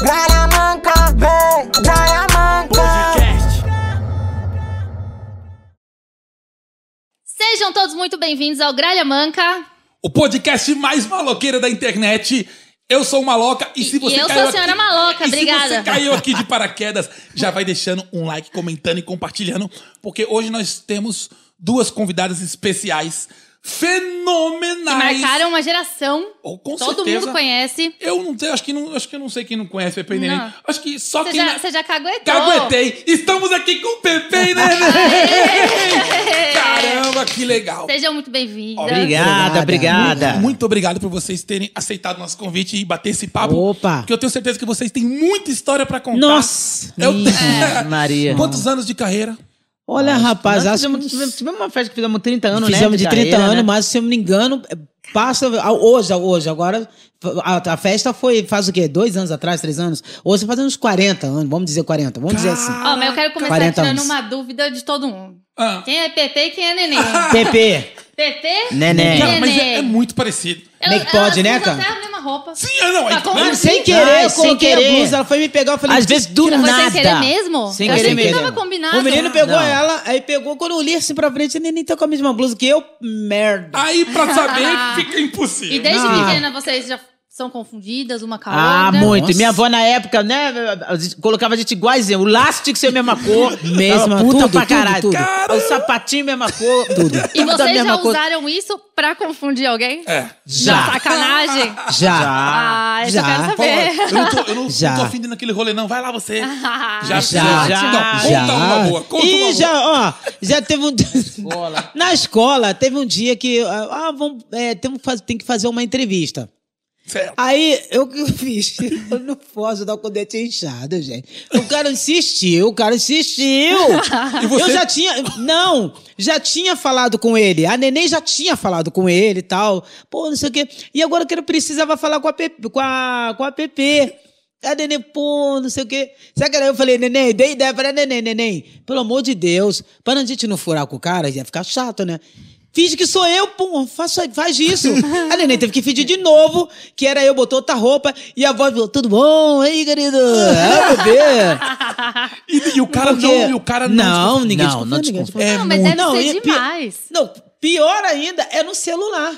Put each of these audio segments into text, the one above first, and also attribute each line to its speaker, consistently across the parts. Speaker 1: Grajamanca, vem, Grajamanca.
Speaker 2: Sejam todos muito bem-vindos ao Gralha Manca.
Speaker 3: O podcast mais maloqueiro da internet. Eu sou o Maloca e se
Speaker 2: E-
Speaker 3: você
Speaker 2: e eu
Speaker 3: caiu
Speaker 2: sou a senhora
Speaker 3: aqui-
Speaker 2: Maloca,
Speaker 3: e
Speaker 2: obrigada.
Speaker 3: se você caiu aqui de paraquedas, já vai deixando um like, comentando e compartilhando, porque hoje nós temos duas convidadas especiais
Speaker 2: Que
Speaker 3: fenomenais.
Speaker 2: marcaram uma geração.
Speaker 3: Oh, com
Speaker 2: Todo
Speaker 3: certeza.
Speaker 2: mundo conhece.
Speaker 3: Eu não sei, acho que não, acho que eu não sei quem não conhece Pepe e Neném.
Speaker 2: Não.
Speaker 3: Acho que só
Speaker 2: Você
Speaker 3: quem
Speaker 2: já,
Speaker 3: na-
Speaker 2: você já caguetou.
Speaker 3: caguetei. Estamos aqui com Pepe e Neném. né? Caramba, que legal.
Speaker 2: É. Sejam muito bem-vindas.
Speaker 4: Obrigada, obrigada.
Speaker 3: Muito, muito obrigado por vocês terem aceitado nosso convite e bater esse papo.
Speaker 4: Opa.
Speaker 3: Porque eu tenho certeza que vocês têm muita história pra contar.
Speaker 4: Nossa!
Speaker 3: Eu
Speaker 4: Ih, Maria.
Speaker 3: Quantos anos de carreira?
Speaker 4: Olha, rapaz,
Speaker 5: Nós
Speaker 4: acho
Speaker 5: fizemos,
Speaker 4: que
Speaker 5: tivemos, tivemos uma festa que fizemos 30 anos, né?
Speaker 4: fizemos de 30
Speaker 5: carreira,
Speaker 4: anos,
Speaker 5: né?
Speaker 4: mas se eu não me engano, é, passa a- hoje, a- hoje, agora a, a festa foi faz o quê? Dois anos atrás, três anos? Hoje você faz uns 40 anos, vamos dizer 40, vamos dizer assim.
Speaker 2: Ó, mas eu quero começar
Speaker 4: 40
Speaker 2: tirando
Speaker 4: anos.
Speaker 2: uma dúvida de todo mundo.
Speaker 3: Ah.
Speaker 2: Quem é PT e quem é neném?
Speaker 4: PP,
Speaker 2: PT?
Speaker 5: Neném.
Speaker 3: Cara, mas
Speaker 2: Neném.
Speaker 3: é, é muito parecido.
Speaker 4: Como é que pode, né,
Speaker 2: usam
Speaker 4: cara?
Speaker 2: até a mesma roupa.
Speaker 3: Sim, eu não.
Speaker 2: Tá
Speaker 3: é-
Speaker 2: com-
Speaker 3: né?
Speaker 4: sem querer,
Speaker 5: Ai,
Speaker 4: eu
Speaker 5: sem
Speaker 4: coloquei a
Speaker 5: querer.
Speaker 4: blusa, ela foi me pegar, eu falei...
Speaker 5: Às vezes do
Speaker 2: Foi
Speaker 5: nada.
Speaker 2: sem querer mesmo?
Speaker 5: Sem
Speaker 2: eu
Speaker 5: querer
Speaker 2: achei que
Speaker 5: mesmo.
Speaker 2: tava combinado.
Speaker 4: O menino pegou
Speaker 5: Não.
Speaker 4: ela, aí pegou, quando eu li assim pra frente, ele nem tá com a mesma blusa que eu, merda.
Speaker 3: Aí pra saber fica impossível.
Speaker 2: E desde
Speaker 4: Não.
Speaker 2: pequena vocês já são confundidas uma com a
Speaker 5: Ah,
Speaker 2: outra?
Speaker 5: muito.
Speaker 4: Nossa.
Speaker 5: Minha avó na época, né? a gente Colocava a gente iguais. O laço tinha que ser a mesma cor.
Speaker 4: Mesma,
Speaker 5: Ah, puta
Speaker 4: tudo,
Speaker 5: pra
Speaker 4: tudo,
Speaker 5: caralho.
Speaker 4: tudo.
Speaker 5: O sapatinho, mesma cor.
Speaker 4: Tudo.
Speaker 2: E
Speaker 5: da
Speaker 2: vocês já
Speaker 5: mesma cor.
Speaker 2: usaram isso pra confundir alguém?
Speaker 3: É.
Speaker 2: Na
Speaker 4: Já,
Speaker 2: sacanagem?
Speaker 4: já.
Speaker 2: Ah, eu Ah. só
Speaker 4: já.
Speaker 2: quero
Speaker 3: Pô,
Speaker 2: saber.
Speaker 3: eu não tô, eu não,
Speaker 4: Já.
Speaker 3: não tô afim naquele rolê, não. Vai lá você. Já,
Speaker 2: Já.
Speaker 4: Já,
Speaker 5: já,
Speaker 3: Não, conta
Speaker 4: já.
Speaker 3: uma boa. Conta
Speaker 4: Ih,
Speaker 3: uma boa.
Speaker 4: já, ó, já teve um. Na escola, teve um dia que. Ah, vamos, é, temos que faz- tem que fazer uma entrevista.
Speaker 3: Certo.
Speaker 4: Aí, eu o que eu fiz? Eu não posso dar o dente inchado, gente. O cara insistiu, o cara insistiu.
Speaker 3: E você-
Speaker 4: Eu já tinha. Não, já tinha falado com ele. A neném já tinha falado com ele e tal. Pô, não sei o quê. E agora que ele precisava falar com a Pepe. Com a, com a Pepe. A neném, pô, não sei o quê. Sabe que eu falei, neném, dei ideia pra neném, neném. Pelo amor de Deus, para a gente não furar com o cara, ia ficar chato, né? Finge que sou eu, pô, faz, faz isso. a neném teve que fingir de novo, que era eu, botou outra roupa, e a voz falou, tudo bom? Ei, querido? Ah, bebê?
Speaker 3: E, e o cara
Speaker 4: Porque-
Speaker 3: não. E o cara não.
Speaker 4: Não, ninguém
Speaker 5: Não,
Speaker 4: desconfia,
Speaker 5: não
Speaker 4: ninguém
Speaker 5: desconfia.
Speaker 4: desconfia.
Speaker 2: Não, mas
Speaker 4: muito-
Speaker 2: deve
Speaker 4: Não,
Speaker 2: ser
Speaker 4: e pi-
Speaker 2: demais.
Speaker 4: Não, pior ainda é no celular.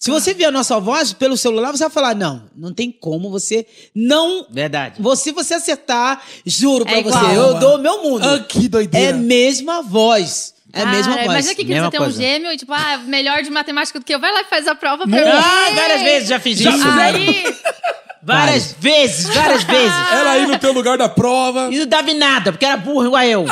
Speaker 4: Se
Speaker 5: Ah.
Speaker 4: você ver a nossa voz pelo celular, você vai falar, não, não tem como você não...
Speaker 5: Verdade.
Speaker 4: Você, se você acertar, juro pra
Speaker 2: É igual.
Speaker 4: você, eu dou o meu mundo.
Speaker 3: Ah, que
Speaker 4: É
Speaker 3: doideira.
Speaker 4: mesma voz. É a mesma
Speaker 2: Cara,
Speaker 4: voz.
Speaker 2: Imagina que criança
Speaker 5: Mesma
Speaker 2: tem um
Speaker 5: coisa.
Speaker 2: gêmeo e tipo, ah, melhor de matemática do que eu. Vai lá e faz a prova pra mim.
Speaker 5: Ah, várias vezes já fiz
Speaker 3: Já
Speaker 5: isso.
Speaker 3: fizeram?
Speaker 2: Aí,
Speaker 4: né?
Speaker 5: Várias vezes, várias
Speaker 4: É
Speaker 5: vezes.
Speaker 3: Ela aí
Speaker 2: Ah.
Speaker 3: no teu lugar da prova.
Speaker 5: E não dava em nada, porque era burro igual eu.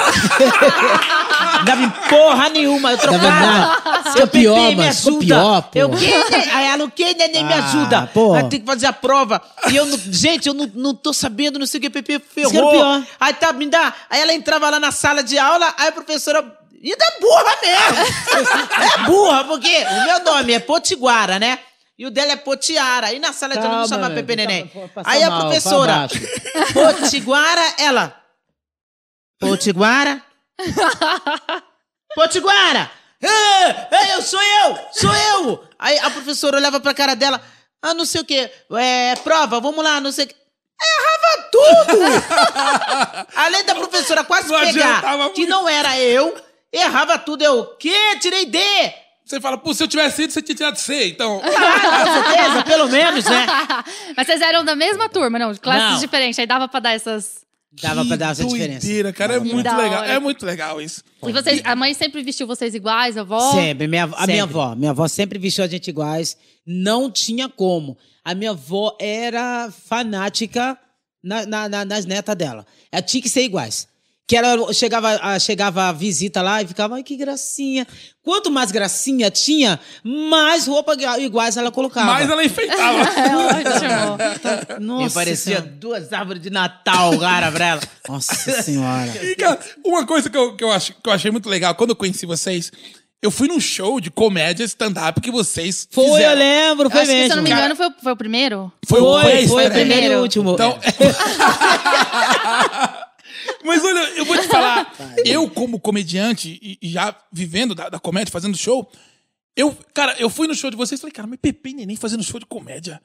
Speaker 5: não dava em porra nenhuma. Eu trocava.
Speaker 4: Dava nada. Ficou
Speaker 5: Eu peguei,
Speaker 4: pior,
Speaker 5: me
Speaker 4: mano. Ficou
Speaker 5: ajuda.
Speaker 4: pior, pô.
Speaker 5: Eu, "Que, neném?" Aí ela, o que, neném, me
Speaker 4: Ah,
Speaker 5: ajuda.
Speaker 4: pô.
Speaker 5: Aí tem que fazer a prova. E eu, não- gente, eu não, não tô sabendo, não sei o que, Pepe ferrou.
Speaker 4: que era o pior.
Speaker 5: Aí tá, me dá. Aí ela entrava lá na sala de aula, aí a professora... E da burra mesmo! é burra, porque o meu nome é Potiguara, né? E o dela é Potiara. E na sala de aula não
Speaker 4: Calma,
Speaker 5: chama
Speaker 4: velho,
Speaker 5: Pepe Neném.
Speaker 4: tá- passa
Speaker 5: Aí a
Speaker 4: mal,
Speaker 5: professora...
Speaker 4: pra baixo.
Speaker 5: Potiguara, ela. Potiguara? Potiguara! Ah, ah, eu sou eu! Sou eu! Aí a professora olhava pra cara dela. Ah, não sei o quê. É, prova, vamos lá, não sei o quê. Eu Errava tudo! Além da professora quase
Speaker 3: Não
Speaker 5: pegar,
Speaker 3: adiantava
Speaker 5: que
Speaker 3: muito.
Speaker 5: não era eu, errava tudo. Eu, que? Tirei D!
Speaker 3: Você fala, pô, se eu tivesse ido, você tinha tirado C. Então,
Speaker 5: Ah, com certeza, pelo menos, né?
Speaker 2: mas vocês eram da mesma turma, não? De classes
Speaker 5: Não.
Speaker 2: diferentes. Aí dava pra dar essas.
Speaker 4: Dava pra dar essa diferença.
Speaker 3: Doideira, cara, é muito
Speaker 2: da
Speaker 3: legal.
Speaker 2: hora.
Speaker 3: É muito legal isso.
Speaker 2: E vocês, a mãe sempre vestiu vocês iguais, a avó?
Speaker 4: Sempre. Minha, a
Speaker 5: Sempre.
Speaker 4: minha avó. Minha avó sempre vestiu a gente iguais. Não tinha como. A minha avó era fanática na- na- na- nas netas dela. Ela tinha que ser iguais. Que ela chegava, a- chegava a visita lá e ficava, ai, que gracinha. Quanto mais gracinha tinha, mais roupa iguais ela colocava.
Speaker 3: Mas ela enfeitava.
Speaker 2: É ótimo.
Speaker 4: Nossa
Speaker 5: Me parecia
Speaker 4: Senhora.
Speaker 5: duas árvores de Natal, cara, pra ela.
Speaker 4: Nossa senhora.
Speaker 3: E, cara, uma coisa que eu, que, eu acho, que eu achei muito legal, quando eu conheci vocês, eu fui num show de comédia stand-up que vocês
Speaker 4: Foi, eu
Speaker 3: fizeram.
Speaker 4: lembro,
Speaker 2: Eu
Speaker 4: foi
Speaker 2: acho que, se eu
Speaker 4: mesmo.
Speaker 2: não me engano, foi, o- foi o primeiro.
Speaker 3: Foi, um
Speaker 4: Foi,
Speaker 3: foi,
Speaker 4: foi
Speaker 3: foi
Speaker 4: o primeiro e o último.
Speaker 3: Então...
Speaker 4: é.
Speaker 3: Mas olha, eu vou te falar. Eu, como comediante, e e já vivendo da, da comédia, fazendo show, eu, cara, eu fui no show de vocês e falei, cara, mas Pepe e Neném fazendo show de comédia.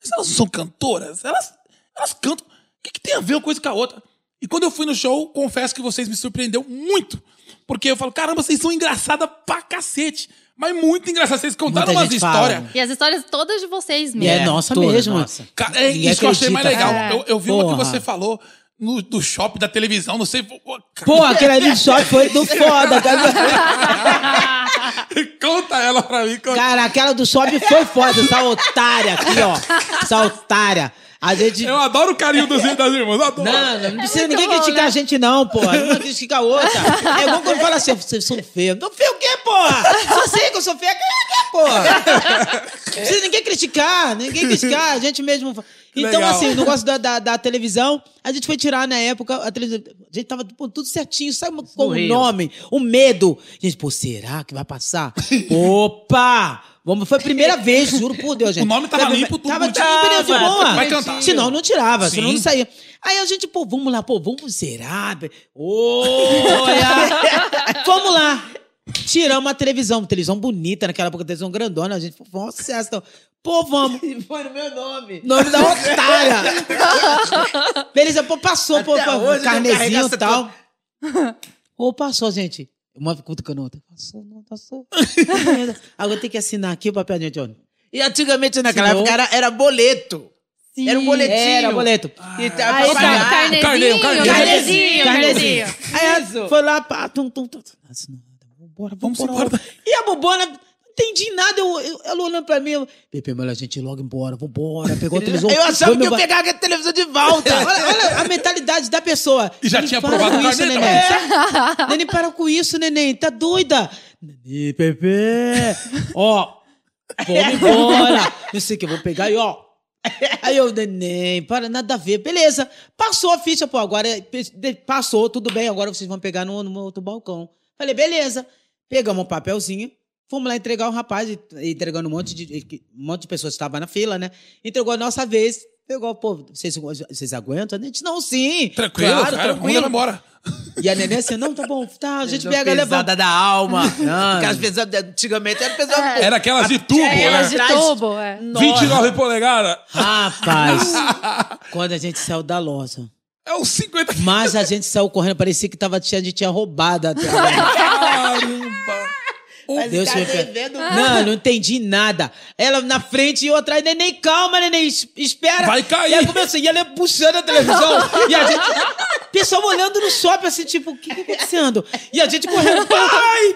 Speaker 3: Mas elas não são cantoras? Elas, elas cantam. que, que tem a ver uma coisa com a outra? E quando eu fui no show, confesso que vocês me surpreendeu muito. Porque eu falo, caramba, vocês são engraçadas pra cacete. Mas muito engraçado. Vocês contaram
Speaker 4: Muita
Speaker 3: umas
Speaker 4: gente fala,
Speaker 3: histórias.
Speaker 4: né?
Speaker 2: E as histórias todas de vocês
Speaker 4: E
Speaker 2: mesmo.
Speaker 4: é,
Speaker 5: É,
Speaker 4: nossa
Speaker 5: toda,
Speaker 4: mesmo.
Speaker 5: nossa.
Speaker 3: Cara, é
Speaker 4: Ninguém
Speaker 3: isso que eu achei mais
Speaker 4: acredita,
Speaker 3: legal.
Speaker 4: cara.
Speaker 3: Eu, eu vi uma que
Speaker 4: Porra.
Speaker 3: você falou no, do shopping, da televisão, não sei.
Speaker 4: Pô, aquele ali de shot foi do foda. tá cara.
Speaker 3: Conta ela pra mim. Conta.
Speaker 4: Cara, aquela do shop foi foda. Essa otária aqui, ó. Essa otária. A gente.
Speaker 3: Eu adoro o carinho dos das irmãs. eu Adoro.
Speaker 4: Não, não precisa
Speaker 2: muito
Speaker 4: ninguém
Speaker 2: bom,
Speaker 4: criticar
Speaker 2: né?
Speaker 4: a gente, não, porra. Uma critica a outra. É igual quando fala assim, vocês são feios. Não feio o quê, porra? Só sei que eu sou feia, quem é que é, porra? Não precisa ninguém criticar, ninguém criticar, a gente mesmo. fa- Então,
Speaker 3: Legal.
Speaker 4: assim, o negócio da, da, da televisão, a gente foi tirar na época, a televisão. A gente tava pô, tudo certinho, sabe qual o
Speaker 5: Rio.
Speaker 4: nome? O medo. Gente, pô, será que vai passar? Opa! Vamos, foi a primeira vez, juro por Deus, gente.
Speaker 3: nome tava
Speaker 4: Foi a
Speaker 3: limpo, tudo
Speaker 4: Tava,
Speaker 3: bonitinho.
Speaker 4: tava, tava de
Speaker 5: Tava,
Speaker 4: boa.
Speaker 3: vai cantar.
Speaker 4: Senão não tirava,
Speaker 3: Sim.
Speaker 4: senão não saía. Aí a gente, pô, vamos lá, pô, vamos será? Olha! vamos lá! Tiramos a televisão, uma televisão bonita naquela época, televisão grandona, a gente foi um sucesso. Então, pô, vamos!
Speaker 5: Foi no meu nome.
Speaker 4: Nome da otária! Beleza, pô, passou, pô,
Speaker 5: Até
Speaker 4: pô,
Speaker 5: hoje eu carrego
Speaker 4: carnezinho
Speaker 5: essa
Speaker 4: e tal. Ou passou, gente. Uma cutucando a outra. Passou, não passou. Agora tem que assinar aqui o papel de Johnny.
Speaker 5: E antigamente, naquela
Speaker 4: Senão-
Speaker 5: época, era, era boleto.
Speaker 2: Sim.
Speaker 5: Era um boletim.
Speaker 4: Era, boleto.
Speaker 5: E
Speaker 2: Ah,
Speaker 5: tá-
Speaker 2: esse
Speaker 5: pagar.
Speaker 2: é o carnezinho,
Speaker 3: Carneiro, carneiro.
Speaker 2: carnezinho,
Speaker 4: Carnezinho.
Speaker 2: carnezinho.
Speaker 4: Aí
Speaker 5: Isso.
Speaker 4: foi lá, pá, tum, tum, tum, tum. Nossa, não, Vambora,
Speaker 3: Vamos
Speaker 4: vamos
Speaker 3: embora.
Speaker 4: embora. E a bobona, não entendi nada, eu, eu- ela olhando pra mim, eu, Pepe, melhor a gente ir logo embora, vambora, pegou a televisão.
Speaker 5: Eu achava
Speaker 4: vamos
Speaker 5: que eu
Speaker 4: embora.
Speaker 5: pegava a televisão de volta.
Speaker 4: Olha, olha a mentalidade da pessoa.
Speaker 3: E já
Speaker 4: Neném,
Speaker 3: tinha
Speaker 4: para
Speaker 3: aprovado
Speaker 4: com
Speaker 3: o
Speaker 4: isso,
Speaker 3: carnê
Speaker 4: neném.
Speaker 3: É.
Speaker 4: Tá- Neném, para com isso, neném. Tá doida? Neném, Pepe. Ó,
Speaker 5: É.
Speaker 4: vamos embora. Não sei o que, eu vou pegar e ó. Aí eu, neném, para, nada a ver. Beleza. Passou a ficha, pô, agora é- de- passou, tudo bem, agora vocês vão pegar no, no outro balcão. Falei, beleza. Pegamos um papelzinho, fomos lá entregar o rapaz, e- e entregando um monte de, um monte de pessoas que estavam na fila, né? Entregou a nossa vez. Pegou, pô, vocês, vocês aguentam? A gente, não, sim.
Speaker 3: Tranquilo,
Speaker 4: claro,
Speaker 3: cara. Vamos levar
Speaker 4: tranquilo.
Speaker 3: embora.
Speaker 4: E a neném assim, não, tá bom, tá, a gente
Speaker 5: Pessoa
Speaker 4: pega, levanta.
Speaker 5: pesada da alma. Aquelas
Speaker 4: Mano.
Speaker 5: pesadas. Antigamente era pesado.
Speaker 4: É,
Speaker 3: Era aquelas de tubo,
Speaker 2: Elas
Speaker 3: né?
Speaker 2: de
Speaker 5: Atrás.
Speaker 2: tubo, é.
Speaker 3: 29 polegadas.
Speaker 4: Rapaz, quando a gente saiu da loja.
Speaker 3: É uns 50
Speaker 4: Mas a gente saiu correndo, parecia que tava, tinha- a gente tinha roubado. a tela.
Speaker 3: Caramba!
Speaker 4: Deus
Speaker 5: tá
Speaker 4: me per-
Speaker 5: devendo
Speaker 4: Não, não entendi nada. Ela na frente e eu atrás. Neném, calma, neném, es- espera.
Speaker 3: Vai cair.
Speaker 4: E ela começou, e ela puxando a televisão. e a gente... Pessoal olhando no shopping, assim, tipo, o que que tá acontecendo? E a gente correndo, pai!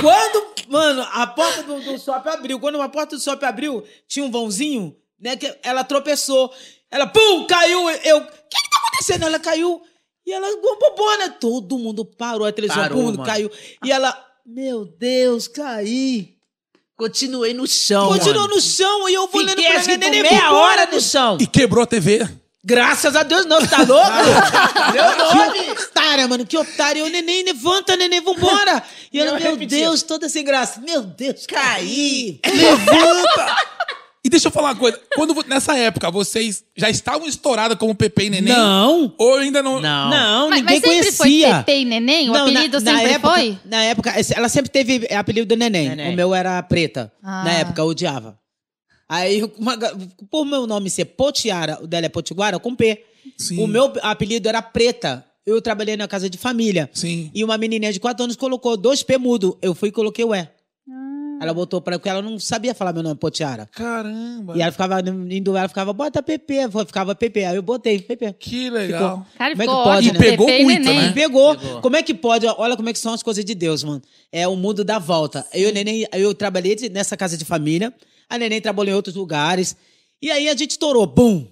Speaker 4: Quando, mano, a porta do, do shopping abriu. Quando a porta do shopping abriu, tinha um vãozinho, né? Que ela tropeçou. Ela, pum, caiu. Eu, o que que tá acontecendo? Ela caiu. E ela, bobona. Todo mundo parou. A televisão,
Speaker 5: Parou,
Speaker 4: todo mundo
Speaker 5: mano.
Speaker 4: caiu. E ela, meu Deus, caí.
Speaker 5: Continuei no chão.
Speaker 4: Continuou
Speaker 5: mano.
Speaker 4: no chão e eu vou olhando
Speaker 5: Fiquei
Speaker 4: pra
Speaker 5: acho que
Speaker 4: ela.
Speaker 5: por
Speaker 4: Neném,
Speaker 5: meia
Speaker 4: bobona.
Speaker 5: hora no chão.
Speaker 3: E quebrou a TV.
Speaker 4: Graças a Deus, não, tá louco?
Speaker 5: Meu
Speaker 4: que otária, mano, que otária. Eu, neném, levanta, neném, vambora. E ela,
Speaker 5: Eu
Speaker 4: meu
Speaker 5: repetia.
Speaker 4: Deus, toda sem graça. Meu Deus, caí.
Speaker 3: E deixa eu falar uma coisa. Quando, vo- nessa época, vocês já estavam estouradas como Pepe e Neném?
Speaker 4: Não.
Speaker 3: Ou ainda não...
Speaker 5: Não.
Speaker 4: Não,
Speaker 2: Mas,
Speaker 4: ninguém
Speaker 2: mas sempre foi
Speaker 4: conhecia.
Speaker 2: Pepe e Neném? O apelido sempre
Speaker 4: época,
Speaker 2: foi?
Speaker 4: Na época, esse- ela sempre teve é, apelido do neném.
Speaker 5: Neném.
Speaker 4: O meu era preta.
Speaker 2: Ah.
Speaker 4: Na época, eu odiava. Aí, uma ga- por meu nome ser Potiara, o dela é Potiguara, com P.
Speaker 3: Sim.
Speaker 4: O meu apelido era preta. Eu trabalhei na casa de família.
Speaker 3: Sim.
Speaker 4: E uma menininha de 4 anos colocou dois P mudo. Eu fui e coloquei o E. Ela botou pra porque ela não sabia falar meu nome, Potiara.
Speaker 3: Caramba.
Speaker 4: E ela ficava indo, ela ficava, bota PP, ficava PP. Aí eu botei PP.
Speaker 3: Que legal.
Speaker 2: Cara,
Speaker 4: Como é que
Speaker 2: ficou
Speaker 4: pode,
Speaker 2: ótimo.
Speaker 4: né?
Speaker 2: Pepe
Speaker 3: Pegou
Speaker 2: e
Speaker 3: muito,
Speaker 2: Neném.
Speaker 3: né?
Speaker 4: Pegou. Como é que pode? Olha como é que são as coisas de Deus, mano. É o mundo dá volta. Eu, e o neném, eu trabalhei de- nessa casa de família. A neném trabalhou em outros lugares. E aí a gente estourou. Bum!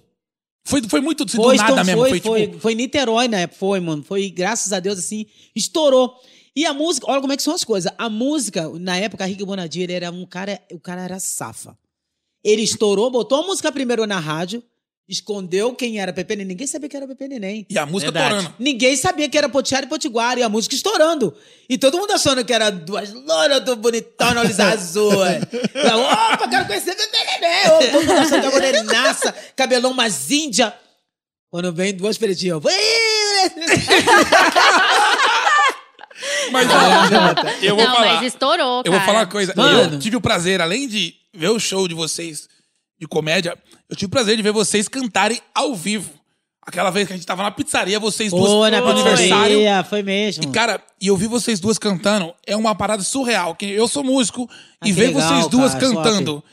Speaker 3: Foi, foi muito do
Speaker 4: Foi,
Speaker 3: nada
Speaker 4: então,
Speaker 3: mesmo.
Speaker 4: foi,
Speaker 3: Foi,
Speaker 4: foi,
Speaker 3: tipo...
Speaker 4: foi em Niterói na época, foi, mano. Foi, graças a Deus, assim, estourou. E a música, olha como é que são as coisas. A música, na época, Rick Bonadio, ele era um cara, o cara era safa. Ele estourou, botou a música primeiro na rádio, escondeu quem era Pepe Neném. Ninguém sabia que era Pepe Neném.
Speaker 3: E a música
Speaker 5: Verdade.
Speaker 3: torando.
Speaker 4: Ninguém sabia que era Potiara e Potiguara, e a música estourando. E todo mundo achando que era duas loiras do bonitão, olhos azuis. Eu, Opa, quero conhecer meu neném. Ô, Todo mundo achando que é morenaça, cabelão umas índia. Quando vem duas pretinhas, eu... vou-
Speaker 3: Mas ó, eu vou
Speaker 2: não,
Speaker 3: falar.
Speaker 2: mas estourou,
Speaker 3: Eu
Speaker 2: cara.
Speaker 3: vou falar uma coisa.
Speaker 4: Mano.
Speaker 3: Eu tive o prazer, além de ver o show de vocês de comédia, eu tive o prazer de ver vocês cantarem ao vivo. Aquela vez que a gente tava na pizzaria, vocês duas
Speaker 4: Pô, na
Speaker 3: no aniversário.
Speaker 4: pizzaria, né, foi mesmo.
Speaker 3: E, cara, e eu vi vocês duas cantando, é uma parada surreal. Que eu sou músico e
Speaker 4: Ah, que
Speaker 3: ver
Speaker 4: legal,
Speaker 3: vocês duas
Speaker 4: cara,
Speaker 3: cantando.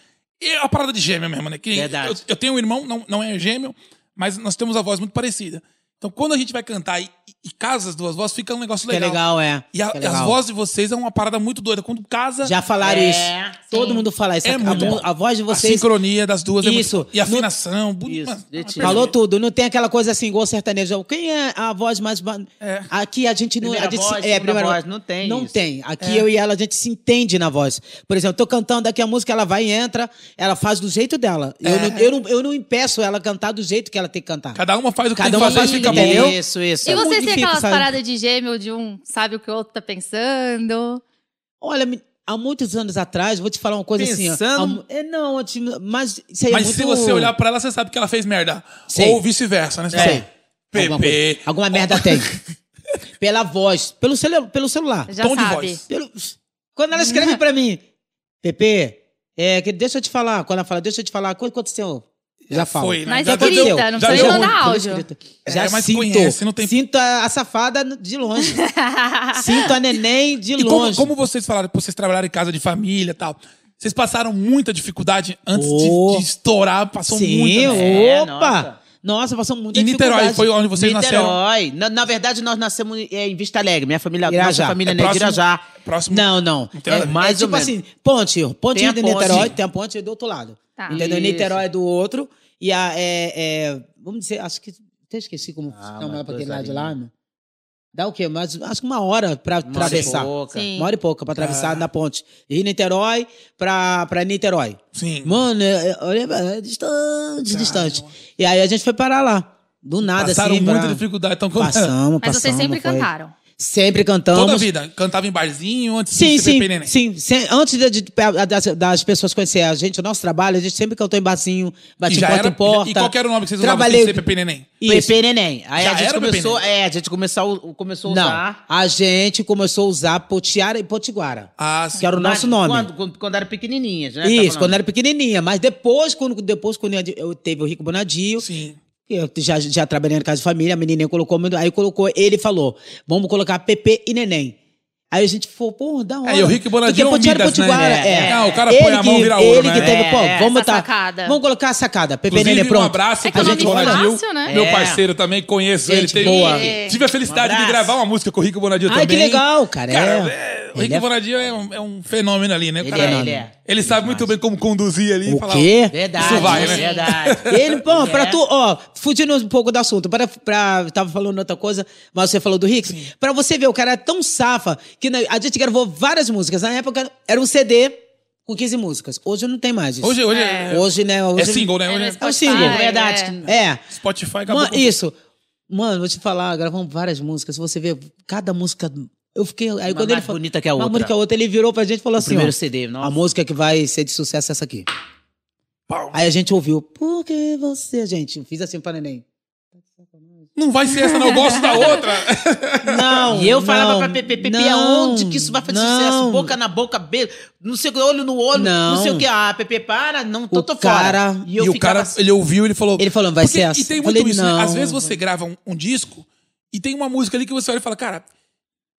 Speaker 3: É uma parada de gêmeo mesmo, né? Que
Speaker 5: Verdade.
Speaker 3: Eu, eu tenho um irmão, não, não é gêmeo, mas nós temos a voz muito parecida. Então, quando a gente vai cantar e, e casa as duas vozes, fica um negócio
Speaker 4: Que
Speaker 3: legal.
Speaker 4: legal, é.
Speaker 3: E, a-
Speaker 4: Que
Speaker 3: e
Speaker 4: legal.
Speaker 3: as vozes de vocês é uma parada muito doida. Quando casa,
Speaker 4: Já falaram
Speaker 5: É,
Speaker 4: isso. Todo mundo fala isso.
Speaker 3: É
Speaker 4: a,
Speaker 3: muito
Speaker 4: mu-
Speaker 3: bom.
Speaker 4: a voz de
Speaker 3: a
Speaker 4: vocês
Speaker 3: sincronia das duas é muito-
Speaker 4: Isso.
Speaker 3: E a afinação. bonito,
Speaker 5: Isso,
Speaker 3: mano, é
Speaker 5: Letícia.
Speaker 4: falou tudo. Não tem aquela coisa assim, igual sertanejo. Quem é a voz mais... ba-
Speaker 3: É.
Speaker 4: Aqui a gente não...
Speaker 5: Primeira
Speaker 4: a gente,
Speaker 5: voz,
Speaker 4: é,
Speaker 5: segunda
Speaker 4: primeira
Speaker 5: voz, não tem
Speaker 4: Não
Speaker 5: isso.
Speaker 4: tem. Aqui
Speaker 3: É.
Speaker 4: eu e ela, a gente se entende na voz. Por exemplo, eu tô cantando aqui a música, ela vai e entra, ela faz do jeito dela. Eu, não, eu, não, eu não impeço ela cantar do jeito que ela tem que cantar.
Speaker 3: É. Cada uma faz o que
Speaker 4: Cada
Speaker 3: tem
Speaker 4: uma
Speaker 3: que fazer
Speaker 4: faz
Speaker 3: e
Speaker 4: o
Speaker 3: fica bom.
Speaker 4: que tem. entendeu?
Speaker 5: Isso, isso.
Speaker 2: E vocês têm
Speaker 4: Modifica,
Speaker 2: aquelas
Speaker 4: é sabe?
Speaker 2: paradas de gêmeo de um sabe o que o outro tá pensando?
Speaker 4: Olha, me- há muitos anos atrás, vou te falar uma coisa assim. ó.
Speaker 5: Pensando-
Speaker 4: Há mu- é, não, eu te- mas isso aí é
Speaker 3: Mas
Speaker 4: muito...
Speaker 3: se você olhar pra ela, você sabe que ela fez merda.
Speaker 4: Sim.
Speaker 3: Ou vice-versa, né? Você
Speaker 4: Sim.
Speaker 3: fala, Pepe.
Speaker 4: Alguma, coisa. Alguma merda tem. Pela voz, pelo, celu pelo celular.
Speaker 2: Já
Speaker 3: Tom de
Speaker 2: sabe.
Speaker 3: voz.
Speaker 4: Pelo- Quando ela
Speaker 2: Né?
Speaker 4: escreve pra mim, Pepe, é, que- deixa eu te falar. Quando ela fala, deixa eu te falar, o que aconteceu? Já falo.
Speaker 3: Foi, né?
Speaker 2: Mas
Speaker 3: Já
Speaker 2: escrita,
Speaker 3: deu-
Speaker 2: não
Speaker 3: já
Speaker 2: precisa
Speaker 3: deu
Speaker 2: mandar
Speaker 3: ruim.
Speaker 4: Pelo
Speaker 2: áudio.
Speaker 4: escrito.
Speaker 3: É,
Speaker 4: Já
Speaker 3: mas
Speaker 4: sinto.
Speaker 3: conhece, não tem-
Speaker 4: Sinto a, a safada de longe. sinto a neném de
Speaker 3: E como,
Speaker 4: longe.
Speaker 3: como vocês falaram, que vocês trabalharam em casa de família e tal, vocês passaram muita dificuldade antes de-
Speaker 4: Oh.
Speaker 3: de, estourar, passou
Speaker 4: Sim,
Speaker 3: muita. né?
Speaker 5: né? É,
Speaker 4: opa!
Speaker 5: nossa.
Speaker 4: nossa. passou muita
Speaker 3: E Niterói
Speaker 4: dificuldade.
Speaker 3: foi onde vocês nasceram?
Speaker 5: Niterói. Na, na verdade, nós nascemos é, em Vista Alegre. Minha família,
Speaker 4: Irajá.
Speaker 5: nossa família
Speaker 4: É
Speaker 5: é de Irajá.
Speaker 3: Próximo.
Speaker 4: Não, não.
Speaker 3: Então,
Speaker 4: é,
Speaker 5: mais
Speaker 4: é tipo
Speaker 5: ou menos.
Speaker 4: assim, ponte, ponte
Speaker 5: Tem a
Speaker 4: de
Speaker 5: ponte.
Speaker 4: Niterói, tem a ponte do outro lado.
Speaker 2: Tá.
Speaker 4: Entendeu?
Speaker 5: Isso.
Speaker 4: Niterói é do outro. E a. É, é, vamos dizer, acho que. Até esqueci como
Speaker 5: Ah,
Speaker 4: não,
Speaker 5: mas
Speaker 4: mas pra aquele
Speaker 5: duas
Speaker 4: lado de
Speaker 5: horinhas.
Speaker 4: lá, né? Dá o quê? Mas acho que uma hora pra atravessar.
Speaker 2: Sim.
Speaker 4: Uma hora e pouca pra atravessar na ponte. E Niterói pra, pra Niterói.
Speaker 3: Sim.
Speaker 4: Mano, é, é, olha, é distante, distante. E aí a gente foi parar lá. Do nada,
Speaker 3: passaram
Speaker 4: assim.
Speaker 3: muita
Speaker 4: pra-
Speaker 3: dificuldade. Então, quando-
Speaker 4: Passamos, passamos.
Speaker 2: Mas vocês sempre
Speaker 4: foi.
Speaker 2: cantaram.
Speaker 4: Sempre cantamos.
Speaker 3: toda a vida. Cantava em barzinho, antes
Speaker 4: Sim,
Speaker 3: de ser
Speaker 4: sim,
Speaker 3: Pepe Neném.
Speaker 4: sim, sim. Antes de- de- das, das pessoas conhecerem a gente, o nosso trabalho, a gente sempre cantou em barzinho,
Speaker 3: E
Speaker 4: bati
Speaker 3: já
Speaker 4: porta
Speaker 3: era.
Speaker 4: em porta.
Speaker 3: E um qual que era o nome que vocês usavam
Speaker 4: Trabalhei...
Speaker 3: sem ser Pepe Neném?
Speaker 4: Isso.
Speaker 5: Pepe Neném. Aí
Speaker 3: Já
Speaker 5: a gente
Speaker 3: era Pepe
Speaker 5: começou,
Speaker 3: Neném?
Speaker 5: é, a gente começou, começou a
Speaker 4: Não,
Speaker 5: usar.
Speaker 4: a gente começou a usar Potiara e Potiguara,
Speaker 3: Ah, sim.
Speaker 4: que era o nosso
Speaker 5: Mas
Speaker 4: nome.
Speaker 5: Quando, né, quando, quando era pequenininhas, né?
Speaker 4: Isso, quando
Speaker 5: era
Speaker 4: era pequenininha. Mas depois, quando, depois, quando eu teve o Rico Bonadio,
Speaker 3: Sim.
Speaker 4: eu já, já trabalhei na casa de família, a menininha colocou, meu- aí colocou, ele falou, vamos colocar Pepe e Neném. Aí a gente falou, pô, da hora.
Speaker 3: É, e o Rick Bonadinho é um
Speaker 4: Porque Potiguara e
Speaker 3: Midas, né?
Speaker 4: Potiguara,
Speaker 3: É,
Speaker 4: é.
Speaker 3: Ah, o cara põe a mão e vira
Speaker 4: ele
Speaker 3: ouro, né?
Speaker 4: que teve,
Speaker 5: É,
Speaker 4: pô,
Speaker 5: é,
Speaker 4: vamos
Speaker 2: essa
Speaker 4: botar.
Speaker 2: sacada.
Speaker 4: Vamos colocar a sacada. Pepe
Speaker 3: Inclusive,
Speaker 4: Neném,
Speaker 3: um
Speaker 4: pronto.
Speaker 3: abraço
Speaker 2: É
Speaker 3: pro
Speaker 2: que
Speaker 3: Rick
Speaker 2: é um nome
Speaker 3: Bonadil,
Speaker 2: fácil, né?
Speaker 3: meu
Speaker 5: É.
Speaker 3: parceiro também, conheço ele.
Speaker 4: Gente
Speaker 3: Teve-
Speaker 4: boa. Um
Speaker 3: Tive a felicidade de
Speaker 5: abraço.
Speaker 3: gravar uma música com o Rick Bonadil
Speaker 4: Ai,
Speaker 3: também.
Speaker 4: que legal, cara.
Speaker 3: Cara,
Speaker 4: é.
Speaker 3: é, o
Speaker 4: Ele
Speaker 3: Rick
Speaker 4: é-
Speaker 3: Bonadil é um, é um fenômeno ali, né? O
Speaker 5: Ele
Speaker 3: cara-
Speaker 5: é, ele é.
Speaker 3: Ele sabe muito bem como conduzir ali. e
Speaker 4: O
Speaker 3: falar, um
Speaker 4: quê?
Speaker 5: Verdade,
Speaker 3: Isso vai, né?
Speaker 5: verdade.
Speaker 4: Ele, pô,
Speaker 5: Ele
Speaker 4: pra
Speaker 5: é.
Speaker 4: tu, ó, fugindo um pouco do assunto, para, pra, tava falando outra coisa, mas você falou do Rick, pra você ver, o cara é tão safa, que na- a gente gravou várias músicas, na época era um CD com 15 músicas, hoje não tem mais isso.
Speaker 3: Hoje, hoje
Speaker 2: É.
Speaker 3: é,
Speaker 4: Hoje, né? Hoje,
Speaker 3: é single, né?
Speaker 2: É,
Speaker 3: Hoje
Speaker 2: no
Speaker 3: é-
Speaker 2: Spotify,
Speaker 4: single,
Speaker 2: né?
Speaker 5: verdade.
Speaker 4: É.
Speaker 3: Spotify acabou.
Speaker 4: Mano,
Speaker 3: com-
Speaker 4: isso. Mano, vou te falar, gravamos várias músicas, se você ver, cada música, eu fiquei, aí quando ele
Speaker 5: mais
Speaker 4: falou,
Speaker 5: bonita que a
Speaker 4: uma
Speaker 5: outra.
Speaker 4: música que a outra, ele virou pra gente e falou
Speaker 5: O
Speaker 4: assim, ó,
Speaker 5: primeiro CD, nossa.
Speaker 4: a música que vai ser de sucesso é essa aqui.
Speaker 3: Pau.
Speaker 4: Aí a gente ouviu, por que você, gente? Eu Fiz assim pra neném.
Speaker 3: Não vai ser essa, não. Eu gosto da outra.
Speaker 4: Não,
Speaker 5: E eu falava
Speaker 4: não,
Speaker 5: pra Pepe, Pepe,
Speaker 4: não,
Speaker 5: aonde que isso vai fazer
Speaker 4: não.
Speaker 5: sucesso? Boca na boca, beijo, não sei o que, olho no olho, não,
Speaker 4: Não.
Speaker 5: sei o que. Ah, Pepe, para, não tô,
Speaker 4: O
Speaker 5: tô
Speaker 4: cara-
Speaker 5: fora.
Speaker 3: E, o
Speaker 5: ficava
Speaker 3: cara,
Speaker 5: assim,
Speaker 3: ele ouviu ele falou.
Speaker 4: Ele falou, vai
Speaker 3: Porque-
Speaker 4: ser essa.
Speaker 3: E tem
Speaker 4: Eu
Speaker 3: muito
Speaker 4: falei,
Speaker 3: isso, né?
Speaker 4: não.
Speaker 3: Às vezes você grava um, um disco e tem uma música ali que você olha e fala, cara,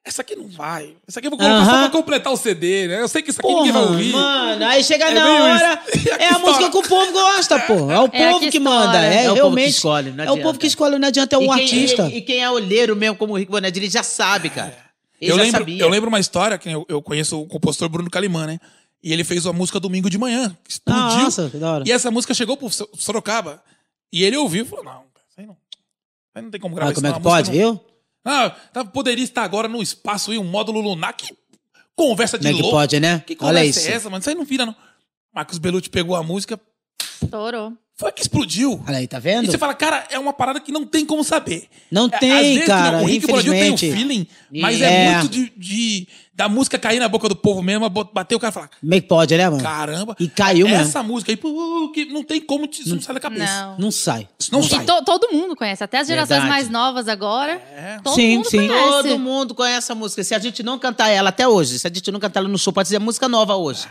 Speaker 3: essa aqui não vai. Essa aqui eu vou colocar só
Speaker 4: Aham.
Speaker 3: pra completar o CD, né? Eu sei que isso aqui ninguém
Speaker 4: Porra,
Speaker 3: vai ouvir.
Speaker 4: mano, aí chega
Speaker 3: É
Speaker 4: na
Speaker 3: meio
Speaker 4: hora,
Speaker 3: isso. É a
Speaker 4: é
Speaker 3: que
Speaker 4: a música
Speaker 3: estoura.
Speaker 4: que o povo gosta, pô. É o
Speaker 2: É a
Speaker 4: povo
Speaker 2: que
Speaker 4: que
Speaker 2: estoura.
Speaker 4: manda, é,
Speaker 5: É o povo que
Speaker 4: realmente.
Speaker 5: escolhe, não
Speaker 4: é o povo
Speaker 5: adianta.
Speaker 4: que escolhe, não adianta, é um
Speaker 5: e quem-
Speaker 4: artista.
Speaker 5: E, e quem é olheiro mesmo, como o Rick Bonadio, ele já sabe, cara. Ele
Speaker 3: eu,
Speaker 5: já
Speaker 3: lembro,
Speaker 5: sabia.
Speaker 3: eu lembro uma história que eu, eu conheço o compositor Bruno Calimã, né? E ele fez uma música domingo de manhã, que explodiu.
Speaker 4: Nossa, que da hora.
Speaker 3: E essa música chegou pro So- Sorocaba. E ele ouviu e falou: não, cara, isso aí não. Isso aí não tem como gravar
Speaker 4: Olha
Speaker 3: isso,
Speaker 4: como é
Speaker 3: não,
Speaker 4: que
Speaker 3: a música
Speaker 4: pode,
Speaker 3: não-
Speaker 4: viu?
Speaker 3: Ah, tá- poderia estar agora no espaço e um módulo lunar. Que conversa de
Speaker 4: Como é que
Speaker 3: louco.
Speaker 4: pode, né?
Speaker 3: Que
Speaker 4: Olha
Speaker 3: conversa
Speaker 4: isso.
Speaker 3: é essa, mano? Isso aí não vira, não. Marcos Bellucci pegou a música,
Speaker 2: Estourou.
Speaker 3: foi que explodiu.
Speaker 4: Olha aí, tá
Speaker 3: E
Speaker 4: vendo?
Speaker 3: você fala, cara, é uma parada que não tem como saber.
Speaker 4: Não
Speaker 3: É,
Speaker 4: tem,
Speaker 3: às vezes,
Speaker 4: cara,
Speaker 3: não, o Rick Bonadil tem o
Speaker 4: infelizmente.
Speaker 3: feeling, mas é,
Speaker 4: É.
Speaker 3: muito de, de- da música cair na boca do povo mesmo, bot- bater o cara e falar,
Speaker 4: Como é que pode, né, mano?
Speaker 3: caramba.
Speaker 4: E caiu
Speaker 3: é essa
Speaker 4: mesmo.
Speaker 3: Essa música aí, pô, que não tem como, te, isso não sai da cabeça.
Speaker 2: Não.
Speaker 4: Não sai.
Speaker 3: Isso não sai.
Speaker 2: E to- todo mundo conhece, até as gerações
Speaker 5: Verdade.
Speaker 2: mais novas agora.
Speaker 3: É.
Speaker 2: Todo
Speaker 4: Sim,
Speaker 2: mundo
Speaker 4: sim.
Speaker 2: conhece.
Speaker 5: Todo mundo conhece a música. Se a gente não cantar ela até hoje, se a gente não cantar ela no show, pode dizer música nova hoje.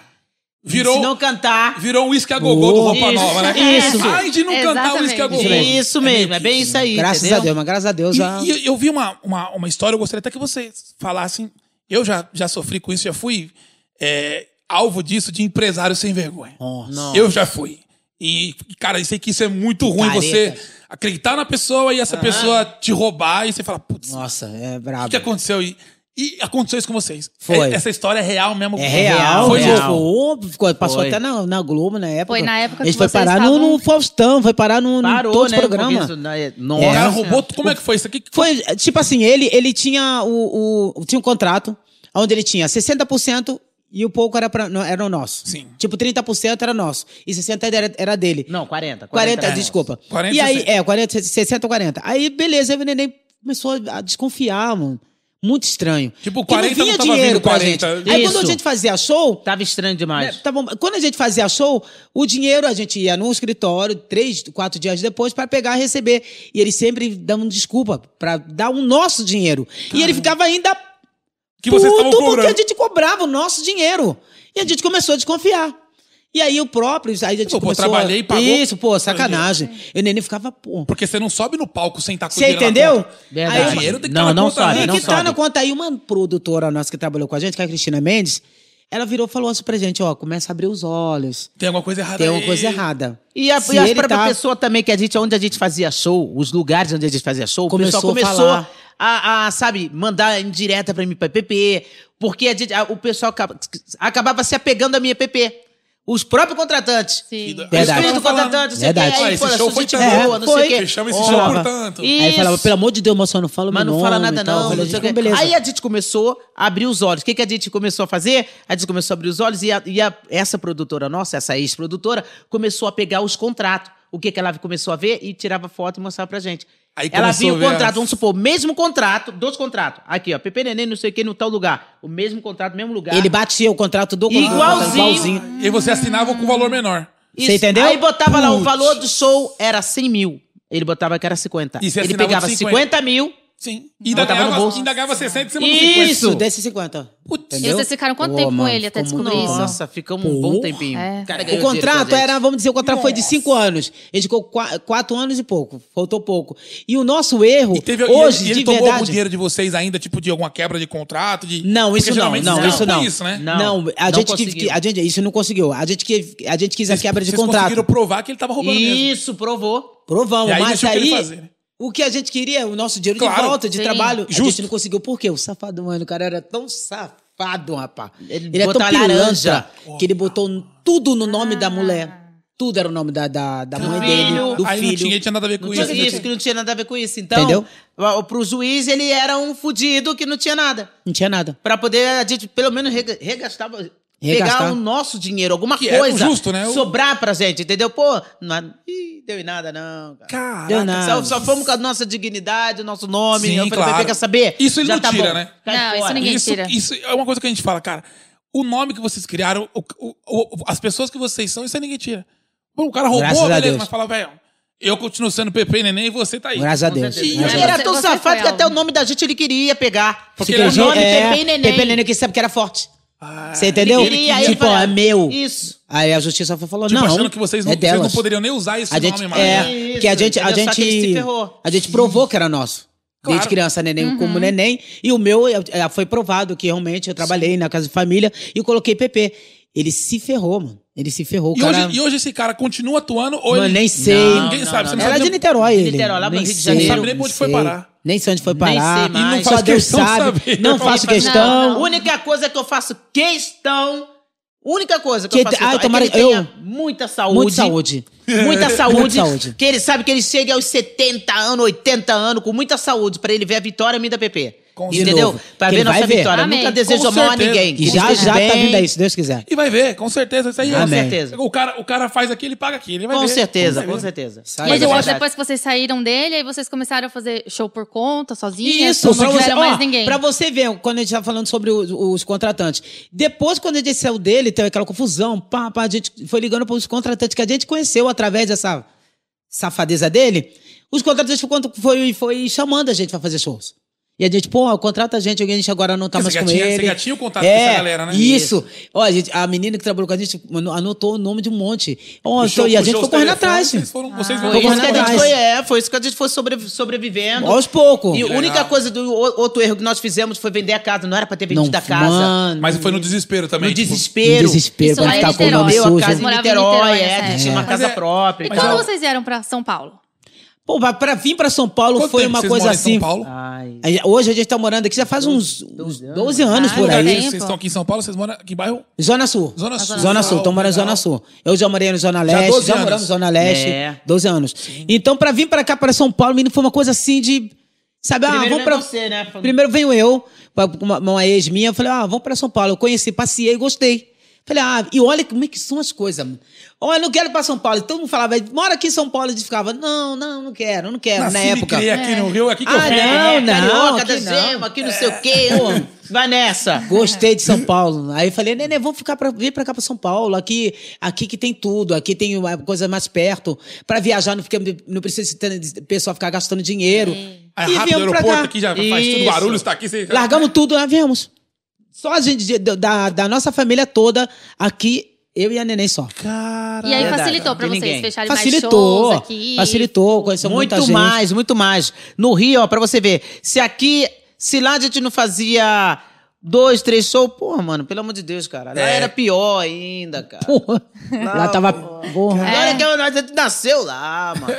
Speaker 3: Virou,
Speaker 5: Se não cantar.
Speaker 3: virou um uísque a gogô do Roupa
Speaker 5: Isso,
Speaker 3: Nova, né?
Speaker 4: isso.
Speaker 3: Ai de não cantar o uísque a gogô.
Speaker 4: mesmo.
Speaker 5: Isso mesmo, é bem isso aí.
Speaker 4: graças
Speaker 5: entendeu?
Speaker 4: a Deus, mas graças a Deus. a-
Speaker 3: E, e eu vi uma, uma, uma história, eu gostaria até que vocês falassem. Eu já, já sofri com isso, já fui é, alvo disso de empresário sem vergonha.
Speaker 5: Nossa.
Speaker 3: Eu já fui. E, cara, eu sei que isso é muito ruim,
Speaker 4: Picareta.
Speaker 3: você acreditar na pessoa e essa
Speaker 5: Ah.
Speaker 3: pessoa te roubar e você fala, putz, o
Speaker 4: Nossa, é
Speaker 3: que
Speaker 4: brabo.
Speaker 3: aconteceu? E, e aconteceu isso com vocês.
Speaker 4: Foi.
Speaker 3: É- essa história é real mesmo.
Speaker 4: É real,
Speaker 3: Foi
Speaker 4: foi
Speaker 5: real.
Speaker 3: de-
Speaker 4: ficou, passou
Speaker 5: Foi.
Speaker 4: até na, na Globo na época.
Speaker 2: Foi na época
Speaker 4: Eles
Speaker 2: que
Speaker 4: foi
Speaker 2: vocês
Speaker 4: parar no,
Speaker 2: estavam-
Speaker 4: no Faustão, foi parar no, no
Speaker 5: Parou,
Speaker 4: todos
Speaker 5: né?
Speaker 4: os programas. É.
Speaker 5: começo, né?
Speaker 3: O cara
Speaker 5: Nossa.
Speaker 3: roubou, como é que foi isso aqui?
Speaker 4: Foi, é, tipo assim, ele, ele tinha o, o- tinha um contrato onde ele tinha 60% e o pouco era, pra, não, era o nosso.
Speaker 3: Sim.
Speaker 4: Tipo, 30% era nosso e 60% era, era dele.
Speaker 5: Não, 40.
Speaker 4: 40,
Speaker 5: é.
Speaker 4: desculpa.
Speaker 3: 40,
Speaker 4: e aí,
Speaker 3: 60.
Speaker 4: é, 40, 60 ou 40. Aí, beleza, aí o neném começou a desconfiar, mano. Muito estranho.
Speaker 3: Tipo,
Speaker 4: Porque
Speaker 3: 40 não
Speaker 4: vinha
Speaker 3: tava
Speaker 4: dinheiro
Speaker 3: vindo
Speaker 4: pra
Speaker 3: 40.
Speaker 4: gente. Aí quando
Speaker 5: Isso.
Speaker 4: a gente fazia show,
Speaker 5: Tava estranho
Speaker 4: né,
Speaker 5: demais.
Speaker 4: tá bom. Quando a gente fazia show, o dinheiro a gente ia num escritório três, quatro dias depois pra pegar e receber. E ele sempre dando desculpa pra dar o nosso dinheiro. E ele ficava ainda
Speaker 3: Tá. Que vocês estavam
Speaker 4: puto porque a
Speaker 3: cobrando.
Speaker 4: gente cobrava o nosso dinheiro. E a gente começou a desconfiar. E aí o próprio, aí a gente
Speaker 3: Pô, pô,
Speaker 4: começou...
Speaker 3: trabalhei e pagou.
Speaker 4: Isso, pô, sacanagem. E o neném ficava, pô...
Speaker 3: Porque você não sobe no palco sem estar com o
Speaker 4: Você
Speaker 3: dinheiro na
Speaker 4: entendeu?
Speaker 3: conta.
Speaker 5: Verdade.
Speaker 4: Aí,
Speaker 3: Dinheiro tem que
Speaker 5: não,
Speaker 3: tá na
Speaker 5: não
Speaker 3: conta,
Speaker 5: sobe,
Speaker 3: né?
Speaker 4: é
Speaker 5: não
Speaker 4: que tá
Speaker 5: sobe.
Speaker 4: na conta aí, uma produtora nossa que trabalhou com a gente, que é a Cristina Mendes, ela virou e falou assim pra gente, ó, começa a abrir os olhos,
Speaker 3: Tem alguma coisa errada
Speaker 4: tem alguma
Speaker 3: aí.
Speaker 4: coisa errada.
Speaker 5: E a,
Speaker 4: Se
Speaker 5: e a
Speaker 4: ele
Speaker 5: própria
Speaker 4: tá-
Speaker 5: pessoa também, que a gente, onde a gente fazia show, os lugares onde a gente fazia show, o
Speaker 4: Começou a
Speaker 5: pessoal começou a,
Speaker 4: falar.
Speaker 5: a, sabe, mandar indireta pra mim, pra PP, porque a gente- a- o pessoal acaba- acabava se apegando à minha PP. Os próprios contratantes.
Speaker 2: Sim.
Speaker 3: Isso
Speaker 4: Verdade.
Speaker 3: que eu
Speaker 5: Os
Speaker 3: tô
Speaker 5: filhos do
Speaker 3: falando.
Speaker 5: contratante, não sei o quê,
Speaker 4: Verdade.
Speaker 5: aí,
Speaker 3: Olha, esse
Speaker 5: pô,
Speaker 3: show
Speaker 5: sou
Speaker 3: foi
Speaker 5: gente
Speaker 3: tanto.
Speaker 5: boa, não
Speaker 4: Foi.
Speaker 5: sei o quê.
Speaker 3: Fechamos esse
Speaker 5: Ó,
Speaker 3: show
Speaker 4: Falava.
Speaker 3: por tanto.
Speaker 4: Aí falava,
Speaker 5: Isso.
Speaker 4: pelo amor de Deus, moço, não fala o meu
Speaker 5: Mas não
Speaker 4: nome
Speaker 5: fala
Speaker 4: e
Speaker 5: nada,
Speaker 4: tal.
Speaker 5: não.
Speaker 4: Eu falei,
Speaker 5: não sei o
Speaker 4: "Então,
Speaker 5: quê.
Speaker 4: beleza.
Speaker 5: Aí a gente começou a abrir os olhos. O que, que a gente começou a fazer? A gente começou a abrir os olhos e, a- e a- essa produtora nossa, essa ex-produtora, começou a pegar os contratos. O que, que ela começou a ver e tirava foto e mostrava pra gente.
Speaker 3: Aí
Speaker 5: ela
Speaker 3: começou
Speaker 5: viu
Speaker 3: a
Speaker 5: o
Speaker 3: ver
Speaker 5: contrato,
Speaker 3: as-
Speaker 5: vamos supor, o mesmo contrato, dois contratos. Aqui, ó, Pepe Neném, não sei o que, no tal lugar. O mesmo contrato, mesmo lugar.
Speaker 4: Ele batia o contrato do contrato,
Speaker 5: Igualzinho.
Speaker 3: E aí você assinava com valor menor.
Speaker 4: Você entendeu?
Speaker 5: Aí botava lá, o
Speaker 4: Putz.
Speaker 5: valor do show era 100 mil. Ele botava que era 50.
Speaker 3: E você
Speaker 5: Ele
Speaker 3: assinava
Speaker 5: pegava
Speaker 3: é de
Speaker 5: 50.
Speaker 3: 50.
Speaker 5: mil.
Speaker 3: Sim. E ainda
Speaker 5: Botava no
Speaker 3: ganhava,
Speaker 5: bolso.
Speaker 3: ainda ganhava 60 e você mandou 50.
Speaker 4: Isso,
Speaker 5: Isso.
Speaker 4: desse 50.
Speaker 3: Putz.
Speaker 2: E vocês ficaram quanto
Speaker 4: Pô,
Speaker 2: tempo com
Speaker 4: mano,
Speaker 2: ele até
Speaker 4: ficou
Speaker 2: descobrir
Speaker 4: muito-
Speaker 2: isso?
Speaker 5: Nossa, ficamos um bom
Speaker 4: Porra.
Speaker 5: tempinho.
Speaker 2: É.
Speaker 5: Cara, ganhou
Speaker 4: O
Speaker 5: dinheiro
Speaker 4: contrato
Speaker 5: da gente.
Speaker 4: era, vamos dizer, o contrato foi de cinco anos. Ele ficou qua- quatro anos e pouco, faltou pouco. E o nosso erro,
Speaker 3: E teve, e
Speaker 4: hoje,
Speaker 3: ele, ele
Speaker 4: de
Speaker 3: tomou
Speaker 4: verdade...
Speaker 3: algum dinheiro de vocês ainda, tipo, de alguma quebra de contrato? De...
Speaker 4: Não,
Speaker 3: Porque
Speaker 4: isso não,
Speaker 3: geralmente
Speaker 4: não,
Speaker 3: vocês
Speaker 4: isso
Speaker 3: ficam
Speaker 4: não.
Speaker 3: com Isso, né?
Speaker 4: Não, a
Speaker 5: Não
Speaker 4: gente que,
Speaker 5: conseguiu.
Speaker 4: que- a gente isso não conseguiu. A gente que a gente quis a quebra de
Speaker 3: vocês
Speaker 4: contrato.
Speaker 3: conseguiram provar que ele tava roubando mesmo.
Speaker 5: Isso, provou.
Speaker 4: Provamos,
Speaker 3: E aí
Speaker 4: mas
Speaker 3: deixou ele
Speaker 4: aí
Speaker 3: fazer, né?
Speaker 4: o que a gente queria, é o nosso dinheiro de
Speaker 3: Claro.
Speaker 4: volta, de
Speaker 2: Sim.
Speaker 4: trabalho, a
Speaker 3: Justo.
Speaker 4: gente não conseguiu. Por quê? O safado, mano, o cara era tão
Speaker 3: Tá
Speaker 4: safado, rapaz.
Speaker 5: Ele
Speaker 4: Ele, é tão
Speaker 5: botou a laranja.
Speaker 4: laranja que ele botou tudo no nome
Speaker 3: Ah.
Speaker 4: da mulher. Tudo era o nome da, da, da mãe
Speaker 5: filho.
Speaker 4: dele, do
Speaker 3: aí não tinha,
Speaker 4: filho.
Speaker 3: tinha nada a ver com
Speaker 5: Não
Speaker 3: isso.
Speaker 5: tinha
Speaker 3: não
Speaker 5: isso,
Speaker 3: tinha-
Speaker 5: que não tinha nada a ver com isso. Então,
Speaker 4: Entendeu?
Speaker 5: ó, pro juiz, ele era um fudido que não tinha nada.
Speaker 4: Não tinha nada.
Speaker 5: Pra poder, a gente, pelo menos, rega- regastar... Pegar
Speaker 4: Regastar.
Speaker 5: o nosso dinheiro, alguma
Speaker 3: Que era o
Speaker 5: coisa.
Speaker 3: justo, né? O-
Speaker 5: Sobrar pra gente, entendeu? Pô, não, é, ih, deu em nada, não. cara.
Speaker 4: Deu
Speaker 3: Caraca.
Speaker 4: nada.
Speaker 5: Só, só fomos com a nossa dignidade, o nosso nome.
Speaker 3: Sim,
Speaker 5: eu falei,
Speaker 3: claro.
Speaker 5: "Pepe, quer saber?
Speaker 3: Isso ele
Speaker 5: Já
Speaker 3: não
Speaker 5: tá
Speaker 3: tira,
Speaker 5: bom.
Speaker 3: né?
Speaker 5: Cai
Speaker 2: Não,
Speaker 5: fora."
Speaker 2: isso ninguém
Speaker 3: Isso,
Speaker 2: tira.
Speaker 3: isso é uma coisa que a gente fala, cara. O nome que vocês criaram, o- o- o- as pessoas que vocês são, isso aí ninguém tira. Bom, o cara roubou,
Speaker 4: Graças a
Speaker 3: beleza,
Speaker 4: Deus.
Speaker 3: mas fala, velho, eu continuo sendo Pepe e Neném e você tá aí.
Speaker 4: Graças a Deus.
Speaker 3: certeza.
Speaker 4: Graças a
Speaker 5: Ele
Speaker 2: Você-
Speaker 4: Deus.
Speaker 5: era tão
Speaker 2: você foi
Speaker 5: safado que
Speaker 2: alvo.
Speaker 5: até o nome da gente ele queria pegar. Porque
Speaker 3: Porque
Speaker 5: o
Speaker 3: ele
Speaker 5: nome
Speaker 4: é,
Speaker 5: Pepe e Neném.
Speaker 4: Pepe Neném que sabe que era forte.
Speaker 3: Ah,
Speaker 4: Você entendeu?
Speaker 5: Ele queria, aí ele
Speaker 4: tipo,
Speaker 5: falava,
Speaker 4: é meu.
Speaker 5: Isso.
Speaker 4: Aí a justiça falou,
Speaker 3: tipo,
Speaker 4: não,
Speaker 3: achando que vocês não,
Speaker 4: é
Speaker 3: vocês
Speaker 4: delas.
Speaker 3: não poderiam nem usar esse
Speaker 4: A gente,
Speaker 3: nome mais. né?
Speaker 4: é,
Speaker 5: Isso,
Speaker 4: que a gente, a
Speaker 5: entendeu? Só que ele se
Speaker 4: gente,
Speaker 5: ferrou.
Speaker 4: a gente provou que era nosso.
Speaker 3: Claro. Uhum.
Speaker 4: Desde criança, neném como neném. E o meu eh, foi provado que realmente eu trabalhei na casa de família e coloquei PP. Ele se ferrou, mano. Ele se ferrou. O
Speaker 3: E,
Speaker 4: cara,
Speaker 3: hoje, e hoje esse cara continua atuando ou
Speaker 4: mano,
Speaker 3: ele...
Speaker 4: nem sei.
Speaker 5: Não,
Speaker 3: Ninguém sabe. Você não, sabe
Speaker 5: é
Speaker 4: era de
Speaker 3: nem-
Speaker 4: Niterói,
Speaker 5: de
Speaker 4: ele.
Speaker 5: Niterói, lá pro
Speaker 4: nem
Speaker 5: Rio de
Speaker 4: sei,
Speaker 5: Janeiro.
Speaker 3: Sabe nem pra onde
Speaker 4: não
Speaker 3: foi
Speaker 4: sei.
Speaker 3: parar.
Speaker 4: Nem sei onde foi
Speaker 5: Nem sei
Speaker 4: parar.
Speaker 5: mais. E não
Speaker 4: Só
Speaker 3: faz
Speaker 4: Deus
Speaker 3: questão de
Speaker 4: sabe.
Speaker 3: saber.
Speaker 4: Não faço
Speaker 5: Não,
Speaker 4: questão.
Speaker 5: não. Única coisa que eu faço questão. Única coisa que,
Speaker 4: Que-
Speaker 5: eu faço questão
Speaker 4: ai, tomara-
Speaker 5: é que ele tenha
Speaker 4: eu-
Speaker 5: muita saúde.
Speaker 4: Muita saúde.
Speaker 5: Muita saúde,
Speaker 4: Muita saúde.
Speaker 5: Que ele sabe que ele chegue aos 70 anos, 80 anos, com muita saúde, pra ele ver a vitória minha da PP.
Speaker 3: Com- De
Speaker 5: Entendeu?
Speaker 4: novo.
Speaker 5: Pra
Speaker 4: Que
Speaker 5: ver
Speaker 4: ele
Speaker 5: nossa
Speaker 4: vai ver.
Speaker 5: vitória.
Speaker 2: Amém.
Speaker 5: Nunca desejo
Speaker 3: Com
Speaker 5: a mal a
Speaker 3: certeza.
Speaker 5: ninguém.
Speaker 4: E já, já tá vindo aí, se Deus quiser.
Speaker 3: E vai ver, com certeza. Isso aí é-
Speaker 5: Com
Speaker 4: Amém.
Speaker 5: certeza.
Speaker 3: O cara, o cara faz aqui, ele paga aqui. Ele vai
Speaker 5: Com
Speaker 3: ver.
Speaker 5: certeza,
Speaker 3: Vai
Speaker 5: com
Speaker 3: ver.
Speaker 5: certeza.
Speaker 2: E
Speaker 4: Sai,
Speaker 2: aí
Speaker 4: Mas eu
Speaker 2: depois,
Speaker 4: acho que
Speaker 2: depois que vocês saíram dele, aí vocês começaram a fazer show por conta, sozinhas?
Speaker 4: Isso,
Speaker 2: ou
Speaker 4: pra
Speaker 2: não
Speaker 4: você,
Speaker 2: tiveram mais
Speaker 4: ó,
Speaker 2: ninguém?
Speaker 4: pra você ver, quando a gente tava falando sobre os, os contratantes. Depois, quando a gente saiu dele, teve aquela confusão, pá, pá, a gente foi ligando pros contratantes que a gente conheceu através dessa safadeza dele. Os contratantes foram, foi, foi chamando a gente pra fazer shows. E a gente, pô, contrata a gente, alguém a gente agora não tá
Speaker 3: Porque
Speaker 4: mais
Speaker 3: você
Speaker 4: com
Speaker 3: já tinha-
Speaker 4: ele. É,
Speaker 3: você já tinha o contato com essa galera, né?
Speaker 4: Isso. Ó, a, gente, a menina que trabalhou com a gente mano, anotou o nome de um monte. Ó,
Speaker 3: Puxou-
Speaker 4: então, e a gente
Speaker 3: puxou
Speaker 4: ficou
Speaker 3: os
Speaker 4: correndo
Speaker 3: telefones,
Speaker 4: atrás.
Speaker 3: Vocês foram, vocês
Speaker 5: Foi
Speaker 3: foram
Speaker 5: isso que a
Speaker 4: correndo
Speaker 5: gente
Speaker 4: atrás.
Speaker 5: foi, é, foi isso que a gente foi sobre- sobrevivendo.
Speaker 4: Aos poucos.
Speaker 5: E a
Speaker 3: Legal.
Speaker 5: única coisa do o- outro erro que nós fizemos foi vender a casa. Não era pra ter vendido a casa.
Speaker 4: mano,
Speaker 3: Mas foi no desespero também.
Speaker 5: No
Speaker 3: tipo,
Speaker 4: no
Speaker 5: desespero.
Speaker 4: desespero,
Speaker 2: Isso
Speaker 4: quando
Speaker 2: lá em
Speaker 4: ficar com o
Speaker 2: Nome
Speaker 4: nome
Speaker 5: Vendeu a
Speaker 4: sujo. Então,
Speaker 5: casa em
Speaker 2: Morava em
Speaker 5: Niterói,
Speaker 2: Niterói,
Speaker 5: é,
Speaker 2: né?
Speaker 5: tinha uma
Speaker 3: Mas
Speaker 5: casa
Speaker 3: é-
Speaker 5: própria.
Speaker 2: E
Speaker 3: Mas
Speaker 2: quando
Speaker 3: eu-
Speaker 2: vocês vieram pra São Paulo?
Speaker 4: Pô, pra, pra vir pra São Paulo
Speaker 3: quanto
Speaker 4: foi
Speaker 3: tempo
Speaker 4: uma
Speaker 3: vocês
Speaker 4: coisa
Speaker 3: moram em São
Speaker 4: assim.
Speaker 3: Paulo?
Speaker 5: Ai.
Speaker 4: A gente- Hoje a gente tá morando aqui já faz uns, uns 12 anos
Speaker 2: Ah,
Speaker 4: por
Speaker 2: ainda
Speaker 4: aí.
Speaker 2: bem.
Speaker 3: Vocês
Speaker 2: pô.
Speaker 3: estão aqui em São Paulo, vocês moram aqui em bairro?
Speaker 4: Zona Sul.
Speaker 3: Zona Sul.
Speaker 4: Zona Sul,
Speaker 3: Legal,
Speaker 4: então morando na Zona
Speaker 3: legal.
Speaker 4: Sul. Eu já morei na Zona
Speaker 3: Já
Speaker 4: Leste,
Speaker 3: 12
Speaker 4: já,
Speaker 3: anos.
Speaker 4: moramos na Zona Leste,
Speaker 5: É.
Speaker 4: 12 anos. Então, pra vir pra cá, pra São Paulo, menino, foi uma coisa assim de. Sabe, ah,
Speaker 5: Primeiro
Speaker 4: vamos
Speaker 5: vem
Speaker 4: pra.
Speaker 5: você, né? Falando-
Speaker 4: Primeiro venho eu, uma, uma ex minha, eu falei, ah, vamos pra São Paulo. Eu conheci, passeei, gostei. Falei, ah, e olha como é que são as coisas. mano. Olha, eu não quero ir pra São Paulo. E todo mundo falava, mora aqui em São Paulo. E ficava, não, não, não quero, não quero,
Speaker 3: Nasci
Speaker 4: na
Speaker 3: e me
Speaker 4: época.
Speaker 3: criei aqui no Rio, é aqui que eu
Speaker 4: Ah,
Speaker 3: fico.
Speaker 4: não,
Speaker 5: É,
Speaker 4: não,
Speaker 5: Carioca da
Speaker 4: aqui não. É.
Speaker 5: Zema, aqui não sei o quê. Ô, Vai nessa.
Speaker 4: Gostei de São Paulo. Aí eu falei, Nenê, vamos ficar pra, vir pra cá pra São Paulo. Aqui, aqui que tem tudo, aqui tem uma coisa mais perto. Pra viajar, não, fica, não precisa o pessoal ficar gastando dinheiro.
Speaker 2: É.
Speaker 3: Aí
Speaker 4: E
Speaker 3: rápido o
Speaker 4: viemos pra
Speaker 3: aeroporto
Speaker 4: cá.
Speaker 3: aqui, já faz tudo
Speaker 5: Isso.
Speaker 3: barulho, está aqui, você...
Speaker 4: Largamos tudo, nós viemos. Só a gente, de- da, da nossa família toda, aqui, eu e a Neném só.
Speaker 3: Cara...
Speaker 2: e aí
Speaker 5: Verdade,
Speaker 2: facilitou
Speaker 5: não
Speaker 2: pra
Speaker 5: tem
Speaker 2: vocês
Speaker 5: ninguém.
Speaker 2: fecharem
Speaker 4: Facilitou,
Speaker 2: mais shows aqui?
Speaker 4: facilitou, conheceu
Speaker 5: muito
Speaker 4: muita gente.
Speaker 5: mais, muito mais. No Rio, ó, pra você ver. Se aqui, se lá a gente não fazia dois, três shows, porra, mano, pelo amor de Deus, cara. Lá
Speaker 3: É.
Speaker 5: era pior ainda, cara.
Speaker 4: Porra. Lá tava... Porra.
Speaker 5: Agora é. que eu- a gente nasceu lá, mano.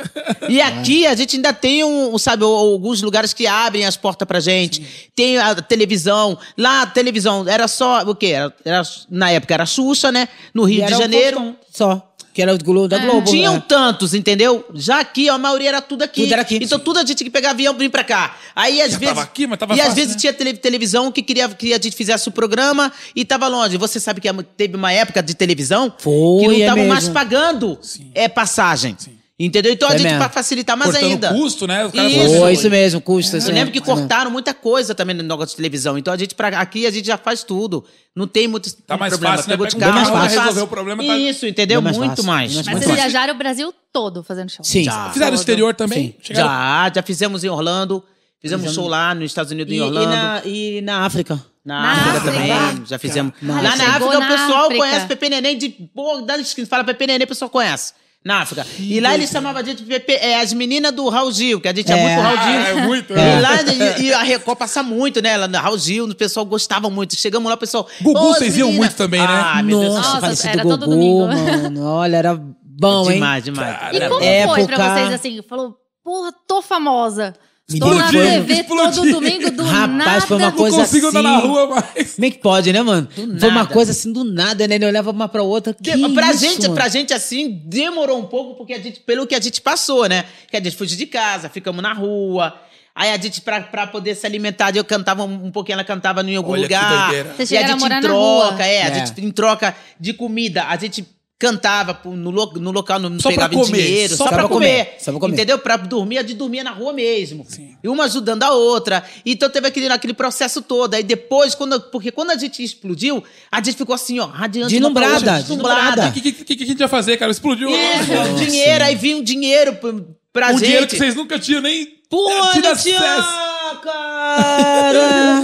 Speaker 5: E aqui a gente ainda tem, um, um, sabe, o- alguns lugares que abrem as portas pra gente. Tem a televisão. Lá a televisão era só, o quê? Era, era- na época era Xuxa, né? No
Speaker 4: E
Speaker 5: Rio
Speaker 4: era
Speaker 5: de
Speaker 4: o
Speaker 5: Janeiro.
Speaker 4: Faustão Só, que era o Globo,
Speaker 2: É.
Speaker 4: da
Speaker 5: Não
Speaker 4: Globo.
Speaker 5: tinham
Speaker 4: né?
Speaker 5: tantos, entendeu? Já aqui, ó, a maioria era tudo aqui.
Speaker 4: Tudo era aqui.
Speaker 5: Então tudo a gente que pegava avião vir pra cá. Aí às
Speaker 3: Já
Speaker 5: vezes.
Speaker 3: tava aqui, mas tava
Speaker 5: e às
Speaker 3: fácil,
Speaker 5: vezes
Speaker 3: né?
Speaker 5: tinha tele- televisão que queria que a gente fizesse o programa e tava longe. Você sabe que a- teve uma época de televisão
Speaker 4: Foi,
Speaker 5: que não
Speaker 4: é
Speaker 5: estavam mais
Speaker 4: mesmo.
Speaker 5: pagando
Speaker 3: Sim.
Speaker 5: é, passagem.
Speaker 3: Sim. É
Speaker 5: Entendeu? Então
Speaker 4: Foi
Speaker 5: a gente,
Speaker 4: mesmo.
Speaker 5: pra facilitar mais
Speaker 3: Cortando
Speaker 5: ainda.
Speaker 3: custo, é, né? Os caras
Speaker 5: Isso.
Speaker 3: fazendo-
Speaker 4: Pô, isso mesmo, custa.
Speaker 5: Eu lembro que cortaram muita coisa também no negócio de televisão. Então a gente, pra, aqui a gente já faz tudo. Não tem muito
Speaker 3: Tá mais
Speaker 5: problema.
Speaker 3: fácil, né?
Speaker 5: Pegou de
Speaker 3: Pega
Speaker 4: um
Speaker 5: carro,
Speaker 4: carro,
Speaker 5: mais
Speaker 3: resolver
Speaker 5: fácil.
Speaker 3: o problema, tá-
Speaker 5: Isso, entendeu?
Speaker 4: Bem mais
Speaker 5: muito
Speaker 4: fácil,
Speaker 5: mais.
Speaker 4: bem mais
Speaker 2: Mas
Speaker 4: Muito
Speaker 2: vocês
Speaker 4: fácil.
Speaker 2: viajaram o Brasil todo fazendo show?
Speaker 4: Sim.
Speaker 5: Já.
Speaker 3: Fizeram exterior também?
Speaker 4: Sim.
Speaker 3: Chegaram-
Speaker 5: Já, já fizemos em Orlando. Fizemos um show lá nos Estados Unidos,
Speaker 4: E,
Speaker 5: em
Speaker 4: e
Speaker 5: Orlando. na...
Speaker 4: na, e na África.
Speaker 5: África
Speaker 2: África.
Speaker 5: também, já fizemos.
Speaker 4: Nossa.
Speaker 5: Lá na
Speaker 2: Chegou
Speaker 5: África, o
Speaker 2: na
Speaker 5: pessoal
Speaker 2: África.
Speaker 5: conhece Pepe Neném de boa, dá licença, fala Pepe Neném, o pessoal conhece. Na África. e lá eles chamavam a gente de Pepe, é, as meninas do Raul Gil, que a gente é,
Speaker 4: É.
Speaker 5: muito Raul Gil.
Speaker 3: Ah, é muito,
Speaker 5: E
Speaker 3: né?
Speaker 5: lá, e, e a Record passa muito, né? Lá, na Raul Gil, o pessoal gostava muito. Chegamos lá, o pessoal.
Speaker 3: Gugu,
Speaker 5: "Ô, as
Speaker 3: vocês iam
Speaker 5: meninas."
Speaker 3: muito também, né?
Speaker 5: Ah, meu Deus do céu.
Speaker 4: Nossa,
Speaker 2: Nossa,
Speaker 4: falecido
Speaker 2: era
Speaker 4: Gugu,
Speaker 2: todo domingo.
Speaker 4: mano. Olha, era bom, hein?
Speaker 5: Demais, demais.
Speaker 3: Cara,
Speaker 2: E
Speaker 5: Era
Speaker 2: como
Speaker 5: bom.
Speaker 2: foi
Speaker 4: Época-
Speaker 2: pra vocês, assim? Falou, porra, tô famosa. Tô na
Speaker 3: Explodiu,
Speaker 2: TV todo
Speaker 3: explodiu.
Speaker 2: domingo do
Speaker 4: Rapaz,
Speaker 2: nada.
Speaker 4: foi uma
Speaker 3: Não
Speaker 4: coisa
Speaker 3: consigo andar na
Speaker 4: assim.
Speaker 3: rua mais.
Speaker 4: Como é que pode, né, mano? Foi uma
Speaker 5: nada.
Speaker 4: coisa assim do nada, né? Ele olhava uma pra outra. Que
Speaker 5: De- pra,
Speaker 4: isso,
Speaker 5: gente,
Speaker 4: mano?
Speaker 5: pra gente, assim, demorou um pouco porque a gente, pelo que a gente passou, né? Que a gente fugiu de casa, ficamos na rua. Aí a gente, pra, pra poder se alimentar, eu cantava um, um pouquinho, ela cantava em algum
Speaker 3: Olha que
Speaker 5: lugar.
Speaker 3: doideira.
Speaker 2: Vocês
Speaker 5: e a
Speaker 2: chegaram a
Speaker 5: gente
Speaker 2: morar
Speaker 5: em
Speaker 2: na
Speaker 5: troca,
Speaker 2: rua.
Speaker 5: é, a
Speaker 4: É.
Speaker 5: gente em troca de comida, a gente cantava pro- no, lo- no local, não
Speaker 3: Só pra
Speaker 5: pegava em
Speaker 3: comer,
Speaker 5: dinheiro,
Speaker 4: só
Speaker 5: só, pra
Speaker 4: pra
Speaker 5: comer.
Speaker 4: comer, só pra comer.
Speaker 5: Entendeu? Pra dormir, a gente dormia na rua mesmo.
Speaker 3: Sim.
Speaker 5: E uma ajudando a outra. Então teve aquele, aquele processo todo. Aí depois, quando, porque quando a gente explodiu, a gente ficou assim, ó, radiante. uma pra outra,
Speaker 4: Deslumbrada, deslumbrada.
Speaker 3: O que, que- que- que a gente ia fazer, cara? Explodiu.
Speaker 5: isso,
Speaker 3: Nossa.
Speaker 5: dinheiro, aí vinha um dinheiro pra, pra
Speaker 3: Um
Speaker 5: gente.
Speaker 3: dinheiro que vocês nunca tinham nem... é,
Speaker 4: Pô,
Speaker 3: tido
Speaker 4: não tinha,
Speaker 3: acesso.
Speaker 4: cara.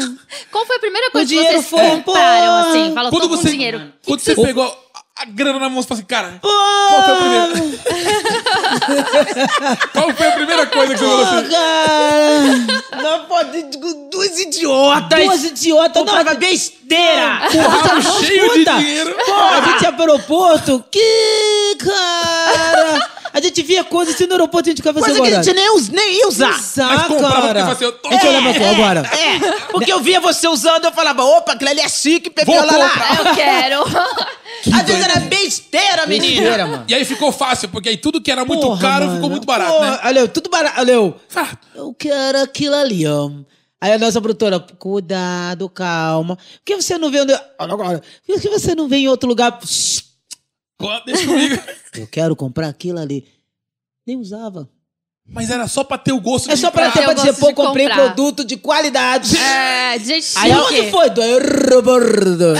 Speaker 2: Qual foi a primeira coisa que
Speaker 4: dinheiro
Speaker 2: vocês
Speaker 4: foi,
Speaker 2: compraram,
Speaker 4: pô.
Speaker 2: assim? Falou,
Speaker 3: Quando
Speaker 2: tô
Speaker 3: você,
Speaker 2: com dinheiro.
Speaker 3: quando você pegou a, a grana na mão, você falou assim, cara, qual foi a primeira? qual foi a primeira coisa que você falou assim?
Speaker 4: cara.
Speaker 5: Não pode, dois idiotas.
Speaker 4: Duas idiotas. Não, tá
Speaker 5: Comprava tá besteira.
Speaker 3: Rabo "Tá cheio de
Speaker 4: escuta.
Speaker 3: dinheiro.
Speaker 4: Pô, a gente ia pro aeroporto. Que, cara. A gente via coisa assim no aeroporto e a gente ficava assim
Speaker 5: Coisa que a
Speaker 4: agora.
Speaker 5: gente nem, us- nem ia usar.
Speaker 3: Mas
Speaker 4: Usar,
Speaker 3: comprava porque
Speaker 4: cara.
Speaker 3: fala assim, eu tô-
Speaker 4: A gente olhava aqui, agora.
Speaker 5: É, porque eu via você usando, eu falava, opa, aquilo ali é chique, Pepe,
Speaker 3: Vou
Speaker 5: olha lá.
Speaker 3: comprar.
Speaker 2: Ah, Eu quero.
Speaker 5: Às vezes era besteira, menina.
Speaker 4: Besteira, mano.
Speaker 3: E aí ficou fácil, porque aí tudo que era muito
Speaker 4: Porra,
Speaker 3: caro
Speaker 4: mano.
Speaker 3: ficou muito barato,
Speaker 4: Porra,
Speaker 3: né?
Speaker 4: Olha, tudo barato. Olha, eu-
Speaker 3: Fala,
Speaker 4: eu quero aquilo ali, ó. Aí a nossa produtora, cuidado, calma. Por que você não vem onde... Olha agora. Por que você não vem em outro lugar? Shhh,
Speaker 3: "Pô, deixa comigo.
Speaker 4: Eu quero comprar aquilo ali. Nem usava.
Speaker 3: Mas era só pra ter o gosto
Speaker 4: É
Speaker 3: de
Speaker 4: só pra,
Speaker 3: comprar.
Speaker 4: só pra
Speaker 2: Eu
Speaker 4: dizer,
Speaker 2: gosto
Speaker 4: pô,
Speaker 2: de
Speaker 4: comprei
Speaker 2: comprar.
Speaker 4: produto de qualidade.
Speaker 2: É, gente,
Speaker 4: Aí onde
Speaker 2: chique.
Speaker 4: foi? Do aeroporto.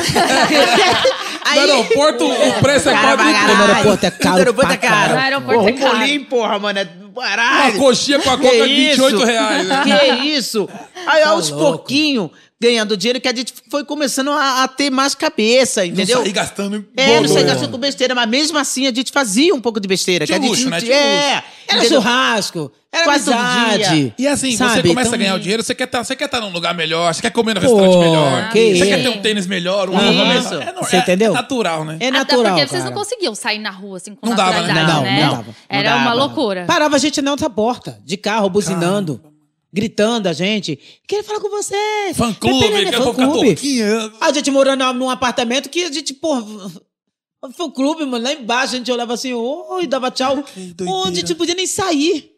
Speaker 3: No aeroporto, o preço é
Speaker 5: Cara,
Speaker 3: quatro e
Speaker 5: vai
Speaker 4: O
Speaker 5: lá.
Speaker 3: pouco.
Speaker 4: aeroporto é
Speaker 5: O
Speaker 4: caro
Speaker 5: aeroporto
Speaker 4: pra
Speaker 5: é caro.
Speaker 4: caralho.
Speaker 2: No aeroporto
Speaker 5: Porra,
Speaker 2: é caro.
Speaker 5: Um bolinho, porra, mano, é
Speaker 3: Uma
Speaker 5: baralho.
Speaker 3: coxinha com a coca, é
Speaker 5: Que
Speaker 3: 28
Speaker 5: isso?
Speaker 3: reais. né?
Speaker 5: Que isso? Aí aos
Speaker 4: Tá louco.
Speaker 5: pouquinho, ganhando dinheiro, que a gente foi começando a, a ter mais cabeça, entendeu?
Speaker 3: Não sair gastando em
Speaker 5: É, não
Speaker 3: bolo,
Speaker 5: sei,
Speaker 3: né?
Speaker 5: gastou com besteira, mas mesmo assim a gente fazia um pouco de besteira.
Speaker 3: Tinha
Speaker 5: que a gente
Speaker 3: luxo,
Speaker 5: não
Speaker 3: né?
Speaker 5: tinha-
Speaker 3: Tinha
Speaker 4: um
Speaker 5: É,
Speaker 4: Era
Speaker 5: entendeu?
Speaker 4: churrasco, era
Speaker 5: Quase todo
Speaker 4: amizade.
Speaker 5: dia.
Speaker 3: E assim, você
Speaker 4: sabe?
Speaker 3: começa a
Speaker 4: Então,
Speaker 3: ganhar o dinheiro, você quer tá, estar tá num lugar melhor, você quer comer no
Speaker 4: Pô,
Speaker 3: restaurante melhor,
Speaker 4: que
Speaker 3: você quer
Speaker 2: isso.
Speaker 3: ter um tênis melhor, um
Speaker 4: Aham.
Speaker 3: roupa melhor.
Speaker 5: Isso.
Speaker 3: não-
Speaker 4: Você entendeu?
Speaker 3: natural, né?
Speaker 4: É
Speaker 2: Até
Speaker 4: natural,
Speaker 2: porque vocês
Speaker 4: cara.
Speaker 2: não conseguiam sair na rua assim com
Speaker 3: Não dava, né?
Speaker 2: naturalidade,
Speaker 4: Não,
Speaker 2: né?
Speaker 4: não dava. não
Speaker 2: Era uma
Speaker 4: dava.
Speaker 2: loucura.
Speaker 4: Parava a gente na outra porta, de carro, buzinando, gritando a gente. Queria falar com você.
Speaker 3: Fã clube,
Speaker 4: Peperena,
Speaker 3: quer ficar toquinha.
Speaker 4: A gente morando na- num apartamento que a gente, pô. Foi o clube, mano, lá embaixo a gente olhava assim, oi, dava tchau.
Speaker 3: doideira.
Speaker 4: Onde a gente podia nem sair.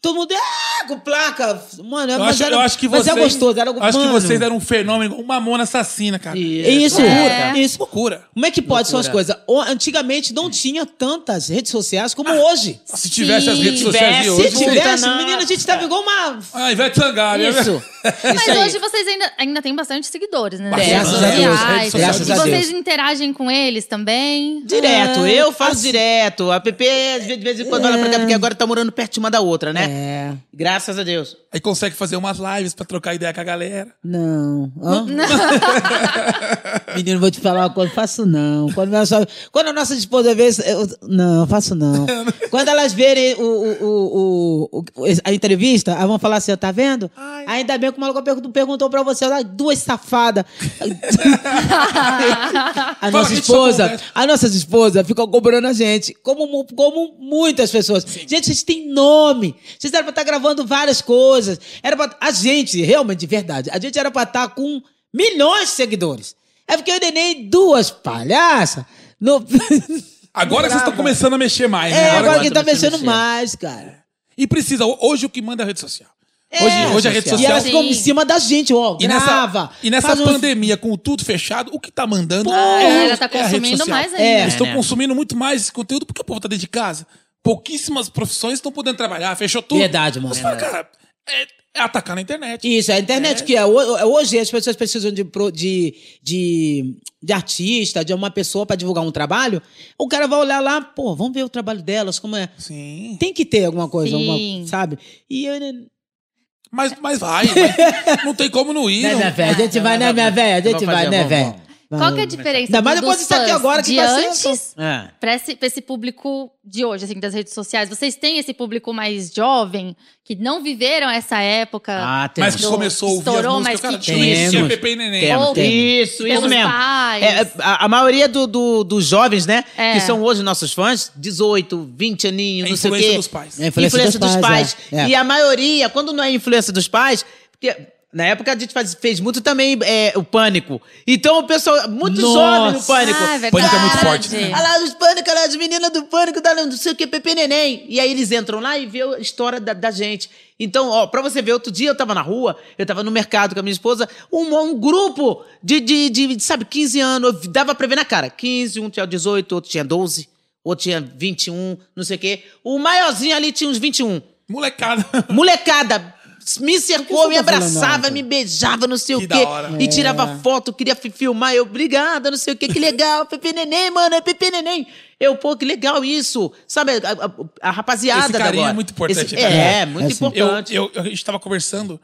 Speaker 4: Todo mundo, ah, com placa. Mano,
Speaker 3: Eu
Speaker 4: mas,
Speaker 3: acho,
Speaker 4: era,
Speaker 3: eu acho que
Speaker 4: mas
Speaker 3: vocês,
Speaker 4: era gostoso, era
Speaker 3: acho que
Speaker 4: mano.
Speaker 3: vocês eram um fenômeno, uma mona assassina, cara.
Speaker 4: Isso,
Speaker 2: É.
Speaker 4: isso.
Speaker 3: Loucura.
Speaker 4: Como é que pode? São as
Speaker 5: Loucura.
Speaker 4: coisas. O- Antigamente não tinha tantas redes sociais como hoje.
Speaker 3: Se tivesse as redes
Speaker 2: Se
Speaker 3: sociais de
Speaker 4: Se
Speaker 3: Ah, hoje...
Speaker 5: tivesse-
Speaker 4: tivesse,
Speaker 5: Puta,
Speaker 4: menina, a gente tava igual uma.
Speaker 3: Ah, Ivete Sangalo. né?
Speaker 4: Isso.
Speaker 2: Mas
Speaker 4: Isso aí.
Speaker 2: hoje vocês ainda, ainda têm bastante seguidores, né? nas
Speaker 3: Bastante.
Speaker 2: redes
Speaker 4: Graças a Deus,
Speaker 2: sociais.
Speaker 3: redes sociais.
Speaker 4: Graças
Speaker 2: e
Speaker 4: a
Speaker 2: vocês
Speaker 4: Deus.
Speaker 2: interagem com eles também?
Speaker 5: Direto,
Speaker 4: Ah,
Speaker 5: eu faço
Speaker 4: assim- Ah.
Speaker 5: direto. A Pepe, de vez em quando, olha pra cá, porque agora tá morando perto uma da outra, né?
Speaker 4: É.
Speaker 5: Graças a Deus.
Speaker 3: Aí consegue fazer umas lives pra trocar ideia com a galera.
Speaker 4: Não. Hã? Menino, vou te falar uma coisa. Faço não. Quando, nós- quando a nossa esposa vê. isso, eu- não, faço não. Quando elas verem o, o- o- o- o- a entrevista, elas vão falar assim: ó, tá vendo? Ainda bem que o maluco perguntou, perguntou pra você, lá, duas safadas. a
Speaker 3: Fala
Speaker 4: nossa
Speaker 3: que isso
Speaker 4: esposa.
Speaker 3: acontece.
Speaker 4: A nossa esposa ficou cobrando a gente, como, mu- como muitas pessoas. Gente, vocês têm nome. Vocês eram pra estar gravando várias coisas. Era pra, a gente, realmente, de verdade, a gente era pra estar com milhões de seguidores. É porque eu denei duas palhaças. No...
Speaker 3: Agora vocês estão começando a mexer mais, né?
Speaker 4: é,
Speaker 3: Agora-
Speaker 4: agora que tá
Speaker 5: tá mexendo
Speaker 4: mexendo mais, cara.
Speaker 3: E precisa, hoje o que manda é a rede social. Hoje, hoje a rede
Speaker 4: É, E
Speaker 3: social...
Speaker 4: elas ficam
Speaker 2: Sim.
Speaker 4: em cima da gente, ó.
Speaker 3: E
Speaker 4: grava.
Speaker 3: nessa, e nessa
Speaker 4: faz um uns-
Speaker 3: pandemia, com tudo fechado, o que tá mandando é,
Speaker 2: A galera tá
Speaker 3: é a rede
Speaker 2: consumindo
Speaker 3: social.
Speaker 2: mais ainda.
Speaker 4: É.
Speaker 3: Eu estou
Speaker 5: né?
Speaker 3: consumindo muito mais esse conteúdo porque o povo tá dentro de casa. Pouquíssimas profissões estão podendo trabalhar, fechou tudo.
Speaker 4: Verdade, mano.
Speaker 3: Mas fala, cara, é, é atacar na internet.
Speaker 4: Isso, a internet que é ho- hoje as pessoas precisam de, pro- de, de, de artista, de uma pessoa pra divulgar um trabalho. O cara vai olhar lá, pô, vamos ver o trabalho delas, como é.
Speaker 3: Sim.
Speaker 4: Tem que ter alguma coisa,
Speaker 2: Sim.
Speaker 4: alguma- sabe? E eu, né,
Speaker 3: Mas, mas vai, mas não tem como não ir.
Speaker 4: né,
Speaker 3: não-
Speaker 4: minha velha, a gente
Speaker 5: não,
Speaker 4: vai,
Speaker 5: não,
Speaker 4: né,
Speaker 5: não,
Speaker 4: minha
Speaker 5: não.
Speaker 4: velha, a gente
Speaker 5: Vamos
Speaker 4: vai,
Speaker 5: fazer, um
Speaker 4: né,
Speaker 5: vamos,
Speaker 4: velha.
Speaker 2: Qual que é a
Speaker 4: Vamos.
Speaker 2: diferença
Speaker 4: Ainda mais
Speaker 2: dos
Speaker 4: depois disso aqui
Speaker 2: fãs
Speaker 4: agora que tá
Speaker 2: de
Speaker 4: vai ser-
Speaker 2: antes
Speaker 5: É.
Speaker 2: pra esse, pra esse público de hoje, assim, das redes sociais? Vocês têm esse público mais jovem, que não viveram essa época?
Speaker 5: Ah, tem.
Speaker 3: Mas que
Speaker 2: Não,
Speaker 3: começou a ouvir as
Speaker 2: estourou,
Speaker 3: músicas,
Speaker 2: mas
Speaker 3: cara,
Speaker 2: que
Speaker 3: tinha isso, tinha
Speaker 4: temos.
Speaker 3: Pepe e Neném.
Speaker 5: Temos,
Speaker 2: Ou-
Speaker 5: temos. Isso,
Speaker 2: pelos
Speaker 5: isso mesmo.
Speaker 2: pais.
Speaker 5: É, é, a, a maioria do, do- dos jovens, né?
Speaker 2: É.
Speaker 5: Que são hoje nossos fãs, 18, 20 aninhos,
Speaker 3: É
Speaker 5: não sei o
Speaker 3: influência
Speaker 5: quê.
Speaker 3: dos pais.
Speaker 4: É
Speaker 5: Influência, dos, pais.
Speaker 4: é. É.
Speaker 5: E a maioria, quando não é influência dos pais, porque na época a gente faz- fez muito também é, o pânico. Então o pessoal, muitos
Speaker 4: Nossa.
Speaker 5: jovens no pânico.
Speaker 2: Ah, é
Speaker 3: Pânico é muito
Speaker 2: verdade.
Speaker 3: forte, né?
Speaker 5: Ah lá, os pânico, lá, as meninas do pânico, da, não sei o que, Pepe Neném. E aí eles entram lá e vê a história da, da gente. Então, ó, pra você ver, outro dia eu tava na rua, eu tava no mercado com a minha esposa, um, um grupo de, de, de, sabe, 15 anos, eu vi- dava pra ver na cara. 15, um tinha 18, outro tinha 12, outro tinha 21, não sei o quê. O maiorzinho ali tinha uns 21.
Speaker 3: Molecada.
Speaker 5: Molecada me
Speaker 4: Por que
Speaker 5: cercou,
Speaker 4: você
Speaker 5: me
Speaker 4: tá falando
Speaker 5: abraçava,
Speaker 4: alto? É.
Speaker 5: me beijava, não sei
Speaker 3: Que
Speaker 5: o
Speaker 3: da
Speaker 5: quê.
Speaker 3: hora.
Speaker 5: E tirava foto, queria fi- filmar. Eu, obrigada, não sei o quê, que legal. Pepe Neném, mano, é Pepe Neném. Eu, pô, que legal isso. Sabe, a, a- a rapaziada
Speaker 3: Esse carinho
Speaker 5: da agora.
Speaker 3: é muito importante,
Speaker 5: Esse-
Speaker 3: né?
Speaker 5: é,
Speaker 4: É,
Speaker 5: muito
Speaker 4: é sim.
Speaker 3: Eu,
Speaker 5: importante.
Speaker 3: eu, eu- a gente tava conversando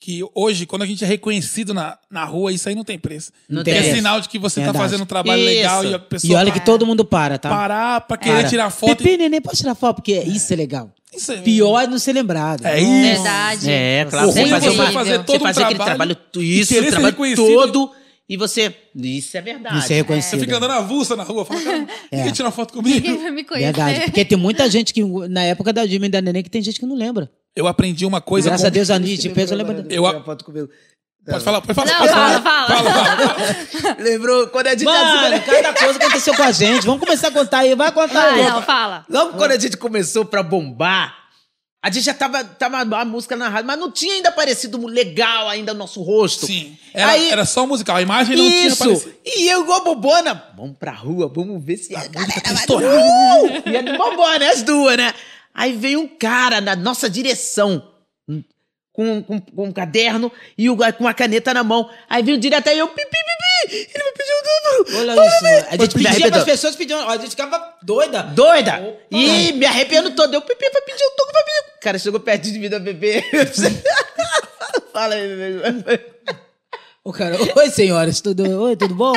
Speaker 3: que hoje, quando a gente é reconhecido na, na rua, isso aí não tem preço.
Speaker 5: Não
Speaker 3: Porque
Speaker 5: tem
Speaker 3: é
Speaker 5: preço.
Speaker 3: sinal de que você tá
Speaker 4: Verdade.
Speaker 3: fazendo um trabalho legal
Speaker 5: Isso.
Speaker 3: e a pessoa
Speaker 4: E olha que todo mundo para, tá?
Speaker 3: parar pra querer
Speaker 4: Para.
Speaker 3: tirar foto.
Speaker 4: Pepe, neném, pode tirar foto, porque isso é legal.
Speaker 3: Isso é-
Speaker 4: Pior é não ser lembrado.
Speaker 3: É isso.
Speaker 2: Verdade.
Speaker 5: É,
Speaker 3: O
Speaker 5: claro.
Speaker 3: ruim
Speaker 5: Você
Speaker 3: é
Speaker 5: fazer,
Speaker 3: você
Speaker 5: uma-
Speaker 3: fazer todo
Speaker 5: você
Speaker 3: um
Speaker 5: fazer aquele
Speaker 3: trabalho
Speaker 5: trabalho, tu- isso,
Speaker 3: e querer
Speaker 5: o
Speaker 3: ser
Speaker 5: trabalho
Speaker 3: reconhecido.
Speaker 5: todo. E você... Isso é verdade.
Speaker 4: Não ser
Speaker 3: Você
Speaker 4: reconhecido.
Speaker 3: fica andando avulsa na rua, fala, cara,
Speaker 4: É.
Speaker 3: ninguém tira uma foto comigo.
Speaker 2: Me conhecer.
Speaker 4: Verdade, porque tem muita gente que, na época da Jimmy e da Neném, que tem gente que não lembra.
Speaker 3: Eu aprendi uma coisa.
Speaker 4: Graças
Speaker 3: com-
Speaker 4: a Deus, a Nietzsche pensa, lembra dela.
Speaker 3: Eu a- Pode falar, pode falar.
Speaker 2: Não,
Speaker 3: pode falar.
Speaker 2: fala, fala.
Speaker 5: Lembrou quando a gente...
Speaker 4: é Mano, cada coisa aconteceu com a gente. Vamos começar a contar aí, vai contar
Speaker 2: Vai,
Speaker 4: aí.
Speaker 2: não, fala.
Speaker 4: Ah.
Speaker 5: Logo quando a gente começou pra bombar, a gente já tava, tava a música na rádio, mas não tinha ainda aparecido legal ainda o nosso rosto.
Speaker 3: Sim. Era,
Speaker 5: Aí-
Speaker 3: era só musical. A imagem não tinha
Speaker 5: Isso!
Speaker 3: aparecido.
Speaker 5: E eu igual a bobona, vamos pra rua, vamos ver se é a galera vai...
Speaker 3: estourando.
Speaker 5: Uh! E a bobona, as duas, né? Aí veio um cara na nossa direção, com, com, com um caderno e o- com uma caneta na mão. Aí veio direto, aí eu... Pi, pi, pi, pi, ele vai pedir um o dobro.
Speaker 4: Olha isso, mano. A
Speaker 5: Foi
Speaker 4: gente pedia
Speaker 5: arrepiador.
Speaker 4: pras pessoas pediam. ó, A gente ficava doida.
Speaker 5: Doida! E me um arrependo todo. Eu, Pepe, vai pedir o toco, vai pedir. O cara chegou pertinho de mim da bebê. fala. Ele
Speaker 4: O cara, oi senhoras, tudo, oi, tudo bom?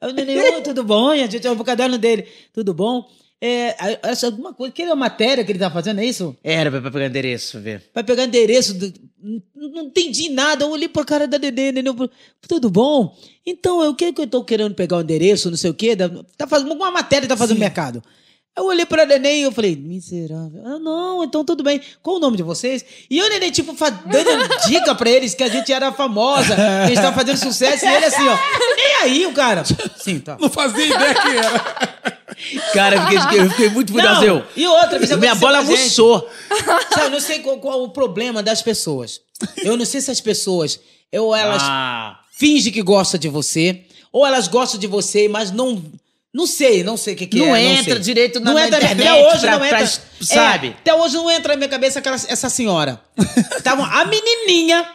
Speaker 4: Aí o neném, oi, tudo bom? E a gente olha pro caderno dele, tudo bom? É, aí, essa alguma coisa, que é a matéria que ele tá fazendo, é isso?
Speaker 5: Era pra pegar endereço, ver.
Speaker 4: Vai pegar endereço, do- n- não entendi nada, eu olhei pra cara da Nenê, Nenê, eu falei, tudo bom? Então, eu que que eu tô querendo pegar o endereço, não sei o quê, da- tá fazendo alguma matéria, tá fazendo mercado. Aí Eu olhei pra Nenê e eu falei, miserável. Ah, não, então tudo bem. Qual o nome de vocês? E eu, Nenê, tipo, fa- dando dica pra eles que a gente era famosa, que a gente tava fazendo sucesso, e ele assim, ó, nem aí o cara. Sim, tá.
Speaker 3: Não fazia ideia que era.
Speaker 5: Cara, eu fiquei, eu fiquei muito
Speaker 4: Não,
Speaker 5: fudazeu.
Speaker 4: e outra, isso é
Speaker 5: Minha
Speaker 4: aconteceu
Speaker 5: bola
Speaker 4: com a gente.
Speaker 5: almoçou.
Speaker 4: Sabe, eu não sei qual, qual o problema das pessoas. Eu não sei se as pessoas, ou elas
Speaker 5: Ah,
Speaker 4: fingem que gostam de você, ou elas gostam de você, mas não. Não sei, não sei o que, que
Speaker 5: Não
Speaker 4: é.
Speaker 5: entra
Speaker 4: sei.
Speaker 5: direito na- na
Speaker 4: minha-
Speaker 5: internet
Speaker 4: Até hoje
Speaker 5: pra-
Speaker 4: não
Speaker 5: pra-
Speaker 4: entra.
Speaker 5: sabe?
Speaker 4: É, até hoje não entra na minha cabeça aquela, essa senhora. Tava a menininha,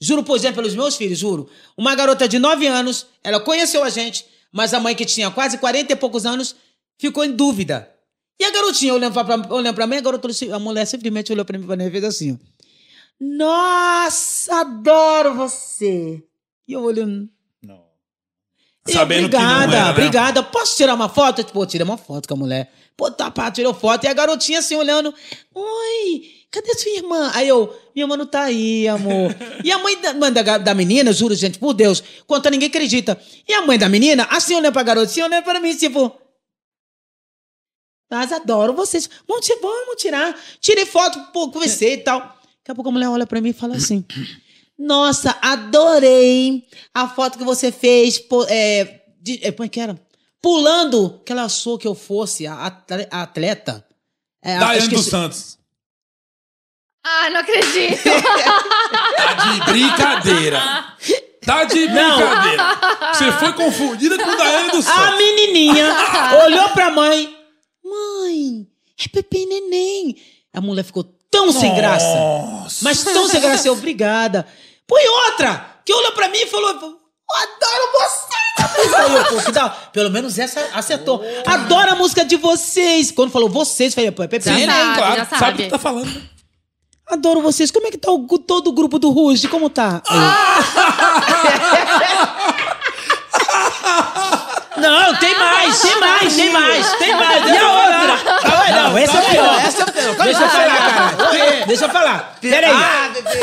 Speaker 4: juro por exemplo, pelos meus filhos, juro. Uma garota de 9 anos, ela conheceu a gente, mas a mãe que tinha quase 40 e poucos anos ficou em dúvida. E a garotinha olhando pra, pra- olhando pra mim, a, garota, assim, a mulher simplesmente olhou pra mim e fez assim: ó, Nossa, adoro você. E eu olhando. E
Speaker 3: Sabendo que não
Speaker 4: obrigada,
Speaker 3: era, né?
Speaker 4: obrigada. Posso tirar uma foto? Tipo, Pô, tira uma foto com a mulher. Pô, tá, pá, tirou foto. E a garotinha assim, olhando. Oi, cadê sua irmã? Aí eu, minha irmã não tá aí, amor. e a mãe da, mãe da, ga- da menina, juro, gente, por Deus, quanto ninguém acredita. E a mãe da menina, assim olhando pra garotinha, olhando pra mim, tipo... Mas adoro vocês. Vamos, ti- vamos tirar. Tirei foto, pô, conversei e tal. Daqui a pouco a mulher olha pra mim e fala assim... Nossa, adorei a foto que você fez. pô, é, de, é, como é que era? Pulando, que ela achou que eu fosse a, atle- a atleta. É, a-
Speaker 3: Daiane
Speaker 4: esqueci-
Speaker 3: dos Santos.
Speaker 2: Ah, não acredito.
Speaker 3: Tá de brincadeira. Tá de brincadeira. Você foi confundida com Daiane dos
Speaker 4: A
Speaker 3: Santos.
Speaker 4: menininha olhou pra mãe. Mãe, é Pepe e Neném. A mulher ficou tão sem graça.
Speaker 3: Nossa.
Speaker 4: Mas tão sem graça, eu, obrigada. Pô, e outra, que olhou pra mim e falou, "Eu adoro você. Eu falei, pô, que da- Pelo menos essa acertou. Adoro a música de vocês. Quando falou vocês, eu falei, pô, é Pepe e
Speaker 2: Já
Speaker 4: Neném.
Speaker 2: sabe,
Speaker 3: claro.
Speaker 2: já
Speaker 3: sabe o
Speaker 2: sabe.
Speaker 3: que tá falando. né?
Speaker 4: Adoro vocês. Como é que tá o gu- todo o grupo do Ruge? Como tá?
Speaker 5: não, tem mais, tem mais, tem mais, tem mais. E a outra?
Speaker 4: não, essa é pior. Essa é pior. Deixa eu falar, cara. Ah, Deixa eu falar. Peraí.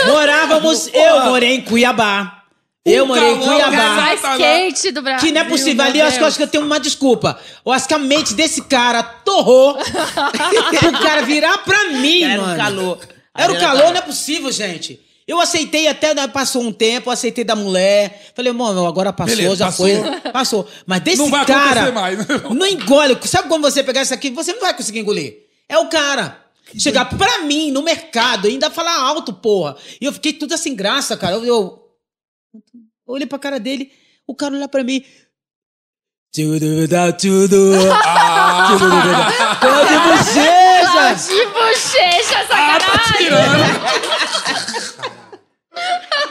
Speaker 4: Morávamos, eu morei em Cuiabá. Eu morei em
Speaker 3: calor,
Speaker 2: Lugar
Speaker 4: Cuiabá.
Speaker 3: cara.
Speaker 2: mais quente do Brasil.
Speaker 4: Tá Que não é possível.
Speaker 2: meu
Speaker 4: Ali eu acho, que eu
Speaker 2: Deus.
Speaker 4: acho que eu tenho uma desculpa. Eu acho que a mente desse cara torrou pro cara virar pra mim,
Speaker 5: Era
Speaker 4: mano.
Speaker 5: o calor.
Speaker 4: Era o
Speaker 5: Adriana
Speaker 4: calor,
Speaker 5: tá-
Speaker 4: não é possível, gente. Eu aceitei até, né, passou um tempo, eu aceitei da mulher. Falei, mano, agora passou,
Speaker 3: Beleza,
Speaker 4: já
Speaker 3: passou.
Speaker 4: foi. Passou. Mas desse
Speaker 3: Não vai
Speaker 4: cara.
Speaker 3: acontecer mais, né?
Speaker 4: Não engole. Sabe quando você pegar isso aqui, você não vai conseguir engolir. É o cara. Chegar pra mim no mercado, ainda falar alto, porra. E eu fiquei tudo assim, graça, cara. Eu, eu- eu olhei pra cara dele, o cara olhar pra mim. Tudo dá tudo. Tudo dá. Pode
Speaker 2: Tá
Speaker 4: bochecha!
Speaker 2: de bochecha, sacanagem.
Speaker 3: Tirando.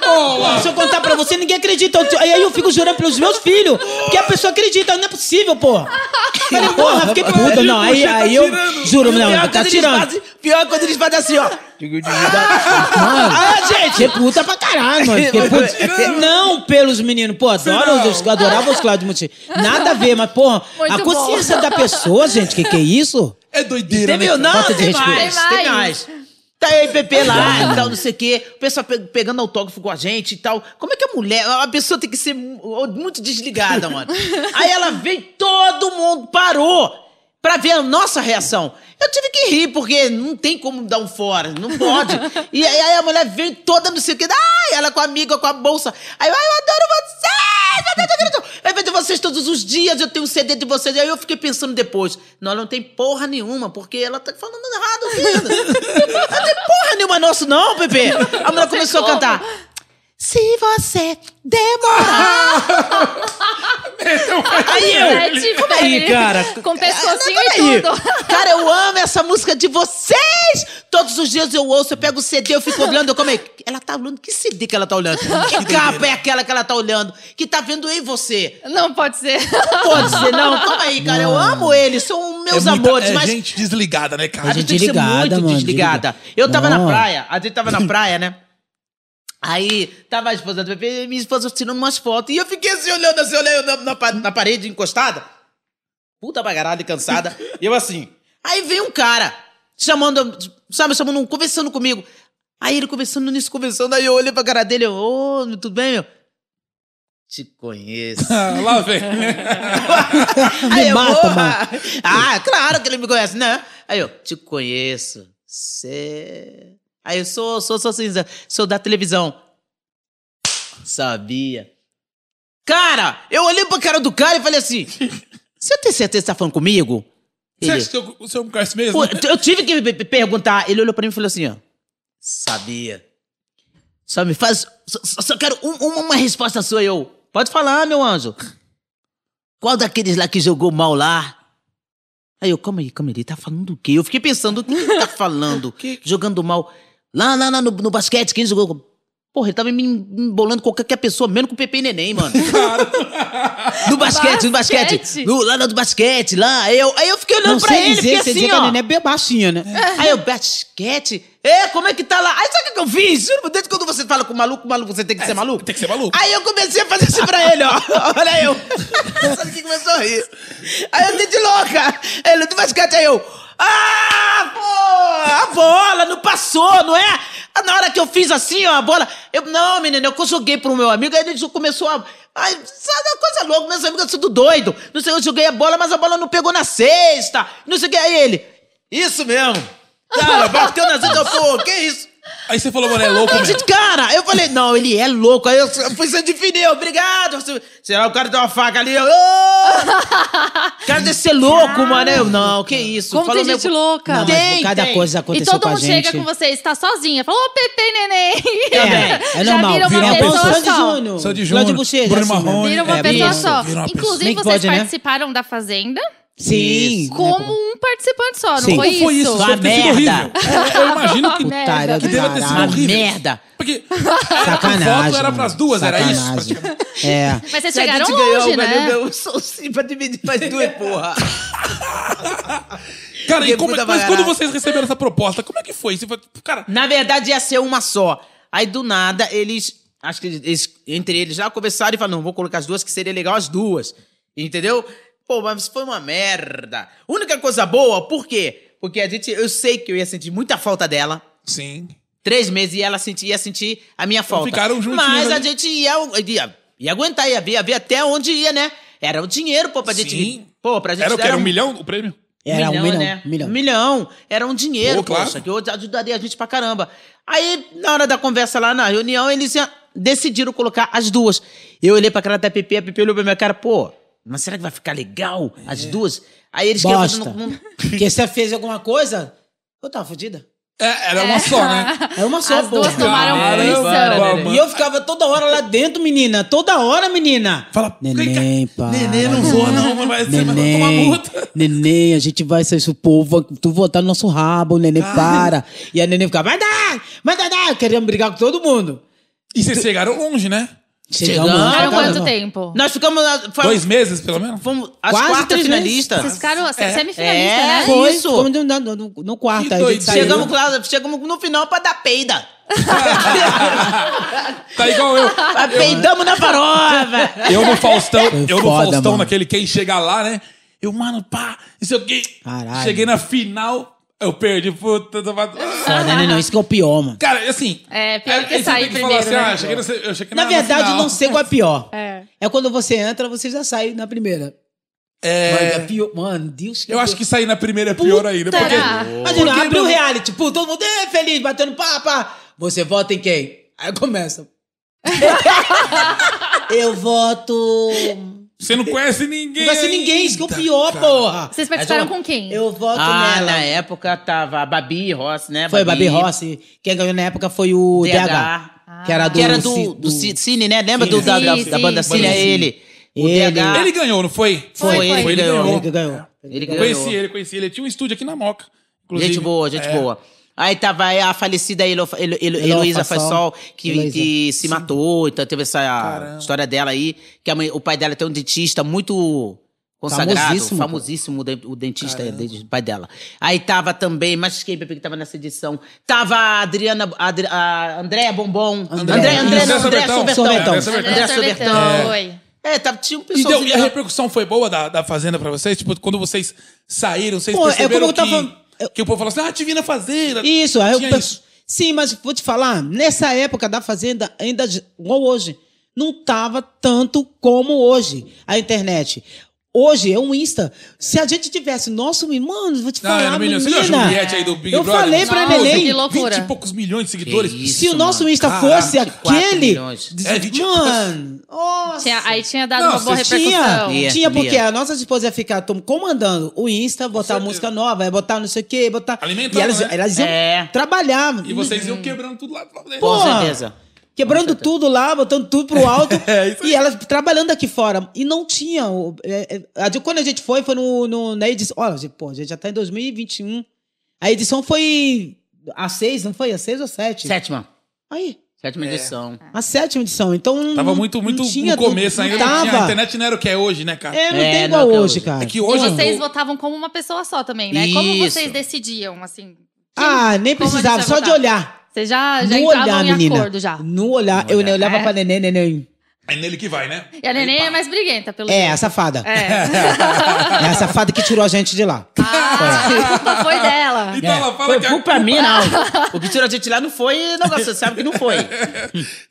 Speaker 3: Olá.
Speaker 4: Se eu contar pra você, ninguém acredita. Eu- Aí eu fico jurando pelos meus filhos. Porque a pessoa acredita, não é possível, pô. Falei, porra, fiquei puta. Não, aí,
Speaker 3: tá
Speaker 4: aí eu
Speaker 3: tirando.
Speaker 4: juro, não,
Speaker 5: Pior
Speaker 4: tá
Speaker 5: quando eles
Speaker 4: tirando.
Speaker 5: fazem- Pior quando eles fazem assim, ó.
Speaker 4: Ah, gente, tá fiquei puta pra caralho, mano. Fiquei puta.
Speaker 3: tirando.
Speaker 4: Não pelos meninos, pô, adoro
Speaker 3: Não.
Speaker 4: os, adorava os Cláudio Monteiro. Nada a ver, mas, porra,
Speaker 2: Muito
Speaker 4: a
Speaker 2: bom.
Speaker 4: consciência da pessoa, gente, que que é isso?
Speaker 3: É doideira, né?
Speaker 5: Entendeu?
Speaker 3: cara?
Speaker 5: Não,
Speaker 4: Falta
Speaker 5: tem,
Speaker 4: de respeito.
Speaker 5: mais,
Speaker 2: Tem
Speaker 5: tem
Speaker 2: mais.
Speaker 5: mais. Tá aí, PP lá e tal, não sei o quê. O pessoal pe- pegando autógrafo com a gente e tal. Como é que a mulher. A pessoa tem que ser mu- muito desligada, mano. aí ela veio, todo mundo parou pra ver a nossa reação. Eu tive que rir, porque não tem como dar um fora, não pode. e aí aí a mulher veio toda, não sei o quê. Ai, ela com a amiga, com a bolsa. Aí eu, ai, eu adoro vocês! meu Deus, eu adoro- Eu vejo vocês todos os dias, eu tenho um CD de vocês. Aí eu fiquei pensando depois, não, ela não tem porra nenhuma, porque ela tá falando errado, menina. Não tem porra nenhuma nosso, não, Pepe. A mulher começou a
Speaker 2: como.
Speaker 5: cantar. Se você demorar. Aí eu.
Speaker 2: É tipo,
Speaker 5: Peraí,
Speaker 2: ele-
Speaker 5: cara.
Speaker 2: Com pescocinho e
Speaker 5: Peraí.
Speaker 2: tudo.
Speaker 5: Cara, eu amo essa música de vocês! Todos os dias eu ouço, eu pego o CD, eu fico olhando, eu como é? que- Ela tá olhando, que CD que ela tá olhando?
Speaker 4: um
Speaker 5: Que capa é aquela que ela tá olhando? Que tá vendo em você?
Speaker 2: Não pode ser.
Speaker 5: Pode ser, não, calma aí, cara, eu amo eles, são meus
Speaker 3: é muita-
Speaker 5: amores,
Speaker 3: é
Speaker 5: mas
Speaker 3: gente desligada, né, cara?
Speaker 5: a
Speaker 4: gente
Speaker 5: gente tem que ser
Speaker 4: ligada,
Speaker 5: muito
Speaker 4: mano,
Speaker 5: desligada.
Speaker 4: desligada.
Speaker 5: Eu tava
Speaker 4: Não.
Speaker 5: na praia, a gente tava na praia, né? Aí tava a esposa do Pepe, minha esposa tirando umas fotos. E eu fiquei assim olhando, assim, olhando na, na pa- na parede encostada. Puta bagarada e cansada. e eu assim. Aí veio um cara, chamando, sabe, chamando, um- conversando comigo. Aí ele conversando nisso, conversando. Aí eu olhei pra cara dele, eu, ô, tudo bem, meu? Te conheço.
Speaker 3: Ah, lá vem.
Speaker 5: Aí
Speaker 4: Me
Speaker 5: eu,
Speaker 4: mata,
Speaker 5: porra!
Speaker 4: mano.
Speaker 5: Ah, claro que ele me conhece, né? Aí eu, te conheço. Cê... Aí eu sou, sou, sou cinza, sou da televisão. Sabia. Cara, eu olhei pra cara do cara e falei assim: Você tem certeza que tá falando comigo?
Speaker 3: Você
Speaker 5: Ele,
Speaker 3: acha que eu- o senhor me conhece mesmo?
Speaker 5: Pô, eu tive que pe- pe- perguntar. Ele olhou pra mim e falou assim: ó, Sabia. Só me faz. Só, só- só quero um- uma, uma resposta sua, eu. Pode falar, meu anjo. Qual daqueles lá que jogou mal lá? Aí eu, calma aí, calma aí, ele tá falando do quê? Eu fiquei pensando, o que ele tá falando? Jogando mal. Lá, lá, lá no, no basquete, quem jogou. Porra, ele tava me embolando com qualquer pessoa, menos com o Pepe e Neném, mano. no basquete, no basquete.
Speaker 2: Basquete?
Speaker 5: No, lá no basquete, lá. Aí eu, aí eu fiquei olhando
Speaker 4: Não
Speaker 5: pra
Speaker 4: sei
Speaker 5: ele,
Speaker 4: dizer,
Speaker 5: porque
Speaker 4: sei
Speaker 5: assim,
Speaker 4: dizer que
Speaker 5: ó. É.
Speaker 4: a neném é bem baixinha, né?
Speaker 5: Aí eu, basquete? É, como é que tá lá? Aí sabe o que eu fiz? Juro, desde quando você fala com maluco, maluco, você tem que ser maluco?
Speaker 3: Tem que ser maluco.
Speaker 5: Aí eu comecei a fazer isso pra ele, ó. Olha eu. Sabe quem começou a rir? Aí eu dei de louca. Aí Ele, do basquete, aí eu... Ah, pô! A bola não passou, não é? Ah, Na hora que eu fiz assim, ó, a bola... Eu, não, menino, eu joguei pro meu amigo, aí ele já começou a... Ai, sabe uma coisa louca, meus amigos, eu sou do doido. Não sei, eu joguei a bola, mas a bola não pegou na cesta. Não sei o que, aí ele... Isso mesmo. Cara, bateu na cesta, eu, pô, que isso?
Speaker 3: Aí você falou, mano, é louco
Speaker 5: Eu
Speaker 3: mesmo.
Speaker 5: disse, Cara, eu falei, não, ele é louco. Aí eu eu fui se definir, obrigado. Você- Será que o cara tem uma faca ali? Eu, "Ô!" o cara deve ser louco, mano. Eu, não, que isso.
Speaker 2: Como tem gente louca.
Speaker 4: Não, mas
Speaker 5: Tem,
Speaker 4: cada
Speaker 5: tem.
Speaker 4: coisa
Speaker 2: E
Speaker 4: aconteceu
Speaker 2: todo
Speaker 4: com a
Speaker 2: mundo
Speaker 4: gente.
Speaker 2: chega com você, está sozinha. Fala, ô Pepe Neném.
Speaker 4: É, é normal.
Speaker 2: Já vira uma
Speaker 4: é bom
Speaker 2: pessoa
Speaker 4: Sandy
Speaker 2: só.
Speaker 4: Júnior.
Speaker 3: Sandy
Speaker 4: Cláudio
Speaker 3: Júnior,
Speaker 4: Bochecha,
Speaker 3: Bruno
Speaker 4: assim, né?
Speaker 3: Marrone.
Speaker 2: Vira uma
Speaker 4: É,
Speaker 2: pessoa
Speaker 4: isso,
Speaker 3: vira
Speaker 2: só.
Speaker 3: uma pessoa.
Speaker 2: Inclusive,
Speaker 4: Bem que
Speaker 2: vocês
Speaker 4: pode, né?
Speaker 2: participaram da Fazenda
Speaker 4: Sim.
Speaker 2: como um participante só, não
Speaker 4: Sim.
Speaker 2: foi
Speaker 3: Como
Speaker 2: isso?
Speaker 3: foi isso?
Speaker 4: Uma
Speaker 3: Deve ter sido
Speaker 4: merda.
Speaker 3: horrível. É, Eu, eu imagino que...
Speaker 2: Merda.
Speaker 4: Otária do
Speaker 3: Que deve ter sido
Speaker 5: Uma
Speaker 4: caralho.
Speaker 3: horrível.
Speaker 5: merda.
Speaker 3: Porque era pra
Speaker 4: Sacanagem.
Speaker 3: foto, era pras duas, era isso?
Speaker 4: sacanagem.
Speaker 3: praticamente.
Speaker 4: É.
Speaker 2: Mas vocês
Speaker 5: Se a gente
Speaker 2: chegaram
Speaker 5: ganhar,
Speaker 2: longe,
Speaker 5: o Brasil
Speaker 2: né?
Speaker 5: ganhou o Salsi pra dividir mais duas, porra.
Speaker 3: Cara, e
Speaker 5: Porque
Speaker 3: como,
Speaker 5: puta
Speaker 3: mas quando
Speaker 5: barata.
Speaker 3: vocês receberam essa proposta, como é que foi? Você foi cara,
Speaker 5: Na verdade, ia ser uma só. Aí, do nada, eles. Acho que eles, entre eles lá conversaram e falaram: não, vou colocar as duas, que seria legal as duas. Entendeu? Pô, mas foi uma merda. Única coisa boa, por quê? Porque a gente. Eu sei que eu ia sentir muita falta dela.
Speaker 3: sim.
Speaker 5: Três meses e ela sentia, ia sentir a minha falta.
Speaker 3: ficaram juntinhos
Speaker 5: Mas a
Speaker 3: ali.
Speaker 5: gente ia, ia, ia aguentar, ia ver, ia ver até onde ia, né? Era o dinheiro, pô, pra gente.
Speaker 3: Sim.
Speaker 5: Pô, pra gente
Speaker 3: Era o quê? Era um
Speaker 5: um-
Speaker 3: milhão o prêmio?
Speaker 4: Era um milhão.
Speaker 5: né?
Speaker 4: milhão.
Speaker 5: Um milhão. Era um dinheiro,
Speaker 3: Pô, claro.
Speaker 5: poxa, que hoje ajudaria a gente pra caramba. Aí, na hora da conversa lá na reunião, eles ia- decidiram colocar as duas. Eu olhei pra cara da Pepe, a Pepe olhou pra minha cara, pô, mas será que vai ficar legal
Speaker 3: É.
Speaker 5: as duas? Aí eles um, queriam fazer
Speaker 4: Bosta.
Speaker 5: num- num-
Speaker 4: Porque você fez alguma coisa, eu tava fodida.
Speaker 3: É, era uma só, né?
Speaker 4: Era uma só,
Speaker 2: As
Speaker 4: pô.
Speaker 2: duas tomaram
Speaker 3: Caramba,
Speaker 2: punição.
Speaker 3: mano.
Speaker 4: E eu ficava toda hora lá dentro, menina. Toda hora, menina.
Speaker 3: Fala,
Speaker 4: neném, pá.
Speaker 3: Neném, não zoa não, mano, vai- você vai tomar
Speaker 4: Neném,
Speaker 3: multa.
Speaker 4: neném, a gente vai sair, o povo, vai- tu votar no nosso rabo, neném, para. E a neném ficava, vai dar, vai dar, dar. Queríamos brigar com todo mundo.
Speaker 3: E vocês chegaram longe, né?
Speaker 5: Chegamos.
Speaker 4: lá,
Speaker 2: Ficaram
Speaker 5: Ficaram
Speaker 4: tá,
Speaker 2: quanto
Speaker 4: não.
Speaker 2: tempo?
Speaker 5: Nós ficamos... lá- Foi,
Speaker 3: Dois meses, pelo menos?
Speaker 5: Fomos as
Speaker 4: Quase
Speaker 5: quartas
Speaker 4: três meses.
Speaker 2: Vocês
Speaker 5: finalistas.
Speaker 2: ficaram
Speaker 3: É.
Speaker 2: semifinalista,
Speaker 5: É.
Speaker 2: né?
Speaker 4: Foi,
Speaker 5: Isso.
Speaker 4: ficamos no, no, no, no quarto.
Speaker 3: Que
Speaker 4: aí a gente
Speaker 3: doideira.
Speaker 4: saiu.
Speaker 5: Chegamos, lá- chegamos no final pra dar peida.
Speaker 3: Tá igual eu.
Speaker 5: Mas Peidamos na farofa.
Speaker 3: Eu no Faustão, eu no
Speaker 4: foda,
Speaker 3: Faustão,
Speaker 4: mano.
Speaker 3: naquele quem chegar lá, né? Eu, mano, pá, isso aqui.
Speaker 4: Caralho.
Speaker 3: Cheguei na final, eu perdi, puta. tô-
Speaker 4: Foda, né? Não, isso que é o pior, mano.
Speaker 3: Cara, assim.
Speaker 2: É, pior que
Speaker 3: aí você
Speaker 2: sair
Speaker 3: tem falar
Speaker 2: primeiro,
Speaker 3: assim,
Speaker 2: né?
Speaker 3: ah, cheguei na- eu cheguei
Speaker 4: Na verdade, não sei qual é pior.
Speaker 2: É.
Speaker 4: É quando você entra, você já sai na primeira. Mano, é
Speaker 3: É,
Speaker 4: pior. Mano, Deus
Speaker 3: eu acho que sair na primeira é pior ainda.
Speaker 2: Puta,
Speaker 3: Porque,
Speaker 2: era.
Speaker 4: Imagina,
Speaker 3: porque
Speaker 4: abre o
Speaker 3: não-
Speaker 4: reality, pô, todo mundo é feliz, batendo pá, pá. Você vota em quem? Aí começa. eu voto.
Speaker 3: Você não conhece ninguém.
Speaker 4: Não vai ser ninguém, isso que é o pior, porra.
Speaker 2: Vocês participaram
Speaker 4: Aí eu-
Speaker 2: com quem?
Speaker 4: Eu voto
Speaker 5: Ah,
Speaker 4: nela.
Speaker 5: na época tava a Babi Rossi, né?
Speaker 4: Foi Babi Rossi. Quem ganhou na época foi o DH.
Speaker 5: DH.
Speaker 4: Que era
Speaker 5: Ah.
Speaker 4: do.
Speaker 5: que era
Speaker 4: Ci-
Speaker 5: do, do Ci- Cine, né? Lembra do, da,
Speaker 2: Sim,
Speaker 5: da,
Speaker 2: sim,
Speaker 5: da banda
Speaker 2: sim.
Speaker 5: Cine? É ele. O
Speaker 4: Ele.
Speaker 5: DH.
Speaker 3: Ele ganhou, não foi?
Speaker 5: Foi,
Speaker 2: Foi,
Speaker 5: ele
Speaker 2: foi.
Speaker 3: Ele
Speaker 5: ganhou.
Speaker 4: É. Ele que ganhou.
Speaker 5: Ele
Speaker 3: Eu
Speaker 5: ganhou.
Speaker 3: Conheci ele, conheci ele. Ele tinha um estúdio aqui na Moca. inclusive. é.
Speaker 5: Gente boa, gente boa. Aí tava a falecida Elo, Elo, Elo,
Speaker 4: Elo
Speaker 5: Heloísa
Speaker 4: Fassol.
Speaker 5: Fassol, que,
Speaker 4: Heloísa.
Speaker 5: que se matou, então teve essa história dela aí, que a mãe- o pai dela tem um dentista muito Consagrado,
Speaker 4: Famosíssimo,
Speaker 5: famosíssimo,
Speaker 4: pô.
Speaker 5: o de- o dentista, é, de- pai dela. Aí tava também, mas quem bebê que tava nessa edição? Tava a Adriana, a, Adri- a Andréa Bombom. André, André,
Speaker 4: Isso,
Speaker 5: André,
Speaker 3: Andréa
Speaker 5: não, Andréa
Speaker 3: Sobertão.
Speaker 5: Sobertão.
Speaker 4: Sobertão.
Speaker 5: Andréa
Speaker 3: Sobertão.
Speaker 2: André
Speaker 5: Sobertão.
Speaker 2: Sorvetão, oi.
Speaker 5: É, tava, tinha um
Speaker 3: Então, E, deu-
Speaker 5: pessoalzinho.
Speaker 3: e a repercussão foi boa da, da Fazenda pra vocês? Tipo, quando vocês saíram, vocês
Speaker 4: Pô, é
Speaker 3: perceberam
Speaker 4: como eu tava
Speaker 3: que,
Speaker 4: falando- eu-
Speaker 3: que o povo falou assim, ah, te vi na Fazenda.
Speaker 4: Isso, aí eu
Speaker 3: Tinha
Speaker 4: penso-
Speaker 3: isso.
Speaker 4: Sim, mas vou te falar, nessa época da Fazenda, ainda j- igual hoje, não tava tanto como hoje a internet. Hoje é um Insta. Se a gente tivesse nosso, mano, vou te
Speaker 3: Não,
Speaker 4: falar,
Speaker 3: era um milhão. Você
Speaker 4: menina,
Speaker 3: viu a Juliette aí do Big
Speaker 4: eu
Speaker 3: Brother?
Speaker 4: falei pra
Speaker 2: Nossa,
Speaker 4: Neném,
Speaker 2: que loucura.
Speaker 3: 20 e poucos milhões de seguidores.
Speaker 5: Que isso.
Speaker 4: se o nosso
Speaker 5: mano.
Speaker 4: Insta
Speaker 3: Caraca,
Speaker 4: fosse
Speaker 5: 24
Speaker 4: aquele,
Speaker 5: milhões.
Speaker 3: É, 24.
Speaker 4: mano, nossa.
Speaker 2: Tinha- aí tinha dado
Speaker 3: Não,
Speaker 2: uma boa
Speaker 3: vocês
Speaker 2: repercussão.
Speaker 4: Tinha,
Speaker 5: Lia,
Speaker 4: tinha porque
Speaker 5: Lia.
Speaker 4: a nossa esposa ia ficar tom- comandando o Insta, botar música nova, ia botar não sei o quê, botar.
Speaker 3: Alimentando,
Speaker 4: E elas,
Speaker 3: né?
Speaker 4: elas iam
Speaker 5: É.
Speaker 4: trabalhar.
Speaker 3: E vocês iam quebrando tudo lá pra dentro.
Speaker 5: Com
Speaker 4: Porra.
Speaker 5: certeza.
Speaker 4: Quebrando tudo lá, botando tudo pro alto.
Speaker 3: É, isso
Speaker 4: e elas trabalhando aqui fora. E não tinha. o- é, é, a de- Quando a gente foi, foi no, no- na edição. Olha, gente, pô, a gente já tá em 2021. A edição foi. A seis, não foi? A seis ou sete?
Speaker 5: Sétima.
Speaker 4: Aí.
Speaker 5: Sétima
Speaker 3: É.
Speaker 5: edição.
Speaker 4: A sétima edição. Então. não-
Speaker 3: Tava muito, muito
Speaker 4: não tinha,
Speaker 3: no começo
Speaker 4: não
Speaker 3: ainda.
Speaker 4: Tava.
Speaker 3: Não tinha, a internet não era o que é hoje, né, cara?
Speaker 4: É, não
Speaker 5: É,
Speaker 4: tem
Speaker 5: não,
Speaker 4: igual
Speaker 5: até
Speaker 4: hoje,
Speaker 5: hoje.
Speaker 4: cara.
Speaker 3: É que hoje
Speaker 2: E vocês
Speaker 3: eu-
Speaker 2: votavam como uma pessoa só também, né? Como
Speaker 5: Isso.
Speaker 2: vocês decidiam, assim? que-
Speaker 4: Ah, nem
Speaker 2: como a gente
Speaker 4: precisava,
Speaker 2: vai
Speaker 4: só de
Speaker 2: votar?
Speaker 4: olhar.
Speaker 2: Vocês já, já
Speaker 4: No
Speaker 2: entravam
Speaker 4: olhar,
Speaker 2: em
Speaker 4: menina.
Speaker 2: acordo já.
Speaker 4: No olhar.
Speaker 5: No
Speaker 4: eu
Speaker 5: olhar.
Speaker 4: olhava
Speaker 2: É.
Speaker 4: pra neném, neném.
Speaker 3: É nele que vai, né?
Speaker 2: E a neném é
Speaker 3: Aí, pá.
Speaker 2: mais briguenta, pelo
Speaker 4: É,
Speaker 2: jeito.
Speaker 4: a safada. É.
Speaker 2: É.
Speaker 4: a safada que tirou a gente de lá.
Speaker 2: Ah, a culpa foi dela.
Speaker 3: Então ela fala
Speaker 5: Foi
Speaker 3: que a...
Speaker 5: culpa minha, não. O que tirou a gente lá não foi negócio, você sabe que não foi.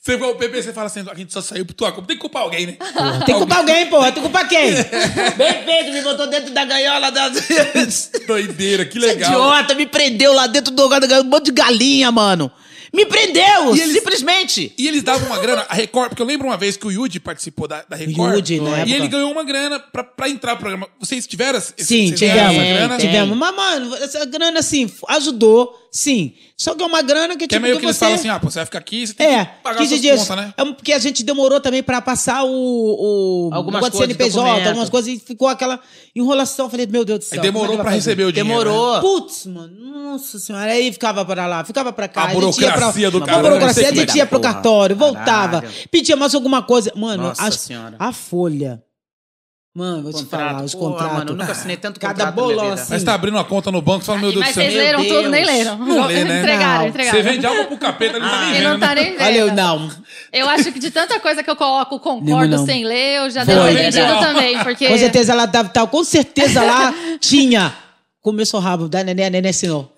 Speaker 3: Você vai ao PP e você fala assim, a gente só saiu por tua culpa. Tem que culpar alguém, né?
Speaker 4: Tem que culpar alguém, porra. Tem que culpar quem?
Speaker 5: Bem feito, me botou dentro da gaiola da. Você
Speaker 3: Doideira, que
Speaker 5: é
Speaker 3: legal.
Speaker 5: idiota, me prendeu lá dentro do lugar da gaiola, um monte de galinha, mano. Me prendeu,
Speaker 3: E eles-
Speaker 5: simplesmente.
Speaker 3: E eles davam uma grana, a Record, porque eu lembro uma vez que o Yudi participou da, da Record.
Speaker 4: Yudi, na
Speaker 3: E
Speaker 4: né? época.
Speaker 3: ele ganhou uma grana pra, pra entrar no programa. Vocês tiveram? esse-
Speaker 4: Sim,
Speaker 3: vocês ganharam
Speaker 4: tivemos.
Speaker 3: essa grana?
Speaker 5: É, tem.
Speaker 4: Tivemos. Mas, mano, essa grana, assim, ajudou, sim. Só que é uma grana que,
Speaker 3: Que é
Speaker 4: tipo,
Speaker 3: meio que,
Speaker 4: que
Speaker 3: eles
Speaker 4: você...
Speaker 3: falam assim, ah, pô, você vai ficar aqui, você tem
Speaker 4: é,
Speaker 3: que pagar
Speaker 4: 15
Speaker 3: suas
Speaker 4: dias.
Speaker 3: contas, né?
Speaker 4: É um- porque a gente demorou também pra passar o. o
Speaker 5: Algumas
Speaker 4: negócio de
Speaker 5: coisas,
Speaker 4: CNPJ,
Speaker 5: documento.
Speaker 4: algumas coisas, e ficou aquela enrolação. Eu Falei, meu Deus do céu.
Speaker 3: Aí
Speaker 4: como é
Speaker 3: demorou
Speaker 4: que vai
Speaker 3: pra
Speaker 4: fazer?
Speaker 3: receber o dinheiro. né?
Speaker 5: Demorou.
Speaker 4: Putz, mano, nossa senhora. Aí ficava pra lá, ficava pra cá.
Speaker 3: A
Speaker 4: gente ia pra-
Speaker 3: burocracia é do né?
Speaker 4: a
Speaker 3: caralho,
Speaker 4: burocracia,
Speaker 3: não
Speaker 4: a
Speaker 3: sei é
Speaker 4: gente
Speaker 3: que
Speaker 4: ia pro
Speaker 5: porra.
Speaker 4: cartório, voltava,
Speaker 5: Caralho.
Speaker 4: pedia mais alguma coisa. Mano,
Speaker 5: Nossa
Speaker 4: as-
Speaker 5: Senhora.
Speaker 4: a folha. Mano, vou te falar, os
Speaker 5: Porra,
Speaker 4: contratos.
Speaker 5: Mano, eu nunca assinei tanto
Speaker 4: Cada
Speaker 5: contrato. na minha
Speaker 4: bolão
Speaker 5: vida.
Speaker 4: assim.
Speaker 3: Mas tá abrindo uma conta no banco, você fala, meu Deus
Speaker 2: Mas
Speaker 3: do céu.
Speaker 2: vocês leram
Speaker 5: Meu
Speaker 2: tudo, nem
Speaker 5: Deus.
Speaker 2: leram.
Speaker 3: Não lê, né?
Speaker 2: Entregaram,
Speaker 4: Não.
Speaker 2: entregaram.
Speaker 3: Você vende algo pro capeta, ele não tá nem
Speaker 2: Ele
Speaker 3: vendo.
Speaker 2: não tá
Speaker 3: né?
Speaker 2: nem vendo.
Speaker 4: Olha, eu não.
Speaker 2: Eu acho que de tanta coisa que eu coloco,
Speaker 4: Lembro
Speaker 2: concordo
Speaker 4: não.
Speaker 2: sem ler, eu já
Speaker 4: Foi,
Speaker 2: devo ter vendido
Speaker 3: né?
Speaker 5: verdade.
Speaker 2: também, porque...
Speaker 4: Com certeza ela dava tal, com certeza lá tinha. Começou o rabo da neném, a neném assinou.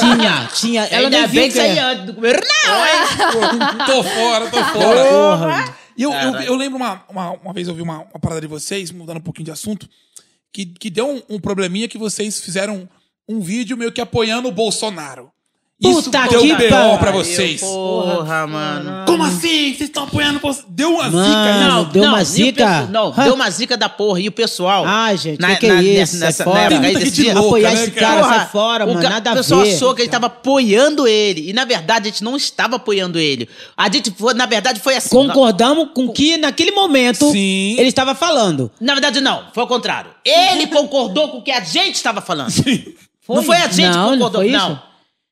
Speaker 4: tinha, tinha. Ela
Speaker 5: Ainda
Speaker 4: nem viu
Speaker 5: bem que
Speaker 4: que é.
Speaker 5: saí antes do governo. Não, é. hein?
Speaker 2: tá
Speaker 3: Pô, Tô fora, tô
Speaker 4: tá
Speaker 3: fora.
Speaker 4: Porra.
Speaker 3: E eu, eu,
Speaker 5: Caralho.
Speaker 3: eu lembro uma, uma, uma vez eu vi uma, uma parada de vocês, mudando um pouquinho de assunto, que, que deu um, um probleminha que vocês fizeram um vídeo meio que apoiando o Bolsonaro. Isso
Speaker 4: Puta
Speaker 3: deu
Speaker 4: que
Speaker 3: um BO
Speaker 4: pariu.
Speaker 3: pra vocês.
Speaker 5: Porra, mano.
Speaker 3: Como assim? Vocês estão apoiando o Bolsonaro? Deu uma
Speaker 4: Mano.
Speaker 3: zica né? aí.
Speaker 4: Não, deu uma
Speaker 5: e o
Speaker 4: zica.
Speaker 5: pessoal- Não,
Speaker 4: Hã?
Speaker 5: deu uma zica da porra. E o pessoal.
Speaker 4: Ai, gente,
Speaker 5: Na-
Speaker 4: que que
Speaker 5: na-
Speaker 4: é
Speaker 5: nessa-
Speaker 4: isso?
Speaker 5: nessa-
Speaker 4: Sai fora.
Speaker 5: na época aí
Speaker 3: Puta que
Speaker 5: desse dia-
Speaker 3: de louca,
Speaker 4: apoiar
Speaker 3: né,
Speaker 4: esse
Speaker 3: cara?
Speaker 4: cara, sai fora,
Speaker 5: o
Speaker 4: mano.
Speaker 5: ca-
Speaker 4: Nada a
Speaker 5: O pessoal
Speaker 4: ver.
Speaker 5: achou que ele tava apoiando ele. E, na verdade, a gente não estava apoiando ele. A gente, foi- na verdade, foi assim.
Speaker 4: Concordamos com o que naquele momento
Speaker 3: Sim.
Speaker 4: ele estava falando.
Speaker 5: Na verdade, não. Foi o contrário. Ele concordou com o que a gente estava falando. Não foi a gente
Speaker 4: Não,
Speaker 5: que
Speaker 4: não
Speaker 5: concordou,
Speaker 4: foi
Speaker 5: não.
Speaker 4: isso?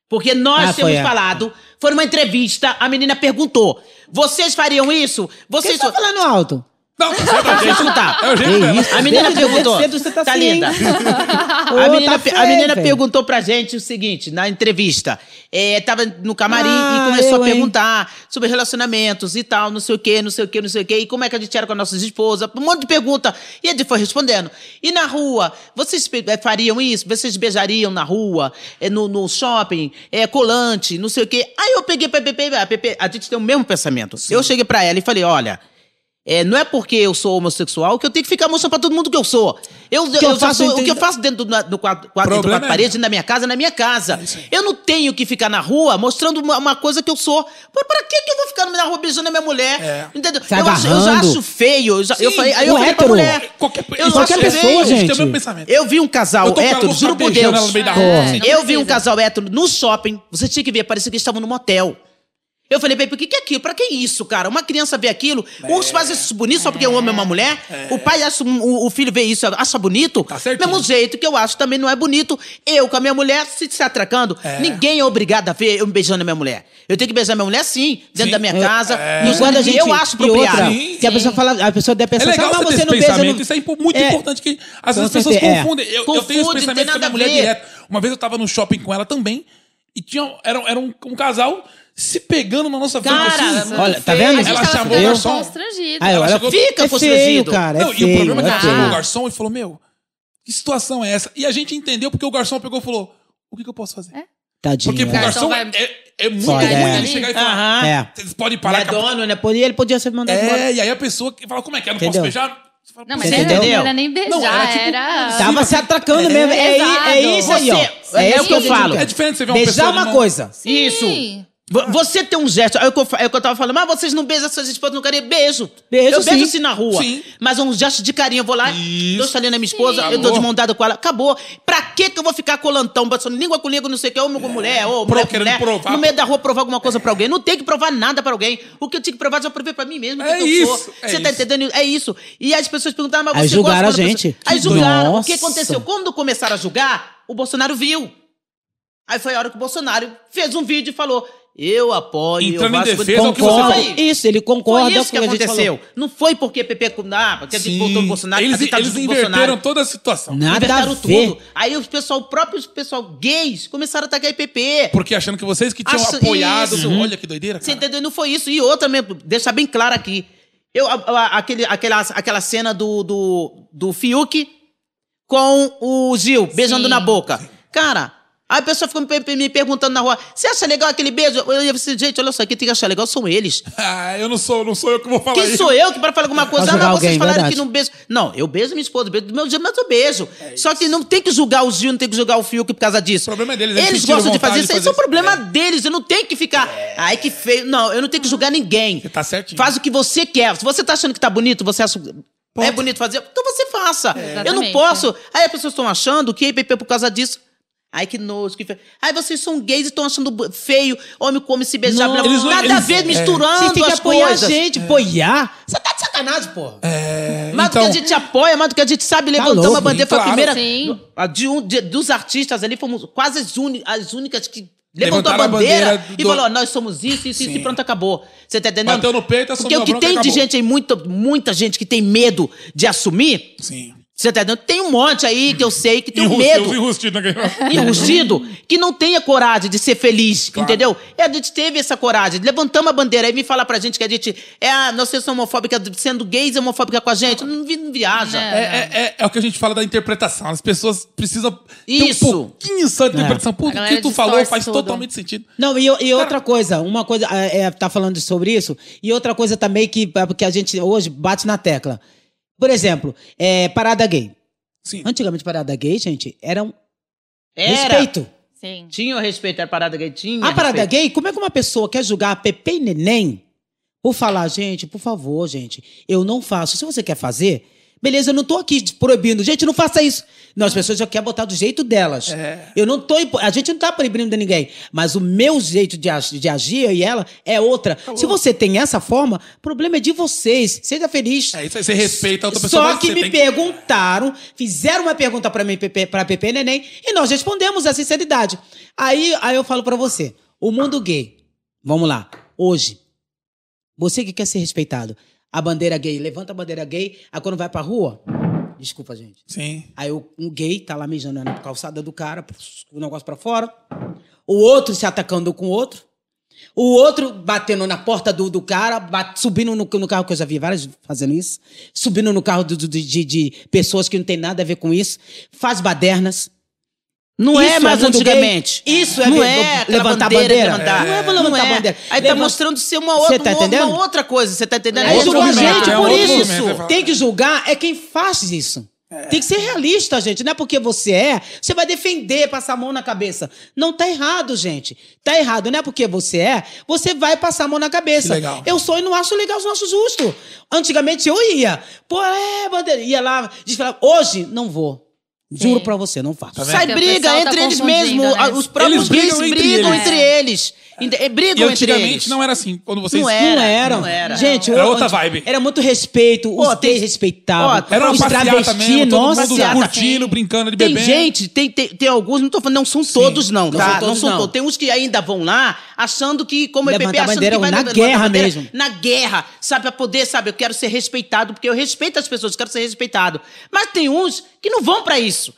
Speaker 5: Porque nós
Speaker 4: Ah,
Speaker 5: temos
Speaker 4: foi a-
Speaker 5: falado, foi numa entrevista, a menina perguntou: vocês fariam isso?
Speaker 4: Você
Speaker 5: Vocês.
Speaker 4: está tá falando alto.
Speaker 3: Não, tá certo,
Speaker 5: Deixa eu
Speaker 3: gente.
Speaker 5: escutar.
Speaker 3: É o jeito dela.
Speaker 4: Que isso?
Speaker 5: A menina
Speaker 4: Desde- desde
Speaker 5: perguntou.
Speaker 4: cedo você tá
Speaker 5: tá
Speaker 4: assim,
Speaker 5: linda.
Speaker 4: hein? Ô,
Speaker 5: A menina,
Speaker 4: tá
Speaker 5: pe- a
Speaker 4: feio,
Speaker 5: menina
Speaker 4: velho.
Speaker 5: perguntou pra gente o seguinte, na entrevista. É, tava no camarim
Speaker 4: Ah,
Speaker 5: e começou
Speaker 4: eu,
Speaker 5: a
Speaker 4: hein?
Speaker 5: perguntar sobre relacionamentos e tal, não sei o quê, não sei o quê, não sei o quê. E como é que a gente era com as nossas esposas? Um monte de pergunta. E ele foi respondendo. E na rua, vocês pe- eh, fariam isso? Vocês beijariam na rua, eh, no, no shopping, é, colante, não sei o quê. Aí eu peguei pra Pepe, a Pepe, a gente tem o mesmo pensamento. Eu cheguei pra ela e falei, olha... É, não é porque eu sou homossexual que eu tenho que ficar mostrando pra todo mundo que eu sou. Eu, eu,
Speaker 4: eu
Speaker 5: já
Speaker 4: faço
Speaker 5: sou- o
Speaker 4: entender-
Speaker 5: que eu faço dentro do, na- do quadro, quadro, dentro do
Speaker 3: Problema
Speaker 5: quatro
Speaker 3: é
Speaker 5: paredes, na minha casa, na minha casa. eu não tenho que ficar na rua mostrando uma, uma coisa que eu sou. Pra, pra que que eu vou ficar na rua beijando a minha mulher?
Speaker 3: É.
Speaker 5: Entendeu?
Speaker 4: Se
Speaker 5: Eu, acho, eu já
Speaker 4: agarrando.
Speaker 5: acho feio. Eu já, eu
Speaker 3: Sim,
Speaker 5: falei, aí eu
Speaker 4: o
Speaker 5: falei pra
Speaker 4: hétero.
Speaker 5: mulher.
Speaker 3: Qualquer,
Speaker 5: Eu
Speaker 3: isso
Speaker 5: qualquer
Speaker 3: é-
Speaker 5: pessoa,
Speaker 3: eu
Speaker 4: gente.
Speaker 3: tenho o mesmo pensamento.
Speaker 5: Eu vi um casal
Speaker 3: Eu tô com a
Speaker 5: hétero,
Speaker 3: louca
Speaker 5: juro por
Speaker 3: beijando
Speaker 5: Deus.
Speaker 3: ela no meio da rua,
Speaker 5: É.
Speaker 3: assim,
Speaker 2: não
Speaker 5: Eu vi
Speaker 2: precisa.
Speaker 5: um casal hétero no shopping. Você tinha que ver, parecia que eles estavam num motel. Eu falei, bem, por que, que é aquilo? Pra que isso, cara? Uma criança vê aquilo,
Speaker 3: É.
Speaker 5: uns fazem isso bonito só porque um homem é uma mulher, o pai acha, um- o, o filho vê isso, acha bonito.
Speaker 3: Tá certinho.
Speaker 5: mesmo jeito que eu acho também não é bonito. Eu com a minha mulher se, se atracando, ninguém é obrigado a ver eu me beijando a minha mulher. Eu tenho que beijar minha mulher, sim, dentro
Speaker 3: Sim.
Speaker 5: da minha casa.
Speaker 3: É.
Speaker 5: nos
Speaker 4: E quando a gente.
Speaker 5: né? eu acho
Speaker 4: e outra,
Speaker 5: apropriado.
Speaker 3: Sim,
Speaker 4: que a pessoa fala, a pessoa deve
Speaker 3: É
Speaker 4: pensar,
Speaker 3: legal
Speaker 4: "Ah,
Speaker 3: você
Speaker 4: mas
Speaker 3: ter
Speaker 4: você
Speaker 3: esse
Speaker 4: não beija.
Speaker 3: pensamento,
Speaker 4: Não...
Speaker 3: isso é impo- muito
Speaker 4: É.
Speaker 3: importante, que às
Speaker 4: Com
Speaker 3: vezes as pessoas
Speaker 4: certeza, é.
Speaker 3: confundem. Eu, eu tenho esse
Speaker 5: Confunde, não tem
Speaker 3: pensamento com a
Speaker 5: nada
Speaker 3: minha
Speaker 5: a
Speaker 3: mulher
Speaker 5: ver.
Speaker 3: direto. Uma vez eu tava no shopping com ela também, e tinha, era, era um, um casal se pegando na nossa frente.
Speaker 5: Cara,
Speaker 3: assim.
Speaker 5: mano,
Speaker 4: Olha, tá
Speaker 5: feio.
Speaker 4: vendo?
Speaker 2: A gente
Speaker 3: Ela
Speaker 2: tava
Speaker 3: chamou
Speaker 4: eu
Speaker 3: o
Speaker 2: ficando
Speaker 3: garçom.
Speaker 2: constrangido.
Speaker 4: Aí,
Speaker 3: Ela
Speaker 4: olha,
Speaker 3: chegou-
Speaker 5: Fica
Speaker 4: é feio,
Speaker 5: constrangido.
Speaker 4: cara. É
Speaker 3: não, e o
Speaker 4: feio,
Speaker 3: problema é que
Speaker 4: é
Speaker 3: ela chamou o
Speaker 4: feio.
Speaker 3: garçom e falou, meu, que situação é essa? E a gente entendeu porque o garçom pegou e falou, o que, que eu posso fazer?
Speaker 4: Tadinho.
Speaker 3: Porque pro
Speaker 4: é.
Speaker 3: garçom
Speaker 2: garçom vai-
Speaker 3: é, é muito
Speaker 4: Olha,
Speaker 3: ruim
Speaker 4: é.
Speaker 3: ele chegar e falar,
Speaker 5: Aham.
Speaker 4: É.
Speaker 3: vocês podem
Speaker 5: Ele
Speaker 3: parar.
Speaker 5: é
Speaker 3: com a-"
Speaker 5: dono, né?
Speaker 4: Por ele podia ser mandado embora.
Speaker 3: É, e aí a pessoa que fala, como é que é? Não posso
Speaker 4: Entendeu?
Speaker 3: beijar? Você é fala,
Speaker 2: Não, mas é
Speaker 4: Você
Speaker 2: era, não
Speaker 5: entendeu?
Speaker 2: era nem beijar,
Speaker 3: Não, era
Speaker 2: era...
Speaker 3: tipo-
Speaker 4: Tava se atracando mesmo. É, i- é isso aí, ó.
Speaker 5: Você-
Speaker 4: É,
Speaker 5: é
Speaker 4: isso que eu
Speaker 2: sim.
Speaker 4: falo.
Speaker 3: É diferente você ver uma pessoa
Speaker 4: Beijar uma
Speaker 3: numa-
Speaker 4: coisa.
Speaker 5: Isso.
Speaker 2: Sim.
Speaker 5: Vo- Você tem um gesto. É o que eu, fa- é o que eu tava falando. Mas vocês não beijam suas esposas no carinho. Beijo.
Speaker 4: Beijo,
Speaker 5: eu beijo
Speaker 4: sim.
Speaker 5: sim na rua.
Speaker 3: Sim.
Speaker 5: Mas é um gesto de carinho. Eu vou lá,
Speaker 3: Isso.
Speaker 5: dou chalinha na minha esposa, eu dou
Speaker 3: Acabou.
Speaker 5: de mão dada com ela. Acabou. Pra que que eu vou ficar colantão, passando língua com língua, não sei o que, homem com mulher, ou mulher com
Speaker 3: É. querendo
Speaker 5: mulher,
Speaker 3: provar.
Speaker 5: no meio da rua provar alguma coisa pra alguém. Não tem que provar nada pra alguém. O que eu tinha que provar, já provei pra mim mesmo. o que
Speaker 3: É
Speaker 5: que eu
Speaker 3: isso,
Speaker 5: sou.
Speaker 3: é
Speaker 5: Você tá
Speaker 3: isso.
Speaker 5: entendendo? É isso. E as pessoas perguntaram, mas
Speaker 4: Aí
Speaker 5: você
Speaker 4: julgaram
Speaker 5: gosta
Speaker 4: a
Speaker 5: quando
Speaker 4: gente.
Speaker 5: Pessoa... Aí
Speaker 4: Que
Speaker 5: julgaram. O que
Speaker 4: Nossa.
Speaker 5: aconteceu? Quando começaram a julgar, o Bolsonaro viu. Aí foi a hora que o Bolsonaro fez um vídeo e falou: Eu apoio.
Speaker 3: Entrando
Speaker 5: eu
Speaker 3: em
Speaker 5: vasco-
Speaker 3: defesa ao é que você
Speaker 4: Concorda.
Speaker 5: Foi
Speaker 3: falou.
Speaker 4: Isso, ele
Speaker 5: Foi
Speaker 4: concorda
Speaker 5: isso que
Speaker 4: com o que a gente
Speaker 5: aconteceu.
Speaker 4: falou.
Speaker 5: Não foi porque PP. com- Ah, porque a gente voltou no Bolsonaro.
Speaker 3: eles
Speaker 5: a ditadura
Speaker 3: eles
Speaker 5: do
Speaker 3: inverteram
Speaker 5: Bolsonaro.
Speaker 3: toda a situação.
Speaker 4: Nada a
Speaker 5: Inverteram
Speaker 4: ver.
Speaker 5: tudo. Aí os pessoal, o próprio pessoal gays começaram a atacar PP.
Speaker 3: Porque achando que vocês que tinham
Speaker 5: Acho-
Speaker 3: apoiado. Uhum.
Speaker 5: isso.
Speaker 3: Olha que doideira,
Speaker 5: Você
Speaker 3: cara.
Speaker 5: entendeu? Não foi isso. E outra mesmo, deixar bem claro aqui. Eu, a- a- aquele, aquela, aquela cena do, do, do Fiuk com o Gil, beijando
Speaker 2: Sim.
Speaker 5: na boca. Cara, aí a pessoa ficou me, pe- me perguntando na rua, você acha legal aquele beijo? Eu ia assim, gente, olha só, quem tem que achar legal são eles.
Speaker 3: Ah, eu não sou, não sou eu que vou falar
Speaker 5: Quem
Speaker 3: isso.
Speaker 5: sou eu que para falar alguma coisa? Ah,
Speaker 4: julgar
Speaker 5: não, vocês
Speaker 4: alguém,
Speaker 5: falaram
Speaker 4: verdade.
Speaker 5: que não beijo. Não, eu beijo minha esposa, beijo do meu jeito, mas eu beijo. Só que não tem que julgar o Gil, não tem que julgar o Fiuk por causa disso.
Speaker 3: É O problema é deles, eles
Speaker 5: Eles,
Speaker 3: sentiram
Speaker 5: gostam de
Speaker 3: vontade
Speaker 5: fazer
Speaker 3: de
Speaker 5: isso, isso
Speaker 3: fazer
Speaker 5: é o
Speaker 3: isso. É.
Speaker 5: problema deles. Eu não tenho que ficar. Ai, que feio. Não, eu não tenho que julgar ninguém.
Speaker 3: Você tá certinho.
Speaker 5: Faz o que você quer. Se você tá achando que tá bonito, você acha. É bonito fazer, então você faça.
Speaker 3: É.
Speaker 5: Eu não
Speaker 2: Exatamente.
Speaker 5: posso.
Speaker 4: é.
Speaker 5: Aí as pessoas estão achando que IPP por causa disso. Ai, que nojo, que feio. Ai, vocês são gays e estão achando bu- feio. Homem come se beijar.
Speaker 4: Não,
Speaker 5: blá, blá, blá.
Speaker 3: eles não-
Speaker 5: Nada a
Speaker 3: eles-
Speaker 5: ver
Speaker 3: é.
Speaker 5: misturando
Speaker 4: Vocês têm que
Speaker 5: as
Speaker 4: apoiar
Speaker 5: coisas.
Speaker 4: a gente, apoiar.
Speaker 5: Você tá de sacanagem, porra.
Speaker 3: É, Tá
Speaker 5: mais do que a gente apoia, mais do que a gente sabe levantar
Speaker 4: louco,
Speaker 5: uma bandeira. Foi a
Speaker 3: claro.
Speaker 5: primeira.
Speaker 2: Sim.
Speaker 5: a de um- de- dos artistas ali, fomos quase as, uni- as únicas que levantou a
Speaker 3: Levantaram a
Speaker 5: bandeira,
Speaker 3: bandeira
Speaker 5: e
Speaker 3: do-
Speaker 5: falou: ó, nós somos isso, isso, isso,
Speaker 3: Sim.
Speaker 5: e pronto, acabou. Você tá entendendo?
Speaker 3: Bateu no peito,
Speaker 5: Porque
Speaker 3: assumiu
Speaker 5: o
Speaker 3: a
Speaker 5: que
Speaker 3: bronca,
Speaker 5: tem de
Speaker 3: acabou.
Speaker 5: gente aí, muita, muita gente que tem medo de assumir,
Speaker 3: Sim.
Speaker 5: você tá entendendo? Tem um monte aí que eu sei que tem um
Speaker 3: Enrustido,
Speaker 5: medo
Speaker 3: enrustido, né?
Speaker 5: enrustido que não tenha coragem de ser feliz,
Speaker 3: Claro.
Speaker 5: entendeu? E a gente teve essa coragem. Levantamos a bandeira e me falar pra gente que a gente é a não sei se é homofóbica, sendo gays é homofóbica com a gente. Não, vi- não viaja.
Speaker 2: É.
Speaker 3: É, é, é, é o que a gente fala da interpretação. As pessoas precisam ter um
Speaker 5: Isso.
Speaker 3: pouquinho só de interpretação. Pô, o
Speaker 2: galera
Speaker 3: que tu
Speaker 2: distorce
Speaker 3: falou faz
Speaker 2: tudo.
Speaker 3: totalmente sentido.
Speaker 4: Não, e, e outra coisa, uma coisa, é, é, tá falando sobre isso, e outra coisa também que, é, que a gente hoje bate na tecla. Por exemplo, é, parada gay.
Speaker 3: Sim.
Speaker 4: Antigamente, parada gay, gente, era um
Speaker 5: Era.
Speaker 4: respeito.
Speaker 2: Sim.
Speaker 5: Tinha o respeito, era parada gay. Tinha
Speaker 4: A é parada
Speaker 5: respeito.
Speaker 4: gay, como é que uma pessoa quer julgar a Pepe e Neném por falar, gente, por favor, gente, eu não faço. Se você quer fazer, beleza, eu não tô aqui te proibindo. Gente, não faça isso. Não, as pessoas já querem botar do jeito delas.
Speaker 3: É.
Speaker 4: Eu não tô. impo- A gente não tá proibindo ninguém. Mas o meu jeito de, ag- de agir, eu e ela, é outra. Se você tem essa forma, o problema é de vocês. Seja feliz.
Speaker 3: É isso aí, você respeita a outra pessoa.
Speaker 4: Só
Speaker 3: mas
Speaker 4: que
Speaker 3: você
Speaker 4: me
Speaker 3: tem
Speaker 4: perguntaram, fizeram uma pergunta pra mim, Pepe- pra Pepe e Neném, e nós respondemos a sinceridade. Aí, aí eu falo pra você, o mundo gay, vamos lá, hoje, você que quer ser respeitado, a bandeira gay, levanta a bandeira gay, aí quando vai pra rua, desculpa, gente,
Speaker 3: Sim.
Speaker 4: aí o- um gay tá lá mijando na calçada do cara, o negócio pra fora, o outro se atacando um com o outro, o outro batendo na porta do, do cara, bat- subindo no, no carro, que eu já vi várias fazendo isso, subindo no carro do- do- de, de pessoas que não tem nada a ver com isso, faz badernas.
Speaker 5: Não
Speaker 4: Isso
Speaker 5: é mais
Speaker 4: mundo gay?
Speaker 5: antigamente.
Speaker 4: Isso é
Speaker 5: não
Speaker 4: ver-
Speaker 5: é aquela
Speaker 4: levantar a bandeira.
Speaker 5: levantar.
Speaker 4: Não é levantar
Speaker 5: Não é.
Speaker 4: bandeira.
Speaker 5: Aí tá
Speaker 4: Levanta-
Speaker 5: mostrando ser uma
Speaker 4: Cê
Speaker 5: outra,
Speaker 4: tá
Speaker 5: uma-
Speaker 4: entendendo?
Speaker 5: uma outra coisa. Você tá entendendo?
Speaker 4: Aí
Speaker 5: Outro
Speaker 4: julga a
Speaker 5: movimento,
Speaker 4: gente
Speaker 5: é
Speaker 4: por
Speaker 5: outro
Speaker 4: isso.
Speaker 5: movimento.
Speaker 3: movimento, é
Speaker 4: Tem que julgar é quem faz isso. Tem que ser realista, gente. Não é porque você é, você vai defender, passar a mão na cabeça. Não tá errado, gente. Tá errado. Não é porque você é, você vai passar a mão na cabeça.
Speaker 3: Que legal.
Speaker 4: Eu sou e não acho legal, não acho justo. Antigamente eu ia. Pô, é, bandeira. Ia lá, desfilava. Hoje, não vou. Juro pra você, não faço.
Speaker 3: vendo?
Speaker 5: Sai
Speaker 2: Porque o
Speaker 5: briga
Speaker 2: pessoal tá
Speaker 5: entre eles
Speaker 2: confundindo,
Speaker 5: mesmo.
Speaker 2: né?
Speaker 5: Ah, Os próprios
Speaker 3: Eles brigam
Speaker 5: gays
Speaker 3: entre
Speaker 5: brigam
Speaker 3: eles.
Speaker 5: entre eles. Inde- eh,
Speaker 3: E
Speaker 5: Brigam entre eles.
Speaker 3: antigamente não era assim. Quando vocês.
Speaker 5: Não é.
Speaker 4: Não
Speaker 5: Era,
Speaker 4: eram.
Speaker 5: não era.
Speaker 4: Gente,
Speaker 3: Era
Speaker 4: o-
Speaker 3: outra
Speaker 4: antes-
Speaker 3: vibe.
Speaker 4: Era muito respeito. Os
Speaker 5: Pô, tem-
Speaker 4: gays respeitavam.
Speaker 5: Pô,
Speaker 3: Era uma
Speaker 4: os
Speaker 3: passeata
Speaker 4: travestis,
Speaker 3: mesmo, todo
Speaker 4: um nossa.
Speaker 3: mundo
Speaker 5: passeata,
Speaker 3: curtindo,
Speaker 5: tem.
Speaker 3: brincando de
Speaker 5: Tem
Speaker 3: bebê.
Speaker 5: gente, tem, tem, tem alguns, não tô falando, não são todos não,
Speaker 4: não
Speaker 5: tá?
Speaker 4: são todos,
Speaker 5: não são
Speaker 4: não.
Speaker 5: todos. Tem uns que ainda vão lá achando que, como
Speaker 4: Levantar
Speaker 5: EPP, achando
Speaker 4: bandeira,
Speaker 5: que vai
Speaker 4: na
Speaker 5: levantar
Speaker 4: guerra
Speaker 5: bandeira,
Speaker 4: mesmo.
Speaker 5: Na guerra, sabe? Pra poder, sabe? Eu quero ser respeitado, porque eu respeito as pessoas, eu quero ser respeitado. Mas tem uns que não vão pra isso.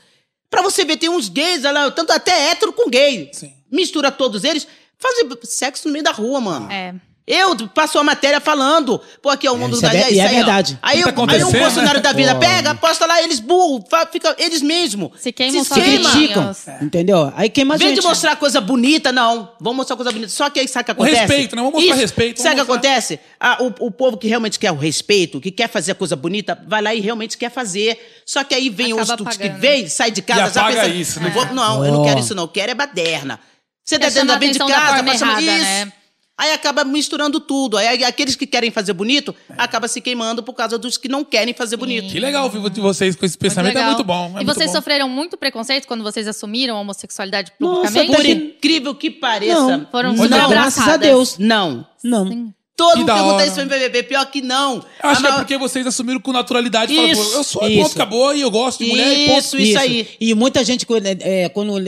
Speaker 5: Pra você ver, tem uns gays, olha lá, tanto até hétero com gay.
Speaker 3: Sim.
Speaker 5: Mistura todos eles, fazem sexo no meio da rua, mano.
Speaker 2: É.
Speaker 5: Eu passou a matéria falando. Pô, aqui é o mundo
Speaker 4: isso
Speaker 5: da
Speaker 4: é ver- e é
Speaker 5: aí, ó.
Speaker 4: verdade.
Speaker 5: Aí,
Speaker 3: Tá
Speaker 5: eu- aí um
Speaker 3: acontecendo,
Speaker 5: funcionário
Speaker 3: né?
Speaker 5: da vida
Speaker 4: Pô.
Speaker 5: pega, aposta lá, eles burro, fa- fica eles mesmo.
Speaker 2: Se queimam
Speaker 5: se
Speaker 4: Se
Speaker 5: queima.
Speaker 4: criticam.
Speaker 2: É.
Speaker 4: Entendeu? Aí queima a
Speaker 5: Em vez
Speaker 4: gente.
Speaker 5: de mostrar coisa bonita, não. Vamos mostrar coisa bonita. Só que aí sabe o que acontece?
Speaker 3: respeito, né? Vamos mostrar respeito,
Speaker 5: Sabe o que
Speaker 3: vamos mostrar.
Speaker 5: acontece? Ah, o, o povo que realmente quer o respeito, que quer fazer a coisa bonita, vai lá e realmente quer fazer. Só que aí vem
Speaker 2: Acaba
Speaker 5: os tuts que
Speaker 2: apagando.
Speaker 5: vem, sai de casa,
Speaker 3: E apaga
Speaker 5: pensa,
Speaker 3: isso, né?
Speaker 5: não, vou- não, eu não
Speaker 4: Ó.
Speaker 5: quero isso não, eu quero é baderna. Você tá
Speaker 2: Quer
Speaker 5: dentro
Speaker 2: chamar
Speaker 5: da vem de
Speaker 2: atenção da
Speaker 5: casa,
Speaker 2: forma
Speaker 5: vai chamar
Speaker 2: errada,
Speaker 5: isso.
Speaker 2: né?
Speaker 5: Aí acaba misturando tudo. Aí aí aqueles que querem fazer bonito,
Speaker 3: É.
Speaker 5: acaba se queimando por causa dos que não querem fazer bonito.
Speaker 3: Que legal vivo de vocês com esse pensamento. é
Speaker 2: legal.
Speaker 3: muito bom. é
Speaker 2: e
Speaker 3: muito
Speaker 2: vocês
Speaker 3: bom.
Speaker 2: sofreram muito preconceito quando vocês assumiram a homossexualidade
Speaker 4: Nossa,
Speaker 2: publicamente?
Speaker 5: Por
Speaker 4: Hoje-
Speaker 5: incrível que pareça.
Speaker 4: Não,
Speaker 2: Foram
Speaker 4: não,
Speaker 2: super
Speaker 4: graças
Speaker 2: abraçadas.
Speaker 4: a Deus.
Speaker 5: Não.
Speaker 4: Não.
Speaker 5: Todo
Speaker 3: Que
Speaker 5: mundo
Speaker 3: da
Speaker 5: pergunta
Speaker 3: hora.
Speaker 5: isso pra BBB. Pior que não.
Speaker 3: Eu Acho
Speaker 5: A
Speaker 3: que é
Speaker 5: maior-
Speaker 3: porque vocês assumiram com naturalidade. Falaram,
Speaker 5: Isso,
Speaker 3: pô, eu sou, é
Speaker 4: isso.
Speaker 3: ponto, acabou, e eu gosto de mulher, e ponto.
Speaker 5: Isso, isso aí.
Speaker 4: E muita gente, quando, é, quando,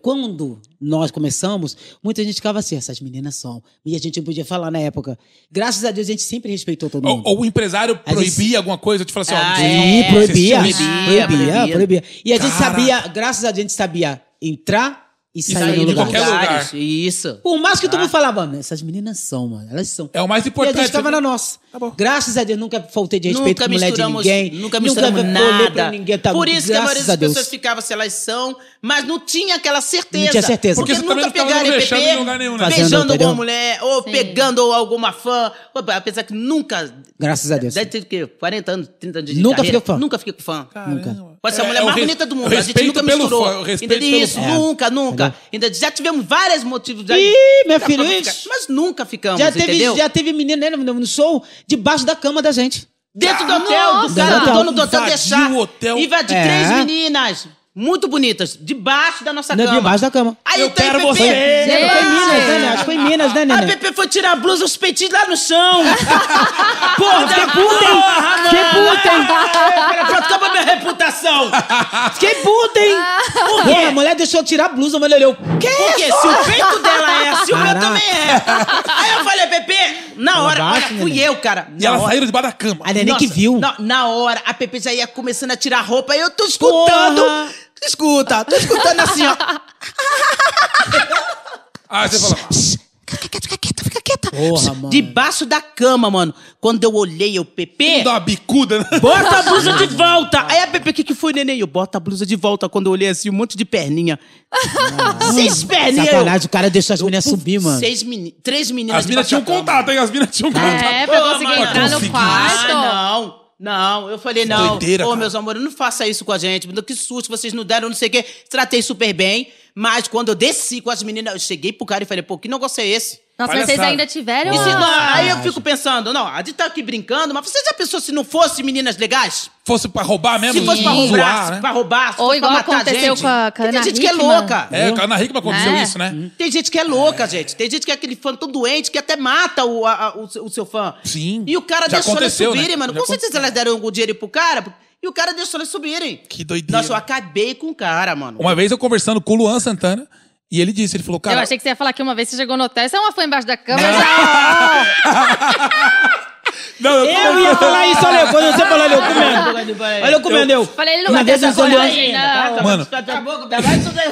Speaker 4: quando nós começamos, muita gente ficava assim, essas meninas são. E a gente não podia falar na época. Graças a Deus, a gente sempre respeitou todo mundo.
Speaker 3: Ou, ou o empresário
Speaker 4: Às
Speaker 3: proibia
Speaker 4: vezes-
Speaker 3: alguma coisa, tipo assim, ó, Oh,
Speaker 5: Ah,
Speaker 3: vocês não-
Speaker 4: Sim,
Speaker 5: é,
Speaker 4: proibia,
Speaker 3: vocês tinham-
Speaker 4: proibia, proibia,
Speaker 5: proibia.
Speaker 4: E a gente
Speaker 3: Caraca.
Speaker 4: sabia, graças a gente sabia entrar e sair,
Speaker 3: sair
Speaker 4: do
Speaker 3: de
Speaker 4: lugar.
Speaker 3: qualquer lugar.
Speaker 5: Isso.
Speaker 4: Por mais que todo
Speaker 5: Ah.
Speaker 4: mundo falava, "Mano, essas meninas são, mano, elas são.
Speaker 3: É o mais
Speaker 4: E a gente
Speaker 3: importante.
Speaker 4: ficava na nossa.
Speaker 3: Acabou.
Speaker 4: Graças a Deus, nunca faltei de respeito
Speaker 5: Tá nunca
Speaker 4: com mulher de
Speaker 5: misturamos,
Speaker 4: ninguém.
Speaker 5: nunca misturamos
Speaker 4: olhei
Speaker 5: nada.
Speaker 4: pra ninguém, tá?
Speaker 5: Por isso que a maioria
Speaker 4: Graças a
Speaker 5: das
Speaker 4: Deus.
Speaker 5: pessoas ficava se elas são, mas não tinha aquela certeza.
Speaker 4: Não tinha certeza.
Speaker 5: Porque,
Speaker 3: Porque você
Speaker 5: nunca
Speaker 3: também não
Speaker 5: pegaram
Speaker 3: ficava
Speaker 5: EPP,
Speaker 3: mexendo em lugar nenhum, né?
Speaker 4: Fazendo,
Speaker 5: beijando
Speaker 4: entendeu?
Speaker 5: alguma mulher, ou pegando alguma fã. Apesar que nunca...
Speaker 4: Graças a Deus.
Speaker 5: Deve ter o quê? 40 anos, 30 anos de
Speaker 4: Nunca
Speaker 5: carreira.
Speaker 4: fiquei fã.
Speaker 5: Nunca fiquei com fã.
Speaker 3: Caramba.
Speaker 5: Pode ser a
Speaker 3: É,
Speaker 5: mulher
Speaker 3: eu
Speaker 5: mais
Speaker 3: res-
Speaker 5: bonita do mundo.
Speaker 3: eu
Speaker 5: A gente
Speaker 3: respeito
Speaker 5: nunca
Speaker 3: pelo
Speaker 5: misturou.
Speaker 3: fã, eu respeito
Speaker 5: Ainda-
Speaker 3: pelo
Speaker 5: isso,
Speaker 3: fã. É,
Speaker 5: nunca, nunca. Ainda já tivemos vários motivos aí.
Speaker 4: Ih, meu
Speaker 5: pra-
Speaker 4: filho,
Speaker 5: pra
Speaker 4: ixi.
Speaker 5: ficar. Mas nunca ficamos,
Speaker 4: Já teve,
Speaker 5: entendeu?
Speaker 4: já teve menina né, no no show debaixo da cama da gente.
Speaker 5: Dentro do hotel, do
Speaker 2: Nossa!
Speaker 5: cara, do
Speaker 4: Dentro do
Speaker 5: dono do hotel
Speaker 3: hotel.
Speaker 5: deixar.
Speaker 3: Invadiu o hotel.
Speaker 5: Invadiu
Speaker 4: É.
Speaker 5: três meninas, muito bonitas, debaixo da nossa
Speaker 4: Né,
Speaker 5: cama.
Speaker 4: Debaixo da cama.
Speaker 5: Aí
Speaker 3: Eu
Speaker 5: tem
Speaker 3: quero
Speaker 5: Pepe.
Speaker 3: você.
Speaker 4: Foi
Speaker 2: Gente!
Speaker 4: em Minas, né, né? Acho que foi em Minas, né,
Speaker 5: A
Speaker 4: Nenê?
Speaker 5: Pepe foi tirar a blusa, os peitinhos lá no chão.
Speaker 4: Porra, fiquei puta, hein? Fiquei puta, hein?
Speaker 5: Acaba minha reputação.
Speaker 4: Fiquei puta, hein? Porra, a mulher deixou eu tirar a blusa, a mulher olhou. Que?
Speaker 5: Porque se o peito dela é assim, o meu
Speaker 4: Caraca.
Speaker 5: também é. Aí eu falei, Pepe, na hora,
Speaker 4: bate,
Speaker 5: olha, fui
Speaker 4: neném.
Speaker 5: eu, cara.
Speaker 3: E
Speaker 5: Na
Speaker 3: elas
Speaker 5: hora.
Speaker 3: saíram debaixo da cama.
Speaker 4: A neném
Speaker 5: Nossa,
Speaker 4: que viu.
Speaker 5: Na, na hora, a Pepe já ia começando a tirar a roupa, eu tô escutando.
Speaker 4: Porra.
Speaker 5: Escuta, tô escutando assim, ó.
Speaker 3: Ah, você fala.
Speaker 5: Fica quieta, fica quieta, fica quieta.
Speaker 4: Porra, mano.
Speaker 5: Debaixo da cama, mano. Quando eu olhei, eu, Pepe,
Speaker 3: Dá uma bicuda, né?
Speaker 5: bota a blusa de volta. Aí a Pepe, o que, que foi, neném? Eu, bota a blusa de volta. Quando eu olhei assim, um monte de perninha. Seis perninhas. eu-
Speaker 4: Sacanagem, o cara deixou as meninas subir, mano.
Speaker 5: Seis meni... Três meninas
Speaker 3: As minas
Speaker 5: debaixo
Speaker 3: tinham um
Speaker 5: da cama.
Speaker 3: contato, hein? As minas tinham um contato.
Speaker 2: É, pra
Speaker 5: Ô,
Speaker 2: conseguir
Speaker 5: mano,
Speaker 2: entrar no
Speaker 3: consegui.
Speaker 2: quarto.
Speaker 5: Ah, não. Não, eu falei, não.
Speaker 3: doideira,
Speaker 5: Ô,
Speaker 3: cara.
Speaker 5: meus amores, não faça isso com a gente. Que susto, vocês não deram, não sei o quê. Tratei super bem. Mas quando eu desci com as meninas, eu cheguei pro cara e falei, pô, que negócio é esse?
Speaker 2: Nossa,
Speaker 3: Palhaçada.
Speaker 2: mas vocês ainda tiveram...
Speaker 5: E se
Speaker 2: uma-
Speaker 5: não- aí eu
Speaker 4: sacanagem.
Speaker 5: fico pensando, não, a de tá aqui brincando, mas vocês já pensou se não fosse meninas legais?
Speaker 3: Fosse pra roubar mesmo?
Speaker 5: Se fosse pra
Speaker 3: zoar,
Speaker 5: roubar, se
Speaker 3: né?
Speaker 5: pra roubar, se
Speaker 2: É Ou
Speaker 5: fosse
Speaker 2: igual
Speaker 5: pra matar
Speaker 2: aconteceu
Speaker 5: gente.
Speaker 2: com a
Speaker 5: Porque Tem
Speaker 2: Kana
Speaker 5: gente que é
Speaker 2: Hickman.
Speaker 5: louca.
Speaker 3: É, cara, na Rick aconteceu
Speaker 2: É.
Speaker 3: isso, né?
Speaker 5: Tem gente que é louca, gente. Tem gente que é aquele fã tão doente que até mata o, a- a- o, seu- o seu fã.
Speaker 3: Sim.
Speaker 5: E o cara
Speaker 3: Já
Speaker 5: deixou elas
Speaker 3: aconteceu, né?
Speaker 5: subirem, mano.
Speaker 3: Já
Speaker 5: Com certeza elas deram algum dinheiro pro cara e o cara deixou elas subirem.
Speaker 3: Que doideira.
Speaker 5: Nossa, eu acabei com o cara, mano.
Speaker 3: Uma vez eu conversando com o Luan Santana, e ele disse, ele falou,
Speaker 2: Eu
Speaker 3: cara...
Speaker 2: achei que você ia falar que uma vez você chegou no hotel, você é uma fã embaixo da cama,
Speaker 3: Não.
Speaker 2: já...
Speaker 3: Não,
Speaker 4: Eu ia falar isso, olha, eu, quando você falou, olha, eu comendo. Olha eu comendo, eu.
Speaker 2: Falei, ele não
Speaker 4: Uma
Speaker 2: vai
Speaker 4: vez
Speaker 2: ter
Speaker 4: eu
Speaker 2: essa
Speaker 4: escolhi
Speaker 2: coragem.
Speaker 4: antes-
Speaker 5: tá?
Speaker 2: Não.
Speaker 3: Mano.
Speaker 5: né?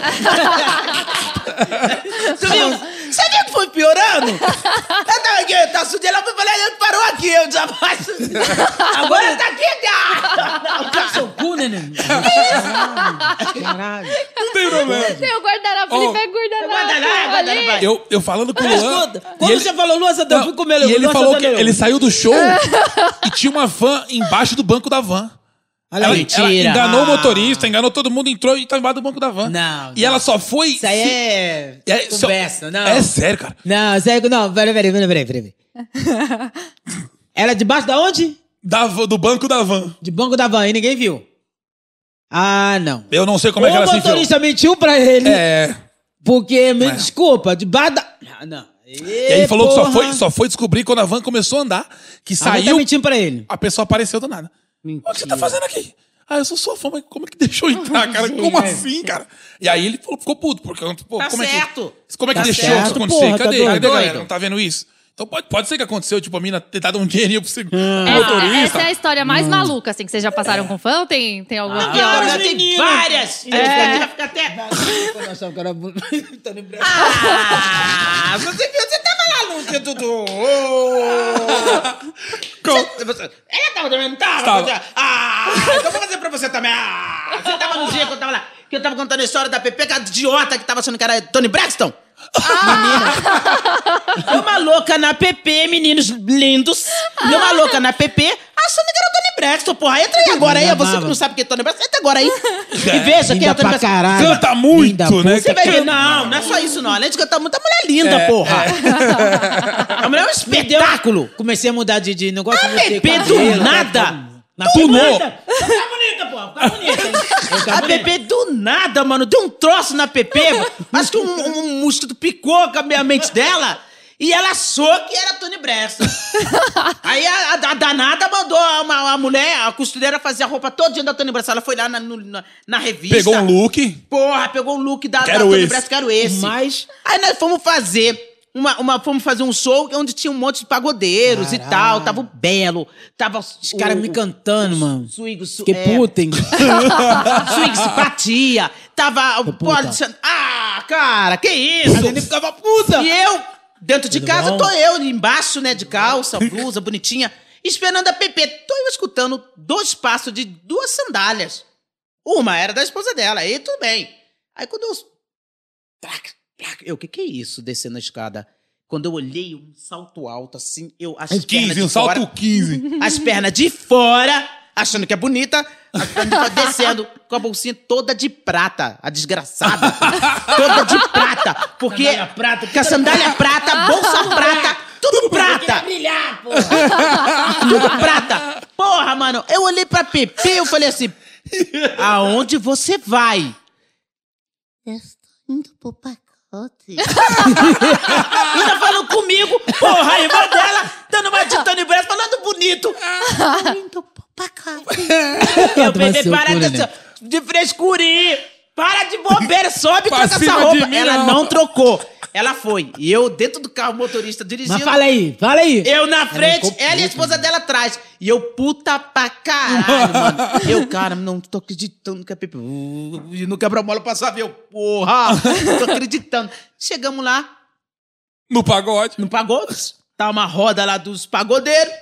Speaker 5: Você viu? Você viu que foi piorando? Eu tava aqui, eu tava sujeira, ela foi falar, ele parou aqui, eu já faço. Agora tá aqui, cara!
Speaker 4: Seu cu, neném. Caralho.
Speaker 3: Não tem problema.
Speaker 2: Tem o guardanapo,
Speaker 3: Ó,
Speaker 2: ele pega o guardanapo.
Speaker 5: guardanapo,
Speaker 2: ali.
Speaker 5: guardanapo.
Speaker 3: Eu, eu falando com o
Speaker 4: Mas
Speaker 3: Luan...
Speaker 4: escuta,
Speaker 3: e
Speaker 4: quando
Speaker 3: ele-
Speaker 4: você falou, Luan Santana, eu fui comer.
Speaker 3: e ele
Speaker 4: Luan
Speaker 3: falou que
Speaker 4: Santana, eu.
Speaker 3: ele saiu do show e tinha uma van embaixo do banco da van.
Speaker 4: Olha
Speaker 3: ela,
Speaker 4: aí.
Speaker 3: ela
Speaker 5: Mentira.
Speaker 3: enganou o
Speaker 4: Ah.
Speaker 3: motorista, enganou todo mundo, entrou e tá embaixo do banco da van.
Speaker 4: Não,
Speaker 3: E
Speaker 4: não.
Speaker 3: ela só foi.
Speaker 4: Isso aí
Speaker 3: se-
Speaker 4: é...
Speaker 3: é- só-
Speaker 4: Conversa, não.
Speaker 3: É sério, cara.
Speaker 4: Não, isso aí... é- Não, peraí, peraí, peraí, peraí, peraí. Ela é debaixo da onde?
Speaker 3: Da, van- do banco da van.
Speaker 4: De banco da van, e ninguém viu. Ah, não.
Speaker 3: Eu não sei como
Speaker 4: Ou
Speaker 3: é que ela
Speaker 4: o
Speaker 3: se enfiou.
Speaker 4: motorista mentiu pra ele,
Speaker 3: É.
Speaker 4: porque, me desculpa, de bada... Ah, não.
Speaker 3: E aí falou que só foi, só foi descobrir quando a van começou a andar, que
Speaker 4: tá
Speaker 3: saiu,
Speaker 4: mentindo pra ele.
Speaker 3: a pessoa apareceu do nada. O que você tá fazendo aqui? Ah, eu sou sua fã, mas como é que deixou entrar, cara? Como assim, cara? E aí ele falou- ficou puto, porque pô,
Speaker 5: Tá
Speaker 3: como
Speaker 5: certo.
Speaker 3: é que, como é que
Speaker 4: Tá
Speaker 3: deixou
Speaker 4: certo,
Speaker 3: isso acontecer?
Speaker 4: porra, tá
Speaker 3: Cadê?
Speaker 4: doido.
Speaker 3: Cadê,
Speaker 5: Tá
Speaker 3: galera?
Speaker 5: doido.
Speaker 3: Não tá vendo isso? Então pode, pode ser que aconteceu, tipo, a mina ter dado um dinheirinho pro seg- pro
Speaker 2: Essa,
Speaker 3: motorista.
Speaker 2: essa é a história mais maluca, assim, que vocês já passaram com fã ou tem, tem alguma? é?
Speaker 5: Porque
Speaker 4: Ah,
Speaker 5: agora
Speaker 4: os
Speaker 5: tem
Speaker 4: meninos.
Speaker 5: várias. A gente vai ficar até.
Speaker 4: Nossa, o cara tá lembrando.
Speaker 5: Ah, você viu? Você tava lá no dedo do. Você- você- Ela tava também, não tava?
Speaker 3: Tava.
Speaker 5: Você- Ah, então vou fazer pra você também. Ah, você tava no dia que eu tava lá. Que eu tava contando a história da Pepe, que a idiota que tava achando que era Tony Braxton. Menina. Deu uma louca na PP, meninos lindos. Deu uma louca na PP, achando que era o Tony Braxton, porra. Entra aí agora aí, ó, você que não sabe quem é Tony Braxton, entra agora aí. E veja quem é
Speaker 4: Linda
Speaker 5: o Tony
Speaker 4: pra
Speaker 5: Braxton.
Speaker 4: caralho.
Speaker 3: Canta muito,
Speaker 4: Linda,
Speaker 3: né?
Speaker 5: Você vai ver,
Speaker 3: Canta-
Speaker 5: não, não é só isso, não. Além de cantar muito, a mulher é linda, porra.
Speaker 3: É.
Speaker 5: A mulher é um
Speaker 4: Me deu-
Speaker 5: espetáculo.
Speaker 4: Comecei a mudar de, de negócio.
Speaker 5: A
Speaker 4: mudei
Speaker 5: Pepe
Speaker 4: cabelo,
Speaker 5: do
Speaker 4: tá-
Speaker 5: nada.
Speaker 4: Na
Speaker 3: Do
Speaker 4: nada. Ah,
Speaker 3: nada.
Speaker 5: Tá bonita, porra. Tá bonita. A Pepe do nada, mano. Deu um troço na Pepe. Acho que um, um, um mosquito picou com a minha mente dela. E ela achou que era Tony Bressa. Aí a, a- a danada mandou a, uma- a mulher, a costureira, fazer a roupa todinha da Tony Bressa. Ela foi lá na, no- na, na revista.
Speaker 3: Pegou um look.
Speaker 5: Porra, pegou o look da,
Speaker 3: Quero
Speaker 5: da Tony
Speaker 3: esse.
Speaker 5: Bressa, quero esse.
Speaker 4: Mas
Speaker 5: Aí nós fomos fazer. Uma, uma, fomos fazer um show onde tinha um monte de pagodeiros e tal. Tava o Belo, tava os
Speaker 4: os caras me cantando, mano.
Speaker 5: Swing, su,
Speaker 4: Que
Speaker 5: é,
Speaker 4: puta, hein?
Speaker 5: swing simpatia. Tava o
Speaker 4: puta.
Speaker 5: Paulo de San- Ah, cara, que isso?
Speaker 4: Ele ficava puta.
Speaker 5: E eu, dentro de
Speaker 4: Tudo
Speaker 5: casa,
Speaker 4: bom?
Speaker 5: tô eu embaixo, né, de calça, blusa, bonitinha, esperando a Pepe. Tô eu escutando dois passos de duas sandálias. Uma era da esposa dela, aí tudo bem. Aí quando eu. Placa, placa, eu, o que que é isso descendo a escada? Quando eu olhei um salto alto assim, eu as
Speaker 3: Um
Speaker 5: pernas
Speaker 3: 15,
Speaker 5: de
Speaker 3: um
Speaker 5: fora,
Speaker 3: salto 15.
Speaker 5: as pernas de fora, achando que é bonita, a perna descendo com a bolsinha toda de prata, a desgraçada. toda de prata, porque
Speaker 4: Sandália prata,
Speaker 5: com a sandália prata, a bolsa prata, tudo prata.
Speaker 4: Brilhar, pô.
Speaker 5: Tudo prata. Porra, mano, eu olhei pra Pepe e eu falei assim: aonde você vai? Eu estou indo pro pacote. Ainda falando comigo, porra, a irmã dela, dando uma de Tony Brass, falando bonito.
Speaker 4: É
Speaker 5: Eu Pepe, para
Speaker 4: né?
Speaker 5: de, de frescurir. Para de bobeira, sobe e
Speaker 3: Pra
Speaker 5: troca essa
Speaker 3: cima de
Speaker 5: roupa.
Speaker 3: mim,
Speaker 5: Ela
Speaker 3: não.
Speaker 5: não trocou. Ela foi. E eu, dentro do carro, motorista dirigindo.
Speaker 4: Mas fala aí, fala aí.
Speaker 5: Eu na frente,
Speaker 4: ficou
Speaker 5: ela e a esposa dela atrás. E eu puta pra caralho, mano. Eu, cara, não tô acreditando que a Pepe... E no quebra-mola pra saber. Eu, porra, não tô acreditando. Chegamos lá,
Speaker 3: No pagode.
Speaker 5: no pagode. Tá uma roda lá dos pagodeiros.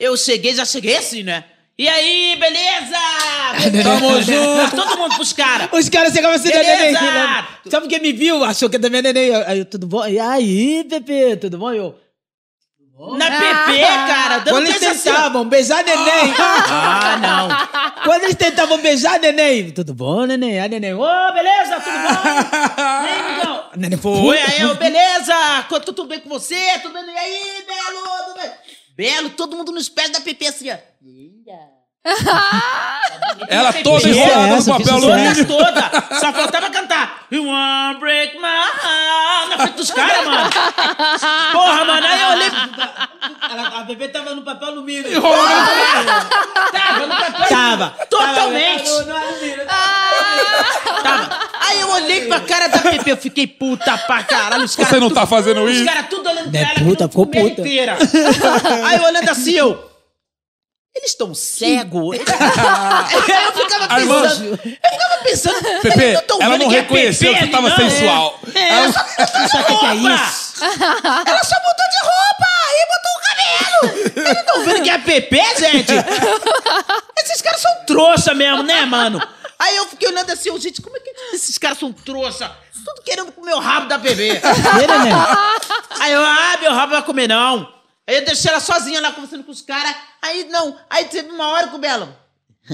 Speaker 5: Eu cheguei, já cheguei assim, né? E aí, beleza?
Speaker 3: Tamo junto.
Speaker 5: Todo mundo pros caras.
Speaker 4: Os caras chegavam assim da
Speaker 5: Beleza!
Speaker 4: neném. né? Sabe quem me viu? Achou que era da minha neném. Eu- Aí, eu, tudo bom? E aí, Pepe, tudo bom? E Eu,
Speaker 5: Na PP, cara,
Speaker 4: quando
Speaker 5: dando
Speaker 4: eles
Speaker 5: coisa assim. ó.
Speaker 4: tentavam beijar neném,
Speaker 5: Ah, não.
Speaker 4: quando eles tentavam beijar neném, tudo bom, neném? Aí, neném, ô, beleza, tudo bom? Não,
Speaker 5: Oi,
Speaker 4: neném foi.
Speaker 5: aí, eu, beleza? Qu- Tudo bem com você? Tudo bem? E aí, Belo? Tudo bem? Belo, todo mundo nos pés da PP assim, ó.
Speaker 3: Ela toda
Speaker 4: Que é
Speaker 3: enrolada no
Speaker 4: essa?
Speaker 3: papel
Speaker 4: Fiz isso
Speaker 5: Todas,
Speaker 3: alumínio.
Speaker 5: todas. Só faltava cantar. You wanna break my heart. Na frente dos caras, mano. Porra, mano. Aí eu olhei.
Speaker 4: A bebê tava no papel alumínio.
Speaker 5: Tava, não tava.
Speaker 4: Tava.
Speaker 5: Totalmente.
Speaker 4: Tava no- no alumínio.
Speaker 5: Tava. Aí eu olhei pra cara da Pepe, eu fiquei puta pra caralho. Os
Speaker 3: Você
Speaker 5: caras
Speaker 3: não tá fazendo
Speaker 5: Os
Speaker 3: isso?
Speaker 5: caras tudo olhando pra
Speaker 4: É
Speaker 5: ela, que
Speaker 4: puta,
Speaker 5: não
Speaker 4: ficou
Speaker 5: comeu
Speaker 4: puta.
Speaker 5: inteira. Aí eu olhando assim, eu. Eles estão cegos. eu ficava
Speaker 3: A irmã-
Speaker 5: pensando. Eu ficava pensando.
Speaker 3: Pepe,
Speaker 5: eles tão
Speaker 3: ela
Speaker 5: vendo
Speaker 3: não
Speaker 5: que é
Speaker 3: reconheceu que
Speaker 5: Pepe
Speaker 3: você tava
Speaker 5: ali, não.
Speaker 3: sensual.
Speaker 5: É,
Speaker 3: Ela-
Speaker 5: ela só mudou de roupa. Ela só mudou de roupa e botou o cabelo. Eles estão vendo que é Pepe, gente. Esses caras são trouxa mesmo, né, mano? Aí eu fiquei olhando assim, eu, gente, como é que esses caras são trouxa? Tudo querendo comer o rabo da bebê.
Speaker 4: Vê,
Speaker 5: né?
Speaker 4: neném?
Speaker 5: Aí eu, ah, meu rabo não vai comer, não. Aí eu deixei ela sozinha lá conversando com os caras. Aí não, aí teve uma hora com o Belo.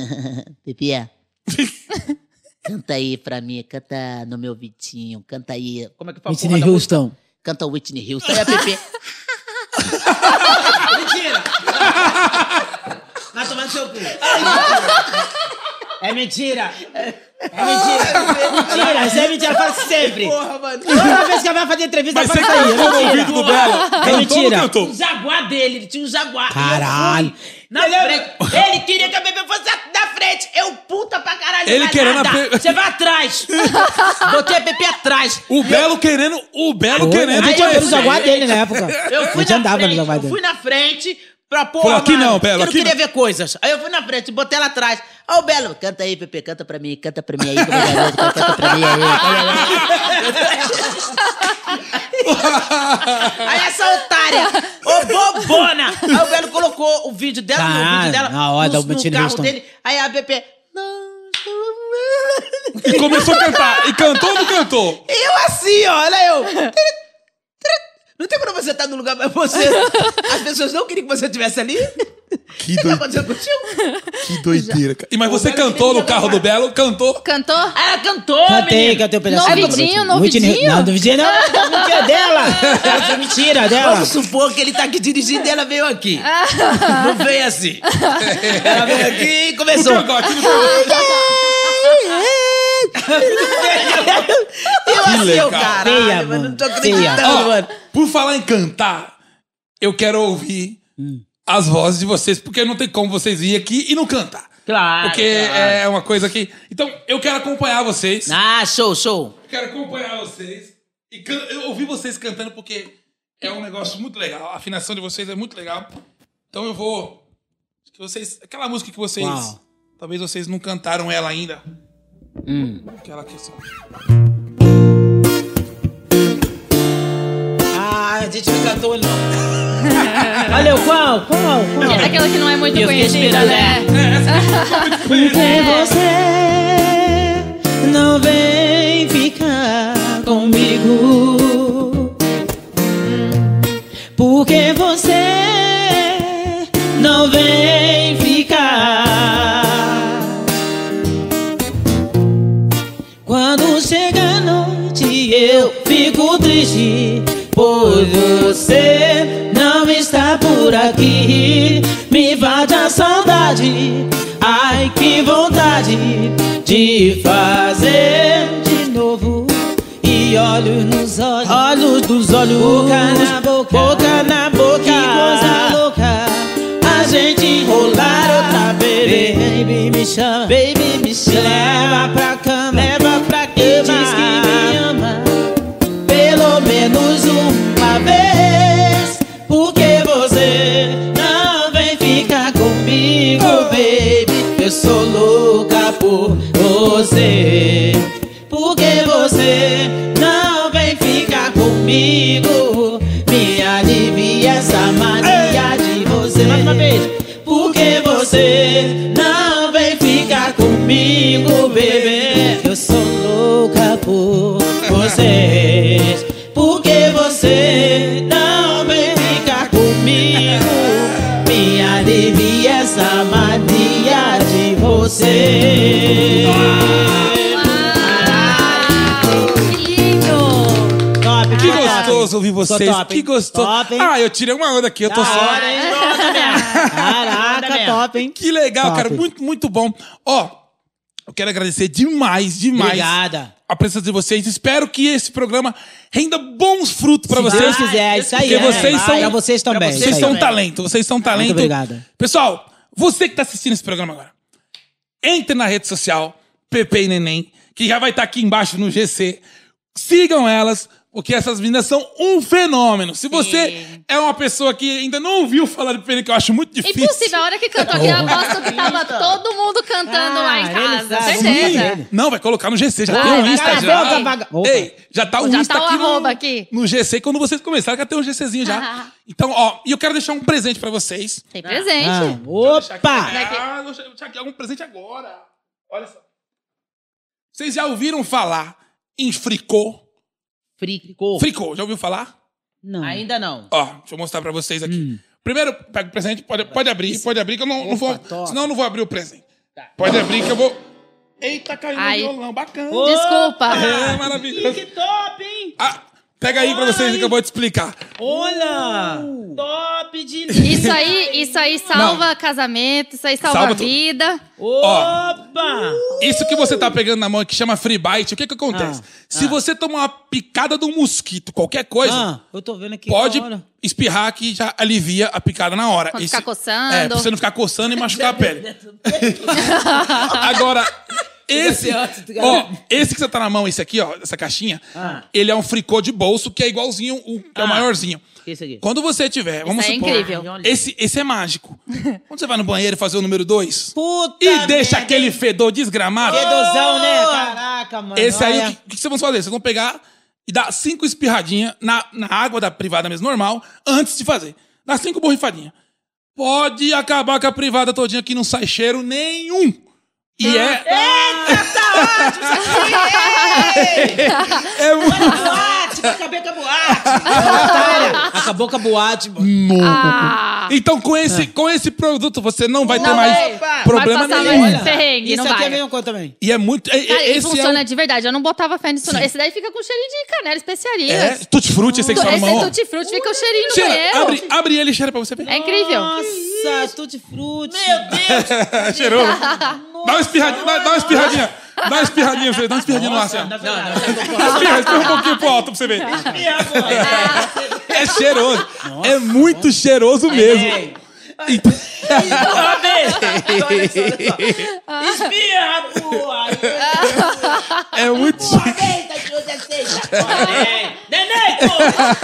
Speaker 6: Pepia, canta aí pra mim, canta no meu vidinho, canta aí.
Speaker 5: Como é que fala?
Speaker 4: Whitney Houston.
Speaker 6: Canta Whitney Houston.
Speaker 5: Aí a Pepe. Mentira! Vai tomar no seu cu.
Speaker 4: É mentira! É mentira! mentira! Isso é mentira, fala sempre!
Speaker 5: Porra, mano.
Speaker 4: Toda vez que ela vai fazer entrevista,
Speaker 3: Mas
Speaker 4: ela
Speaker 3: você
Speaker 4: fala isso aí,
Speaker 3: cantou
Speaker 4: é
Speaker 3: no
Speaker 4: mentira!
Speaker 3: ouvido do Belo.
Speaker 4: É
Speaker 3: Cantou ou não
Speaker 4: mentira!
Speaker 3: cantou?
Speaker 5: O jaguar dele, ele tinha um jaguar.
Speaker 4: Caralho.
Speaker 5: E eu fui Na
Speaker 4: Ele é-
Speaker 5: frente. Ele queria que a bebê fosse na- na frente. Eu puta pra caralho.
Speaker 3: Ele
Speaker 5: vai
Speaker 3: querendo
Speaker 5: nada.
Speaker 3: a Pepe-
Speaker 5: Você vai atrás. Botei a bebê atrás.
Speaker 3: O Belo querendo, o né? Belo querendo.
Speaker 4: A gente
Speaker 5: eu
Speaker 4: andou no
Speaker 5: fui
Speaker 4: jaguar
Speaker 5: na-
Speaker 4: dele na época.
Speaker 5: Eu
Speaker 4: A
Speaker 5: fui
Speaker 4: gente
Speaker 5: na
Speaker 4: andava no
Speaker 5: frente.
Speaker 4: jaguar
Speaker 5: Eu
Speaker 4: dele.
Speaker 5: fui na frente pra porra,
Speaker 3: Falou, aqui
Speaker 5: mano,
Speaker 3: não, Belo,
Speaker 5: Eu não
Speaker 3: aqui
Speaker 5: queria
Speaker 3: não.
Speaker 5: ver coisas. Aí eu fui na frente, botei ela atrás. Ó o Belo.
Speaker 6: Canta aí, Pepe, canta pra mim, canta pra mim aí, como é garoto, canta pra mim aí.
Speaker 5: é Aí essa otária. Ô bobona. Aí o Belo colocou o vídeo dela no
Speaker 4: Caralho,
Speaker 3: Tá,
Speaker 5: vídeo dela.
Speaker 4: na hora da
Speaker 5: no, no
Speaker 4: Whitney
Speaker 5: carro
Speaker 4: Houston.
Speaker 5: dele. Aí a bebê...
Speaker 3: E começou a cantar. E cantou ou não cantou?
Speaker 5: E eu assim, ó, olha eu. Não tem quando você estar no lugar, mas você. As pessoas não queriam que você estivesse ali.
Speaker 3: Que,
Speaker 5: O que tá acontecendo contigo?
Speaker 3: que doideira, cara. E, mas você
Speaker 5: Belo
Speaker 3: cantou no
Speaker 5: queria
Speaker 3: carro do Belo? Cantou?
Speaker 2: Cantou?
Speaker 5: Ela cantou,
Speaker 4: Cantei,
Speaker 5: menino.
Speaker 4: cantei é o pedacinho.
Speaker 2: Novidinho,
Speaker 4: Whitney-
Speaker 2: novidinho?
Speaker 4: Não, novidinho não, é mentira dela! Essa é mentira dela!
Speaker 5: Vamos supor que ele tá aqui dirigindo e ela veio aqui. Não veio assim. Ela veio aqui e
Speaker 3: No
Speaker 5: começou.
Speaker 3: cangote, no cangote.
Speaker 5: Eu assim, eu,
Speaker 3: legal.
Speaker 5: caralho,
Speaker 4: Feia,
Speaker 5: mas não tô
Speaker 4: mano.
Speaker 5: acreditando,
Speaker 3: Ó,
Speaker 5: mano.
Speaker 3: Por falar em cantar, eu quero ouvir
Speaker 5: Hum.
Speaker 3: as vozes de vocês, porque não tem como vocês virem aqui e não cantar.
Speaker 5: Claro,
Speaker 3: Porque
Speaker 5: claro.
Speaker 3: é uma coisa que. Então, eu quero acompanhar vocês.
Speaker 5: Ah, show, show.
Speaker 3: Quero acompanhar vocês. E can- eu ouvi vocês cantando porque é um negócio muito legal. A afinação de vocês é muito legal. Então eu vou. acho que vocês. Aquela música que vocês.
Speaker 4: Uau.
Speaker 3: Talvez vocês não cantaram ela ainda.
Speaker 4: Hum.
Speaker 3: Aquela que só.
Speaker 4: Ah, a gente não cantou, não. Valeu, qual? Qual? Qual?
Speaker 2: Aquela que não é muito conhecida, né?
Speaker 3: É, essa que foi muito
Speaker 4: Porque você não vem ficar comigo. Porque você não vem ficar. Quando chega a noite eu fico triste Pois você não está por aqui Me invade a saudade Ai que vontade de fazer de novo E olhos nos olhos Olhos dos olhos Boca na boca Boca na boca Que coisa louca A gente enrolar outra vez Baby me chama Baby me chama Leva pra cama Leva pra cama E diz que me ama Pelo menos uma vez Porque você não vem ficar comigo, baby Eu sou louca por você Porque você não vem ficar comigo Me alivia essa mania de você Mais uma vez Porque você não vem ficar comigo, bebê Eu sou louca por vocês Porque você não vem ficar comigo Me alivia essa mania de você
Speaker 2: Uau, Ah, que lindo!
Speaker 4: Top,
Speaker 3: Que
Speaker 4: top.
Speaker 3: gostoso ouvir vocês.
Speaker 4: Tô top,
Speaker 3: que
Speaker 4: hein?
Speaker 3: gostoso.
Speaker 4: Top, hein?
Speaker 3: ah, eu tirei uma onda aqui, eu tô
Speaker 4: Da
Speaker 3: só.
Speaker 4: hora, hein? Caraca, top, hein?
Speaker 3: Que legal,
Speaker 4: Top.
Speaker 3: cara. Muito, muito bom. Ó, eu quero agradecer demais, demais.
Speaker 4: Obrigada.
Speaker 3: A presença de vocês. Espero que esse programa renda bons frutos pra
Speaker 4: Se
Speaker 3: vocês.
Speaker 4: Deus quiser, isso aí.
Speaker 3: Porque
Speaker 4: né?
Speaker 3: vocês
Speaker 4: Vai,
Speaker 3: são-
Speaker 4: Pra vocês também.
Speaker 5: pra
Speaker 4: isso
Speaker 3: Vocês
Speaker 4: aí.
Speaker 3: são um talento, vocês são um talento.
Speaker 4: Muito obrigado.
Speaker 3: Pessoal, você que tá assistindo esse programa agora, entre na rede social Pepe e Neném, que já vai estar aqui embaixo no GC. Sigam elas, porque essas meninas são um fenômeno. Se você é uma pessoa que ainda não ouviu falar de Pepe, que eu acho muito
Speaker 2: É
Speaker 3: difícil.
Speaker 2: Impossível, a hora que cantou aqui, eu aposto que tava todo mundo cantando lá em
Speaker 4: Ah,
Speaker 2: casa.
Speaker 4: ele sabe.
Speaker 2: Certeza.
Speaker 3: Não, vai colocar no GC, já
Speaker 2: Vai,
Speaker 3: tem um
Speaker 2: vai,
Speaker 3: Insta
Speaker 2: vai,
Speaker 3: já.
Speaker 4: vai, vai, vai.
Speaker 3: Ei, já tá o
Speaker 2: Já
Speaker 3: Insta
Speaker 2: tá o
Speaker 3: aqui, no,
Speaker 2: arroba aqui.
Speaker 3: no GC. Quando vocês começarem, já tem um GCzinho já. então, ó, e eu quero deixar um presente pra vocês.
Speaker 2: Tem presente.
Speaker 4: Ah,
Speaker 3: Deixa
Speaker 4: opa!
Speaker 3: aqui. Ah, vou deixar aqui algum presente agora. Olha só. Vocês já ouviram falar em fricô?
Speaker 5: Fricô.
Speaker 3: Fricô, já ouviu falar?
Speaker 4: Não.
Speaker 5: Ainda não.
Speaker 3: Ó, deixa eu mostrar pra vocês aqui.
Speaker 4: Hum.
Speaker 3: Primeiro, pega o presente, pode, pode abrir, pode abrir, que eu não, não vou. Senão eu não vou abrir o presente. Pode abrir que eu vou. Eita, caiu no
Speaker 2: Aí.
Speaker 3: violão, bacana.
Speaker 2: Desculpa.
Speaker 3: É, maravilhoso.
Speaker 5: top, hein?
Speaker 3: Ah, Pega aí pra vocês que eu vou te explicar.
Speaker 4: Olha! Top de linha!
Speaker 2: Isso aí, isso aí salva casamento, isso aí salva,
Speaker 3: Salva tudo.
Speaker 2: vida.
Speaker 4: Opa!
Speaker 3: Isso que você tá pegando na mão que chama free bite, o que que acontece?
Speaker 4: Ah,
Speaker 3: Se você tomar uma picada de um mosquito, qualquer coisa,
Speaker 4: Ah, eu tô vendo aqui.
Speaker 3: pode
Speaker 4: da hora.
Speaker 3: espirrar que já alivia a picada na hora.
Speaker 2: Quando
Speaker 3: Isso-
Speaker 2: ficar coçando.
Speaker 3: É, pra você não ficar coçando e machucar a pele. Agora,
Speaker 4: é
Speaker 3: esse, ó, esse que você tá na mão, esse aqui, ó, essa caixinha,
Speaker 4: Ah.
Speaker 3: ele é um fricô de bolso que é igualzinho, o, que é o maiorzinho.
Speaker 5: Isso aqui.
Speaker 3: Quando você tiver, vamos
Speaker 2: Ah. é
Speaker 3: supor,
Speaker 2: incrível.
Speaker 3: Esse, esse é mágico. Quando você vai no banheiro fazer o número 2
Speaker 4: Puta!
Speaker 3: e deixa
Speaker 4: merda,
Speaker 3: aquele fedor desgramado,
Speaker 4: Fedozão, né? Caraca, mano.
Speaker 3: esse aí, o
Speaker 4: olha.
Speaker 3: que, o que vocês vão fazer? Vocês vão pegar e dar cinco espirradinhas na, na água da privada mesmo, normal, antes de fazer. Dá cinco borrifadinhas. Pode acabar com a privada todinha que não sai cheiro nenhum. E é...
Speaker 2: tá
Speaker 3: É mu-
Speaker 5: tá
Speaker 4: Boate, vai acabar com a boate! Otária, Acabou com a boate,
Speaker 3: Hum.
Speaker 4: mano.
Speaker 2: Ah,
Speaker 3: Então, com esse, com esse produto, você não vai ter
Speaker 2: Não
Speaker 3: mais
Speaker 2: vai.
Speaker 3: problema
Speaker 2: Vai passar
Speaker 3: nenhum.
Speaker 2: mais- Perrengue,
Speaker 4: isso
Speaker 2: não
Speaker 4: aqui
Speaker 2: vai.
Speaker 4: é a mesma coisa também.
Speaker 3: E é muito... é- é-
Speaker 2: cara, e
Speaker 3: esse
Speaker 2: funciona
Speaker 3: é,
Speaker 2: de verdade. Eu não botava fé nisso, não.
Speaker 3: Sim.
Speaker 2: Esse daí fica com cheirinho de canela,
Speaker 3: um, é
Speaker 2: especiarias.
Speaker 3: tutti-frutti, esse aí que você fala
Speaker 2: Esse
Speaker 3: na
Speaker 2: é
Speaker 3: mão.
Speaker 2: tutti-frutti, fica o cheirinho no
Speaker 3: Cheira,
Speaker 2: banheiro.
Speaker 3: abre, abre ele e cheira pra você ver.
Speaker 2: É incrível.
Speaker 4: Nossa, tudo de fruta.
Speaker 5: Meu Deus!
Speaker 3: Cheirou. Dá uma espirradinha, dá, dá uma espirradinha. Dá uma espirradinha, Fê, dá uma espirradinha no ar, assim, ó. Espirra, espirra um pouquinho pro alto pra você ver. É cheiroso. É muito cheiroso mesmo. Então-
Speaker 4: Espirra, porra!
Speaker 3: É muito
Speaker 4: Neném, porra!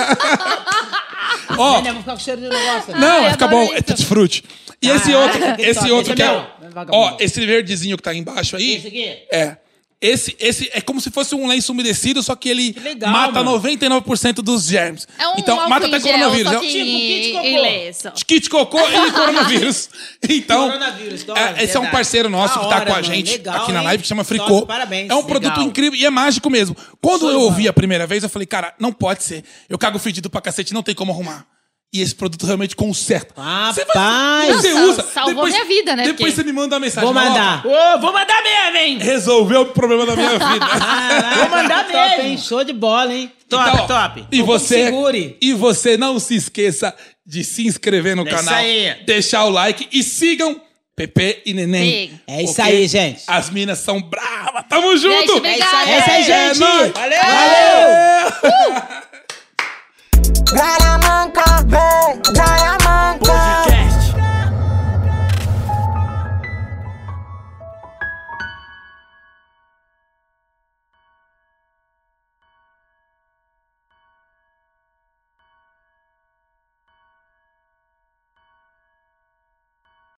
Speaker 3: Ó,
Speaker 4: Vou ficar com cheiro de negócio.
Speaker 3: não,
Speaker 2: Ai,
Speaker 3: fica
Speaker 2: adoro
Speaker 3: bom. É
Speaker 2: isso.
Speaker 3: tutti frutti. E esse outro, esse
Speaker 4: top,
Speaker 3: outro
Speaker 4: esse
Speaker 3: que é,
Speaker 4: é
Speaker 3: o-
Speaker 4: meu. Vagabundo.
Speaker 3: ó, esse verdezinho que tá aí embaixo aí.
Speaker 4: Esse aqui?
Speaker 3: É. Esse, esse é como se fosse um lenço umedecido, só que ele
Speaker 4: legal,
Speaker 3: mata
Speaker 4: mano.
Speaker 3: 99% dos germes.
Speaker 2: É um
Speaker 3: então,
Speaker 2: álcool
Speaker 3: mata
Speaker 2: em
Speaker 3: até
Speaker 2: gel,
Speaker 3: coronavírus.
Speaker 2: só
Speaker 3: é um-
Speaker 2: que
Speaker 4: tipo kit cocô.
Speaker 2: ileso.
Speaker 3: Kit cocô e coronavírus. Então,
Speaker 4: Coronavírus, top,
Speaker 3: é, esse é um
Speaker 4: verdade.
Speaker 3: parceiro nosso
Speaker 4: Da
Speaker 3: que tá
Speaker 4: hora,
Speaker 3: com a
Speaker 4: mano,
Speaker 3: gente
Speaker 4: legal,
Speaker 3: aqui na
Speaker 4: hein?
Speaker 3: live, que chama
Speaker 4: Top,
Speaker 3: Fricô.
Speaker 4: parabéns,
Speaker 3: é um produto
Speaker 4: legal.
Speaker 3: incrível e é mágico mesmo. Quando
Speaker 4: Show
Speaker 3: eu
Speaker 4: de
Speaker 3: ouvi
Speaker 4: bola.
Speaker 3: a primeira vez, eu falei, cara, não pode ser. Eu cago fedido pra cacete, não tem como arrumar. E esse produto realmente conserta. Você vai-
Speaker 4: Rapaz!
Speaker 3: você
Speaker 2: Não,
Speaker 3: usa.
Speaker 2: salvou minha vida, né,
Speaker 3: Depois
Speaker 2: porque-
Speaker 3: você me manda uma mensagem.
Speaker 4: Vou
Speaker 3: Maloca,
Speaker 4: mandar.
Speaker 5: Ô, vou mandar mesmo, hein?
Speaker 3: Resolveu o problema da minha vida.
Speaker 4: Vou
Speaker 5: mandar
Speaker 4: Top,
Speaker 5: mesmo.
Speaker 4: hein? Show de bola, hein?
Speaker 5: Top,
Speaker 3: Então, ó,
Speaker 5: top.
Speaker 3: E você,
Speaker 4: segure.
Speaker 3: e você não se esqueça de se inscrever no
Speaker 5: É isso
Speaker 3: canal,
Speaker 5: aí.
Speaker 3: deixar o like e sigam Pepe e Neném.
Speaker 2: Sim.
Speaker 4: É isso
Speaker 3: Porque
Speaker 4: aí, gente.
Speaker 3: As minas são bravas. Tamo junto.
Speaker 2: Gente, obrigada.
Speaker 4: É isso aí,
Speaker 3: É
Speaker 4: gente.
Speaker 3: nóis.
Speaker 4: Valeu!
Speaker 1: Garamanca